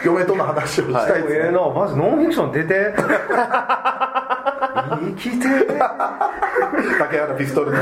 Speaker 2: 嫁との話をしたい
Speaker 4: こ
Speaker 2: です
Speaker 4: うい
Speaker 2: ね、
Speaker 4: うのまずノンフィクション
Speaker 2: (laughs)
Speaker 4: 出て
Speaker 2: 生きてー竹原ピス
Speaker 4: (laughs)
Speaker 2: トルの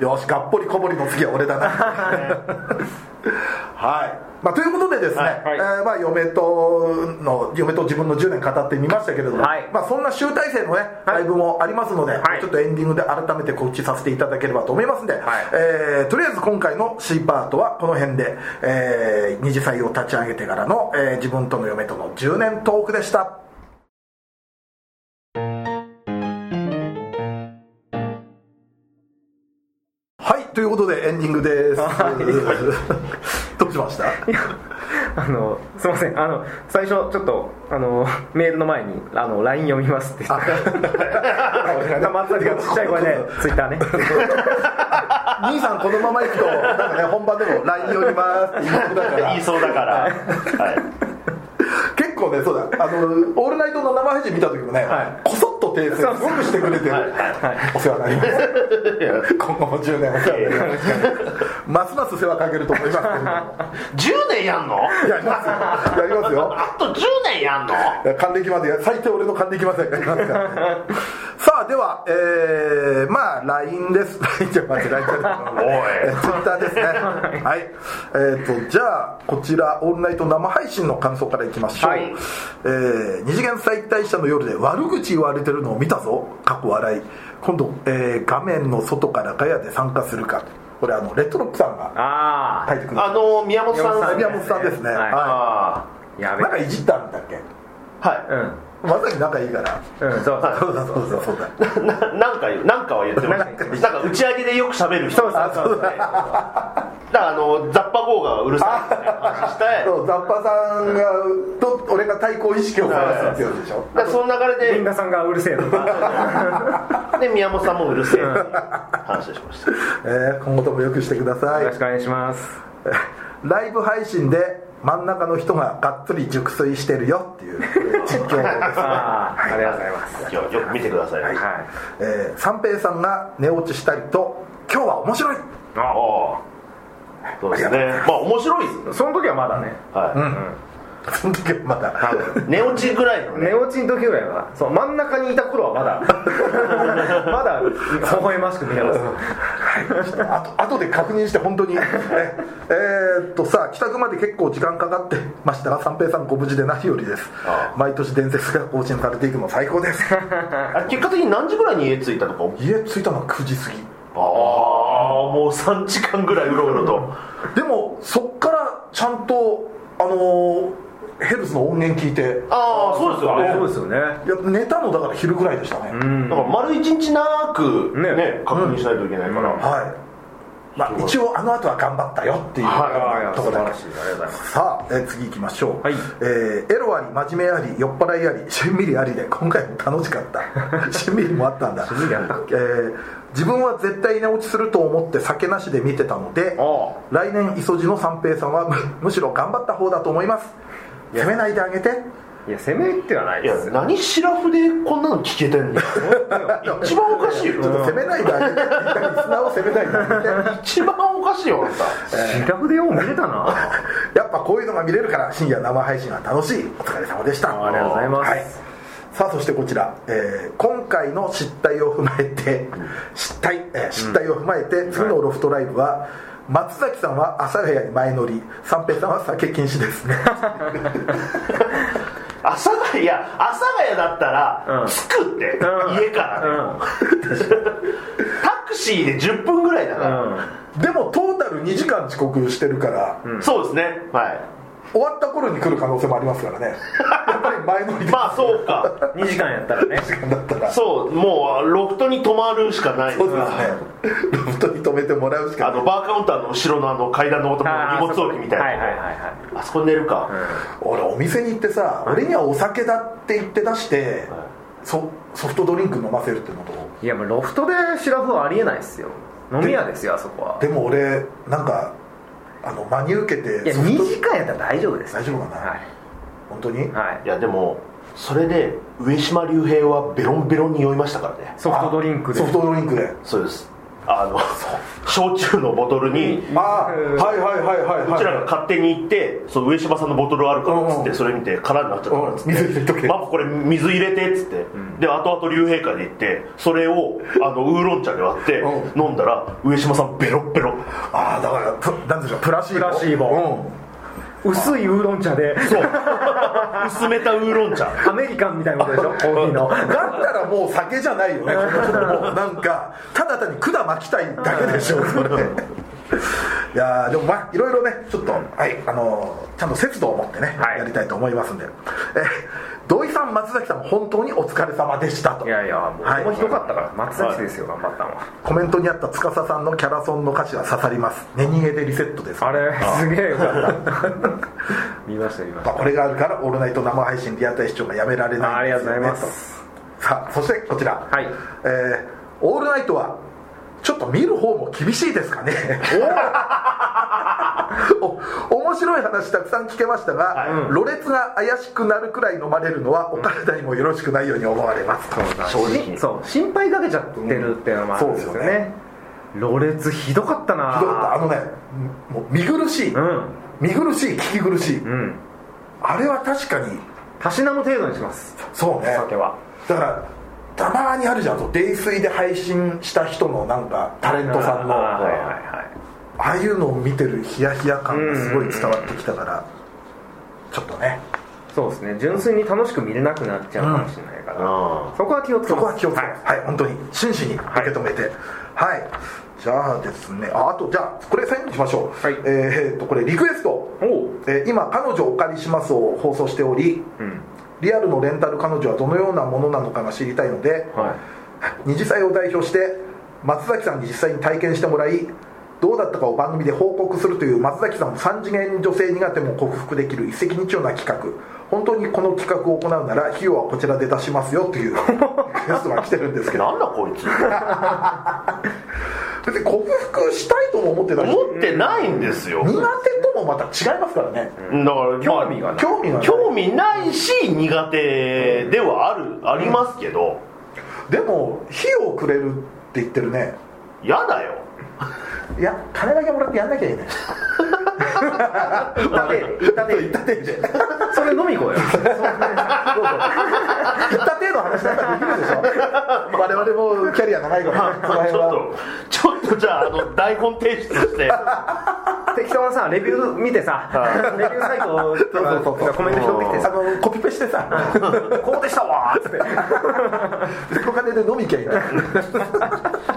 Speaker 2: よしがっぽりこぼりの次は俺だなはい、まあ、ということでですね、
Speaker 4: はいはい
Speaker 2: えーまあ、嫁との嫁と自分の10年語ってみましたけれども、
Speaker 4: はい
Speaker 2: まあ、そんな集大成のねライブもありますので、
Speaker 4: はい
Speaker 2: ちょっとエンディングで改めて告知させていただければと思いますんで、
Speaker 4: はい
Speaker 2: えーとりあえず今回の C パートはこの辺で、えー二次祭を立ち上げてからの、えー自分との嫁との10年トークでした。はいということでエンディングです (laughs) どうしました
Speaker 4: い (laughs) や (laughs) あのすいませんあの最初ちょっとあのメールの前にあの LINE 読みますって言って (laughs) 松崎がちっちゃい声でツイッター (laughs) ね
Speaker 2: 兄さんこのまま行くとなんかね本番でも LINE 寄りますって言いそうだから
Speaker 3: 言いそうだから、はい、
Speaker 2: 結構ねそうだあの「オールナイト」の生配信見た時もね、
Speaker 4: は
Speaker 2: こそっと訂正すごくしてくれてる、お世話になります今後も10年お世話になりますますます世話かけると思いますけれども
Speaker 3: 10年やんの
Speaker 2: やりますよやりますよ
Speaker 3: あと10年やんの
Speaker 2: 還暦までや最低俺の還暦までやりますからねさあではえー、まあ LINE です (laughs) LINE じゃ間違えちゃった
Speaker 3: おい
Speaker 2: えー Twitter ですね (laughs) はいえー、とじゃあこちらオールナイト生配信の感想からいきましょう、
Speaker 3: はい
Speaker 2: えー二次元再退社の夜で悪口言われてるのを見たぞ過去笑い今度、えー画面の外からガヤで参加するかこれあのレッドロックさんが
Speaker 4: あ
Speaker 2: 書いてくる
Speaker 3: あの宮本さん
Speaker 4: 宮本
Speaker 2: 宮本さんですね、
Speaker 4: はい
Speaker 2: は
Speaker 3: あ
Speaker 4: あや
Speaker 2: い、
Speaker 4: べ
Speaker 2: なんかいじったんだっけ
Speaker 3: あ
Speaker 4: う
Speaker 3: は
Speaker 2: まさに仲いいから
Speaker 4: んうんそうそう
Speaker 2: そうだそうだそう
Speaker 3: い
Speaker 2: だ
Speaker 3: ななんかなんかは言ってました
Speaker 2: なんか
Speaker 3: なんか打ち上げでよく喋る人
Speaker 4: そうそうそう
Speaker 3: だからあのザッパ号がうるさいって話して
Speaker 2: そう雑把さんがと俺が対抗意識を話すってやつでしょ
Speaker 3: だからその流れ
Speaker 4: リ
Speaker 3: で
Speaker 4: ンガさんがうるせえ (laughs) とか
Speaker 3: (laughs) で宮本さんもうるせえっていう話をしました
Speaker 2: えー今後ともよくしてください
Speaker 4: よろしくお願いします
Speaker 2: ライブ配信で真ん中の人ががっつり熟睡してるよっていう実況ですね
Speaker 4: ああありがとうございます
Speaker 3: 今日よく見てください、ね
Speaker 4: はい
Speaker 2: (laughs) えー三平さんが寝落ちしたりと今日は面白い
Speaker 3: ああそうですねまあ面白いですね
Speaker 4: その時はまだね
Speaker 3: は
Speaker 2: その時はまだ
Speaker 3: い、寝落ちぐらいのね
Speaker 4: 寝落ちの時ぐらいはそう真ん中にいた頃はま (laughs) だまだ微笑ましく見えます
Speaker 2: あと後で確認して本当 (laughs) に、ね、えーっとさあ帰宅まで結構時間かかってましたが三平さんご無事で何よりです
Speaker 3: あ
Speaker 2: 毎年伝説が更新されていくの最高 (laughs) です
Speaker 3: あ結果的に何時ぐらいに家着いたのか
Speaker 2: 家着いたのは9時過ぎ
Speaker 3: ああもう3時間ぐらいうろうろと
Speaker 2: でもそっからちゃんとあのーヘルスの音源聞いて
Speaker 3: ああそうですよね
Speaker 4: そうですよね
Speaker 2: いや寝たのだから昼ぐらいでしたね、
Speaker 3: だから丸1日長くね
Speaker 4: ね
Speaker 3: 確認しないといけないから、
Speaker 2: はい、まあ、一応あの後は頑張ったよっていうところだけ
Speaker 4: ありがとうございます
Speaker 2: さあ、えー次行きましょう、
Speaker 4: はい
Speaker 2: えーエロあり真面目あり酔っ払いありしんみりありで今回も楽しかった
Speaker 4: (laughs)
Speaker 2: しんみりもあったんだ
Speaker 4: しんみりあったっ
Speaker 2: えー自分は絶対寝落ちすると思って酒なしで見てたので
Speaker 4: あ
Speaker 2: 来年磯路の三平さんはむむしろ頑張った方だと思います責めないであげて
Speaker 4: いや攻め入ってはない
Speaker 3: いや
Speaker 4: ですよ
Speaker 3: 何シラフでこんなの聞けて (laughs) んの一番おかしい
Speaker 2: ちょっと
Speaker 3: よ
Speaker 2: 責めないであげて砂を責めないであげて
Speaker 3: 一番おかしいよあんた
Speaker 4: 自覚でよう見れたな
Speaker 2: やっぱこういうのが見れるから深夜生配信は楽しいお疲れ様でした
Speaker 4: ありがとうございます
Speaker 2: はさあそしてこちら、えー今回の失態を踏まえて失態、えー失態を踏まえて次のロフトライブは、松崎さんは朝ヶ谷に前乗り三平さんは酒禁止ですね
Speaker 3: 阿佐ヶ谷いや阿佐ヶ谷だったら
Speaker 4: うん
Speaker 3: 着くって、家から、ねタクシーで10分ぐらいだから、
Speaker 4: うん、うん、
Speaker 2: でもトータル2時間遅刻してるから、
Speaker 3: そうですねはい
Speaker 2: 終わった頃に来る可能性もありますからねやっぱり前乗りで
Speaker 3: まあそうか
Speaker 4: 2時間やったら (laughs) ね
Speaker 2: だったら
Speaker 3: そうもうロフトに泊まるしかない
Speaker 2: そうですねロフトに止めてもらうし
Speaker 3: あ
Speaker 2: かない
Speaker 3: のバーカウンターの後ろのあの階段の男の荷物置きみたいな
Speaker 4: はいはいはいはい
Speaker 3: あそこに寝るか、
Speaker 2: 俺お店に行ってさ俺にはお酒だって言って出してソソフトドリンク飲ませるってのと
Speaker 4: いやもうロフトでシラフはありえないですよ飲み屋ですよあそこは
Speaker 2: でも俺なんかあの真に受け
Speaker 4: い
Speaker 2: て
Speaker 4: や
Speaker 2: ソフ
Speaker 4: 2
Speaker 2: ト
Speaker 4: 時間やったら大丈夫です
Speaker 2: 大丈夫かな本当に
Speaker 4: はい、はい
Speaker 3: い、、やでもそれで上島竜兵はベロンベロンに酔いましたからね
Speaker 4: ソフトドリンクで
Speaker 2: ソフトドリンクで
Speaker 3: そうですあの焼酎のボトルに、
Speaker 2: ああはいはいはいはいう
Speaker 3: ちら
Speaker 2: は
Speaker 3: が勝手に行ってその上島さんのボトルあるからっつっ
Speaker 2: うん
Speaker 3: てそれ見て空になっちゃったからっつって
Speaker 2: うん水入れとけ
Speaker 3: ママこれ水入れてっつってで後々竜兵会で行ってそれをあのウーロン茶で割って
Speaker 2: う
Speaker 3: 飲んだら上島さんベロッベロ
Speaker 2: いああだからプなんでしょうプラシーボ
Speaker 4: プラシーボ薄いウーロン茶で
Speaker 3: そう薄めたウーロン茶
Speaker 4: アメリカンみたいなこと (laughs) でしょコーヒーの
Speaker 2: うん、だったらもう酒じゃないよねこの人もうなんかただ単に管巻きたいだけでしょ
Speaker 4: (laughs)
Speaker 2: それいやーでもまあいろいろねちょっと、はいあのーちゃんと節度を持ってね、
Speaker 4: はい
Speaker 2: やりたいと思いますんでえ土井さん松崎さん本当にお疲れ様でしたと
Speaker 4: いやいやもう、
Speaker 2: はい
Speaker 4: もうひどかったから松崎ですよ、頑張ったのは
Speaker 2: コメントにあった司さんのキャラソンの歌詞は刺さります寝逃げでリセットです
Speaker 4: あれすげえよかった (laughs) 見ました見ました
Speaker 2: これがあるから「オールナイト生配信リアタイ視聴がやめられ
Speaker 4: ああ
Speaker 2: ないん
Speaker 4: りが
Speaker 2: です
Speaker 4: とうご
Speaker 2: よ
Speaker 4: ざい
Speaker 2: ね」
Speaker 4: ます
Speaker 2: さあそしてこちら、
Speaker 4: はい
Speaker 2: えーオールナイトはちょっと見る方も厳しいですかね (laughs) お面白い話たくさん聞けましたが、ろれつが怪しくなるくらい飲まれるのはお体にもよろしくないように思われます、
Speaker 3: 正直
Speaker 4: しそう心配かけちゃってるっていうのもあるんですよ
Speaker 2: うんそうですよ
Speaker 4: ねろれつひどかったな
Speaker 2: ひどかったあのねもう見苦しい、
Speaker 4: うん
Speaker 2: 見苦しい聞き苦しい、
Speaker 4: うん
Speaker 2: あれは確かに
Speaker 4: たしなむ程度にします
Speaker 2: そう
Speaker 4: お
Speaker 2: ね
Speaker 4: 酒は
Speaker 2: だからたまにあるじゃんそう泥酔で配信した人のなんかタレントさんの
Speaker 4: あーはい
Speaker 2: あ
Speaker 4: はいはい
Speaker 2: あいうのを見てるヒヤヒヤ感がすごい伝わってきたからちょっとね
Speaker 4: そうですね純粋に楽しく見れなくなっちゃうかもしれないから、
Speaker 3: うん
Speaker 4: そこは気をつけ
Speaker 2: そ
Speaker 4: ます
Speaker 2: こは気をつけて
Speaker 4: はい
Speaker 2: はい、本当に真摯に受け止めてはい、じゃあですねああとじゃあこれ最後にしましょう、
Speaker 4: はい
Speaker 2: えーっとこれリクエスト
Speaker 4: おう
Speaker 2: えー今「彼女をお借りします」を放送しており、
Speaker 4: うん
Speaker 2: リアルのレンタル彼女はどのようなものなのかが知りたいので、
Speaker 4: は
Speaker 2: 二次祭を代表して松崎さんに実際に体験してもらいどうだったかを番組で報告するという松崎さんの3次元女性苦手も克服できる一石二鳥な企画本当にこの企画を行うなら費用はこちらで出しますよというリクエストが来てるんですけど
Speaker 3: なんだこいつ
Speaker 2: 別に克服したいとも思ってないし
Speaker 3: 思ってないんですよ
Speaker 2: 苦手ともまた違いますから
Speaker 3: だ
Speaker 2: ね、
Speaker 3: から
Speaker 4: 興味がない
Speaker 2: 興味がない
Speaker 3: 興味ないし苦手ではあるありますけど
Speaker 2: でも費用くれるって言ってるね
Speaker 3: 嫌だよ
Speaker 2: いや金だけもらってやんなきゃいけない
Speaker 4: 行ったて行ったて
Speaker 2: 言った程度言っ
Speaker 4: それ飲み
Speaker 2: (laughs)
Speaker 4: 行こうよ
Speaker 2: た程度話なんかできるでしょ我々もキャリア長いからねその
Speaker 3: ちょっ
Speaker 2: 辺は
Speaker 3: とちょっとじゃああの台本提出して
Speaker 4: 適当なさレビュー見てさレビューサイトとか
Speaker 2: そうそうそう
Speaker 4: コメント拾ってきて
Speaker 2: あ
Speaker 4: さ
Speaker 2: のコピペしてさ (laughs)
Speaker 4: こうでしたわーっつって
Speaker 2: お金で飲みきゃいいない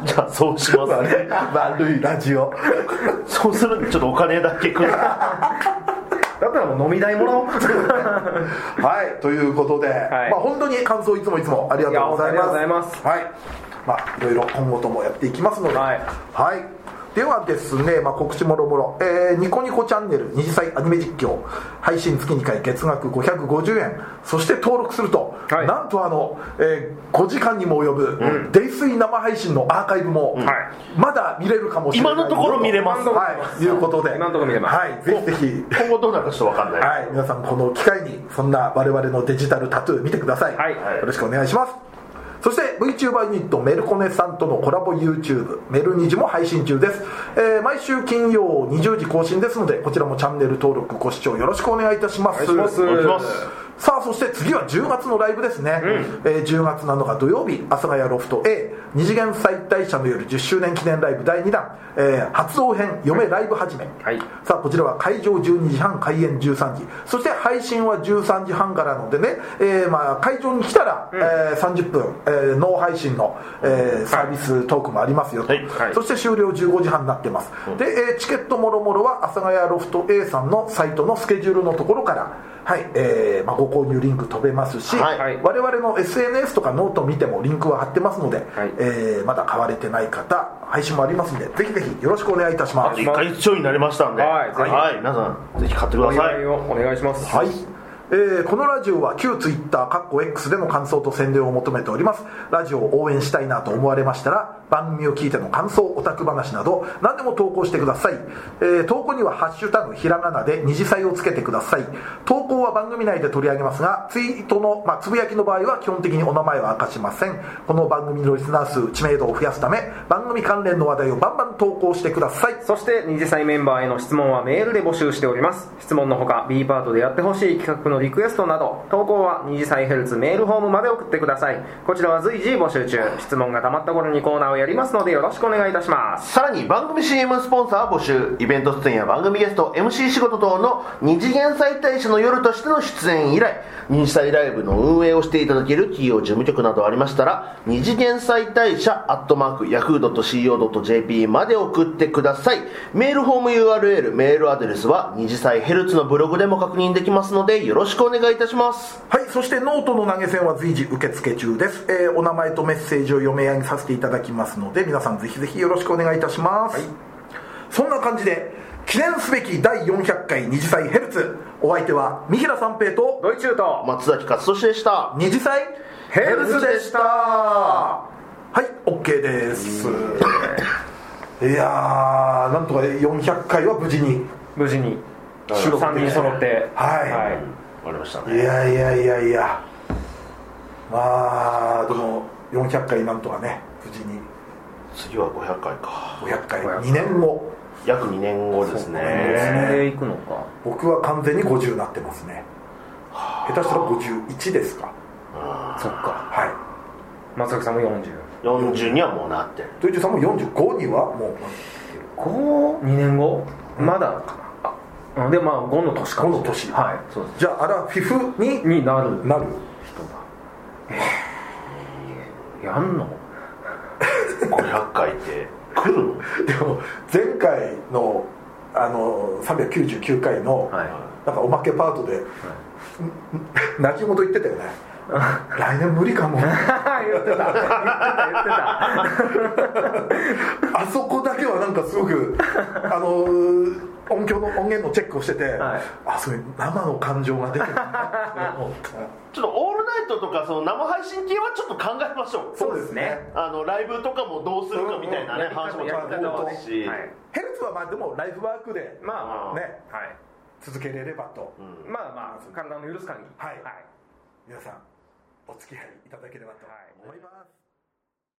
Speaker 3: じゃあそうしますね
Speaker 2: 悪いラジオ
Speaker 3: (laughs) そうするんでちょっとお金だけく (laughs) れ
Speaker 4: だったらもう飲み代も (laughs) らおう
Speaker 2: (laughs) はいということで、
Speaker 4: い
Speaker 2: まあ本当に感想いつもいつもありがとうございます
Speaker 4: いや本当にありがとうございます
Speaker 2: はいまあいろいろ今後ともやっていきますのでは
Speaker 4: はいい、
Speaker 2: ではですね、まあ、告知もろもろ、えーニコニコチャンネル二次祭アニメ実況配信月2回月額550円そして登録すると、
Speaker 4: はい
Speaker 2: なんとあの、えー5時間にも及ぶ「泥、酔、生配信」のアーカイブも、まだ見れるかもしれない
Speaker 3: 今のところ見れます
Speaker 2: はい、いうことで
Speaker 4: 今のところ見れます
Speaker 2: はい、ぜひぜひ
Speaker 3: 今後どうなるかちょっと分かんない、
Speaker 2: はい、皆さんこの機会にそんな我々のデジタルタトゥー見てください、
Speaker 4: はいはい
Speaker 2: よろしくお願いしますそして VTuber ユニットメルコネさんとのコラボ YouTube メルニジも配信中です、えー毎週金曜20時更新ですのでこちらもチャンネル登録ご視聴よろしくお願いいたします
Speaker 4: お願いします
Speaker 3: お願いします
Speaker 2: さあそして次は10月のライブですね、えー10月7日土曜日阿佐ヶ谷ロフト A 二次元再退社の夜10周年記念ライブ第2弾、えー発動編嫁ライブ始め、
Speaker 4: はい
Speaker 2: さあこちらは会場12時半開演13時そして配信は13時半からなのでね、えーまあ、会場に来たら、えー30分、えー、ノー配信の、えーサービストークもありますよと、
Speaker 3: はいはい
Speaker 2: そして終了15時半になってます、で、えーチケットもろもろは阿佐ヶ谷ロフト A さんのサイトのスケジュールのところから、はいえーまあ、ご購入リンク飛べますし、
Speaker 3: はい
Speaker 4: はい
Speaker 2: 我々の SNS とかノート見てもリンクは貼ってますので、
Speaker 4: い
Speaker 2: えーまだ買われてない方配信もありますんでぜひぜひよろしくお願いいたします
Speaker 3: あと1回一丁になりましたんで、
Speaker 4: はいぜひ
Speaker 3: 皆さんぜひ買ってく
Speaker 4: お
Speaker 3: ださい
Speaker 4: 願いをお願いします
Speaker 2: はい、えーこのラジオは旧 Twitter かっこ X での感想と宣伝を求めておりますラジオを応援したいなと思われましたら番組を聞いての感想オタク話など何でも投稿してください、えー投稿には「ハッシュタグひらがな」で二次祭をつけてください投稿は番組内で取り上げますがツイートの、まあ、つぶやきの場合は基本的にお名前は明かしませんこの番組のリスナー数知名度を増やすため番組関連の話題をバンバン投稿してください
Speaker 4: そして二次祭メンバーへの質問はメールで募集しております質問のほか B パートでやってほしい企画のリクエストなど投稿は二次祭ヘルツメールフォームまで送ってくださいこちらは随時募集中質問がたまった頃にコーナーをやりますのでよろしくお願いいたします
Speaker 3: さらに番組 CM スポンサー募集イベント出演や番組ゲスト MC 仕事等の二次元再大社の夜としての出演以来二次祭ライブの運営をしていただける企業事務局などありましたら二次元再大社アットマーク Yahoo.co.jp まで送ってくださいメールフォーム URL メールアドレスは二次祭ヘルツのブログでも確認できますのでよろしくしくお願いいたします
Speaker 2: はいそしてノートの投げ銭は随時受付中です、えーお名前とメッセージを読め上げさせていただきますので皆さんぜひぜひよろしくお願いいたします、そんな感じで記念すべき第400回二次祭ヘルツお相手は三平三平と
Speaker 4: ドイチューと
Speaker 3: 松崎勝利でした
Speaker 2: 二次祭ヘ
Speaker 4: ルツでした
Speaker 2: はい OK ですいやーなんとか400回は無事に
Speaker 4: 無事に
Speaker 2: 収録できて
Speaker 4: 3人揃って
Speaker 2: はい
Speaker 3: 終わりました
Speaker 2: い
Speaker 3: ね
Speaker 2: やいやいやいやまあでも400回なんとかね無事に
Speaker 3: 次は500回か
Speaker 2: 500回
Speaker 4: 500
Speaker 2: 2年後
Speaker 3: 約2年後です
Speaker 4: 進
Speaker 3: ね
Speaker 4: んでいくのか
Speaker 2: 僕は完全に50なってますね下手したら51ですか
Speaker 4: そっか
Speaker 2: は
Speaker 4: 松崎さんも40
Speaker 3: 40にはもうなってる
Speaker 2: いというさんも45にはもう
Speaker 4: 5 2年後まだかなあうんでまあ5の年か
Speaker 2: 5の年
Speaker 4: はいそうで
Speaker 2: じゃあアラフィフに
Speaker 4: すになる
Speaker 2: なる (laughs)
Speaker 4: 人だえーやんの
Speaker 3: 500回って来るの
Speaker 2: でも前回のあの399回の、
Speaker 4: は
Speaker 2: なんかおまけパートで、んん (laughs) 泣き言言ってたよね来年無理かも
Speaker 4: い (laughs) 言ってた言ってた言ってた
Speaker 2: あそこだけはなんかすご (laughs) くあのー音響の音源のチェックをしてて、
Speaker 4: はい
Speaker 2: あそういう生の感情が出てるなって思った
Speaker 3: ちょっとオールナイトとかその生配信系はちょっと考えましょう
Speaker 2: そうですね
Speaker 3: あのライブとかもどうするかみたいなね
Speaker 4: やり
Speaker 3: 話
Speaker 4: 方
Speaker 3: も
Speaker 4: やり方はね
Speaker 3: し、い
Speaker 4: はい
Speaker 2: ヘルツはまあでもライフワークで、
Speaker 4: まあまあ
Speaker 2: ね
Speaker 4: はい
Speaker 2: 続けれればと、
Speaker 4: まあまあ体の許す限り
Speaker 2: はい
Speaker 4: はい
Speaker 2: 皆さんお付き合いいただければと思います、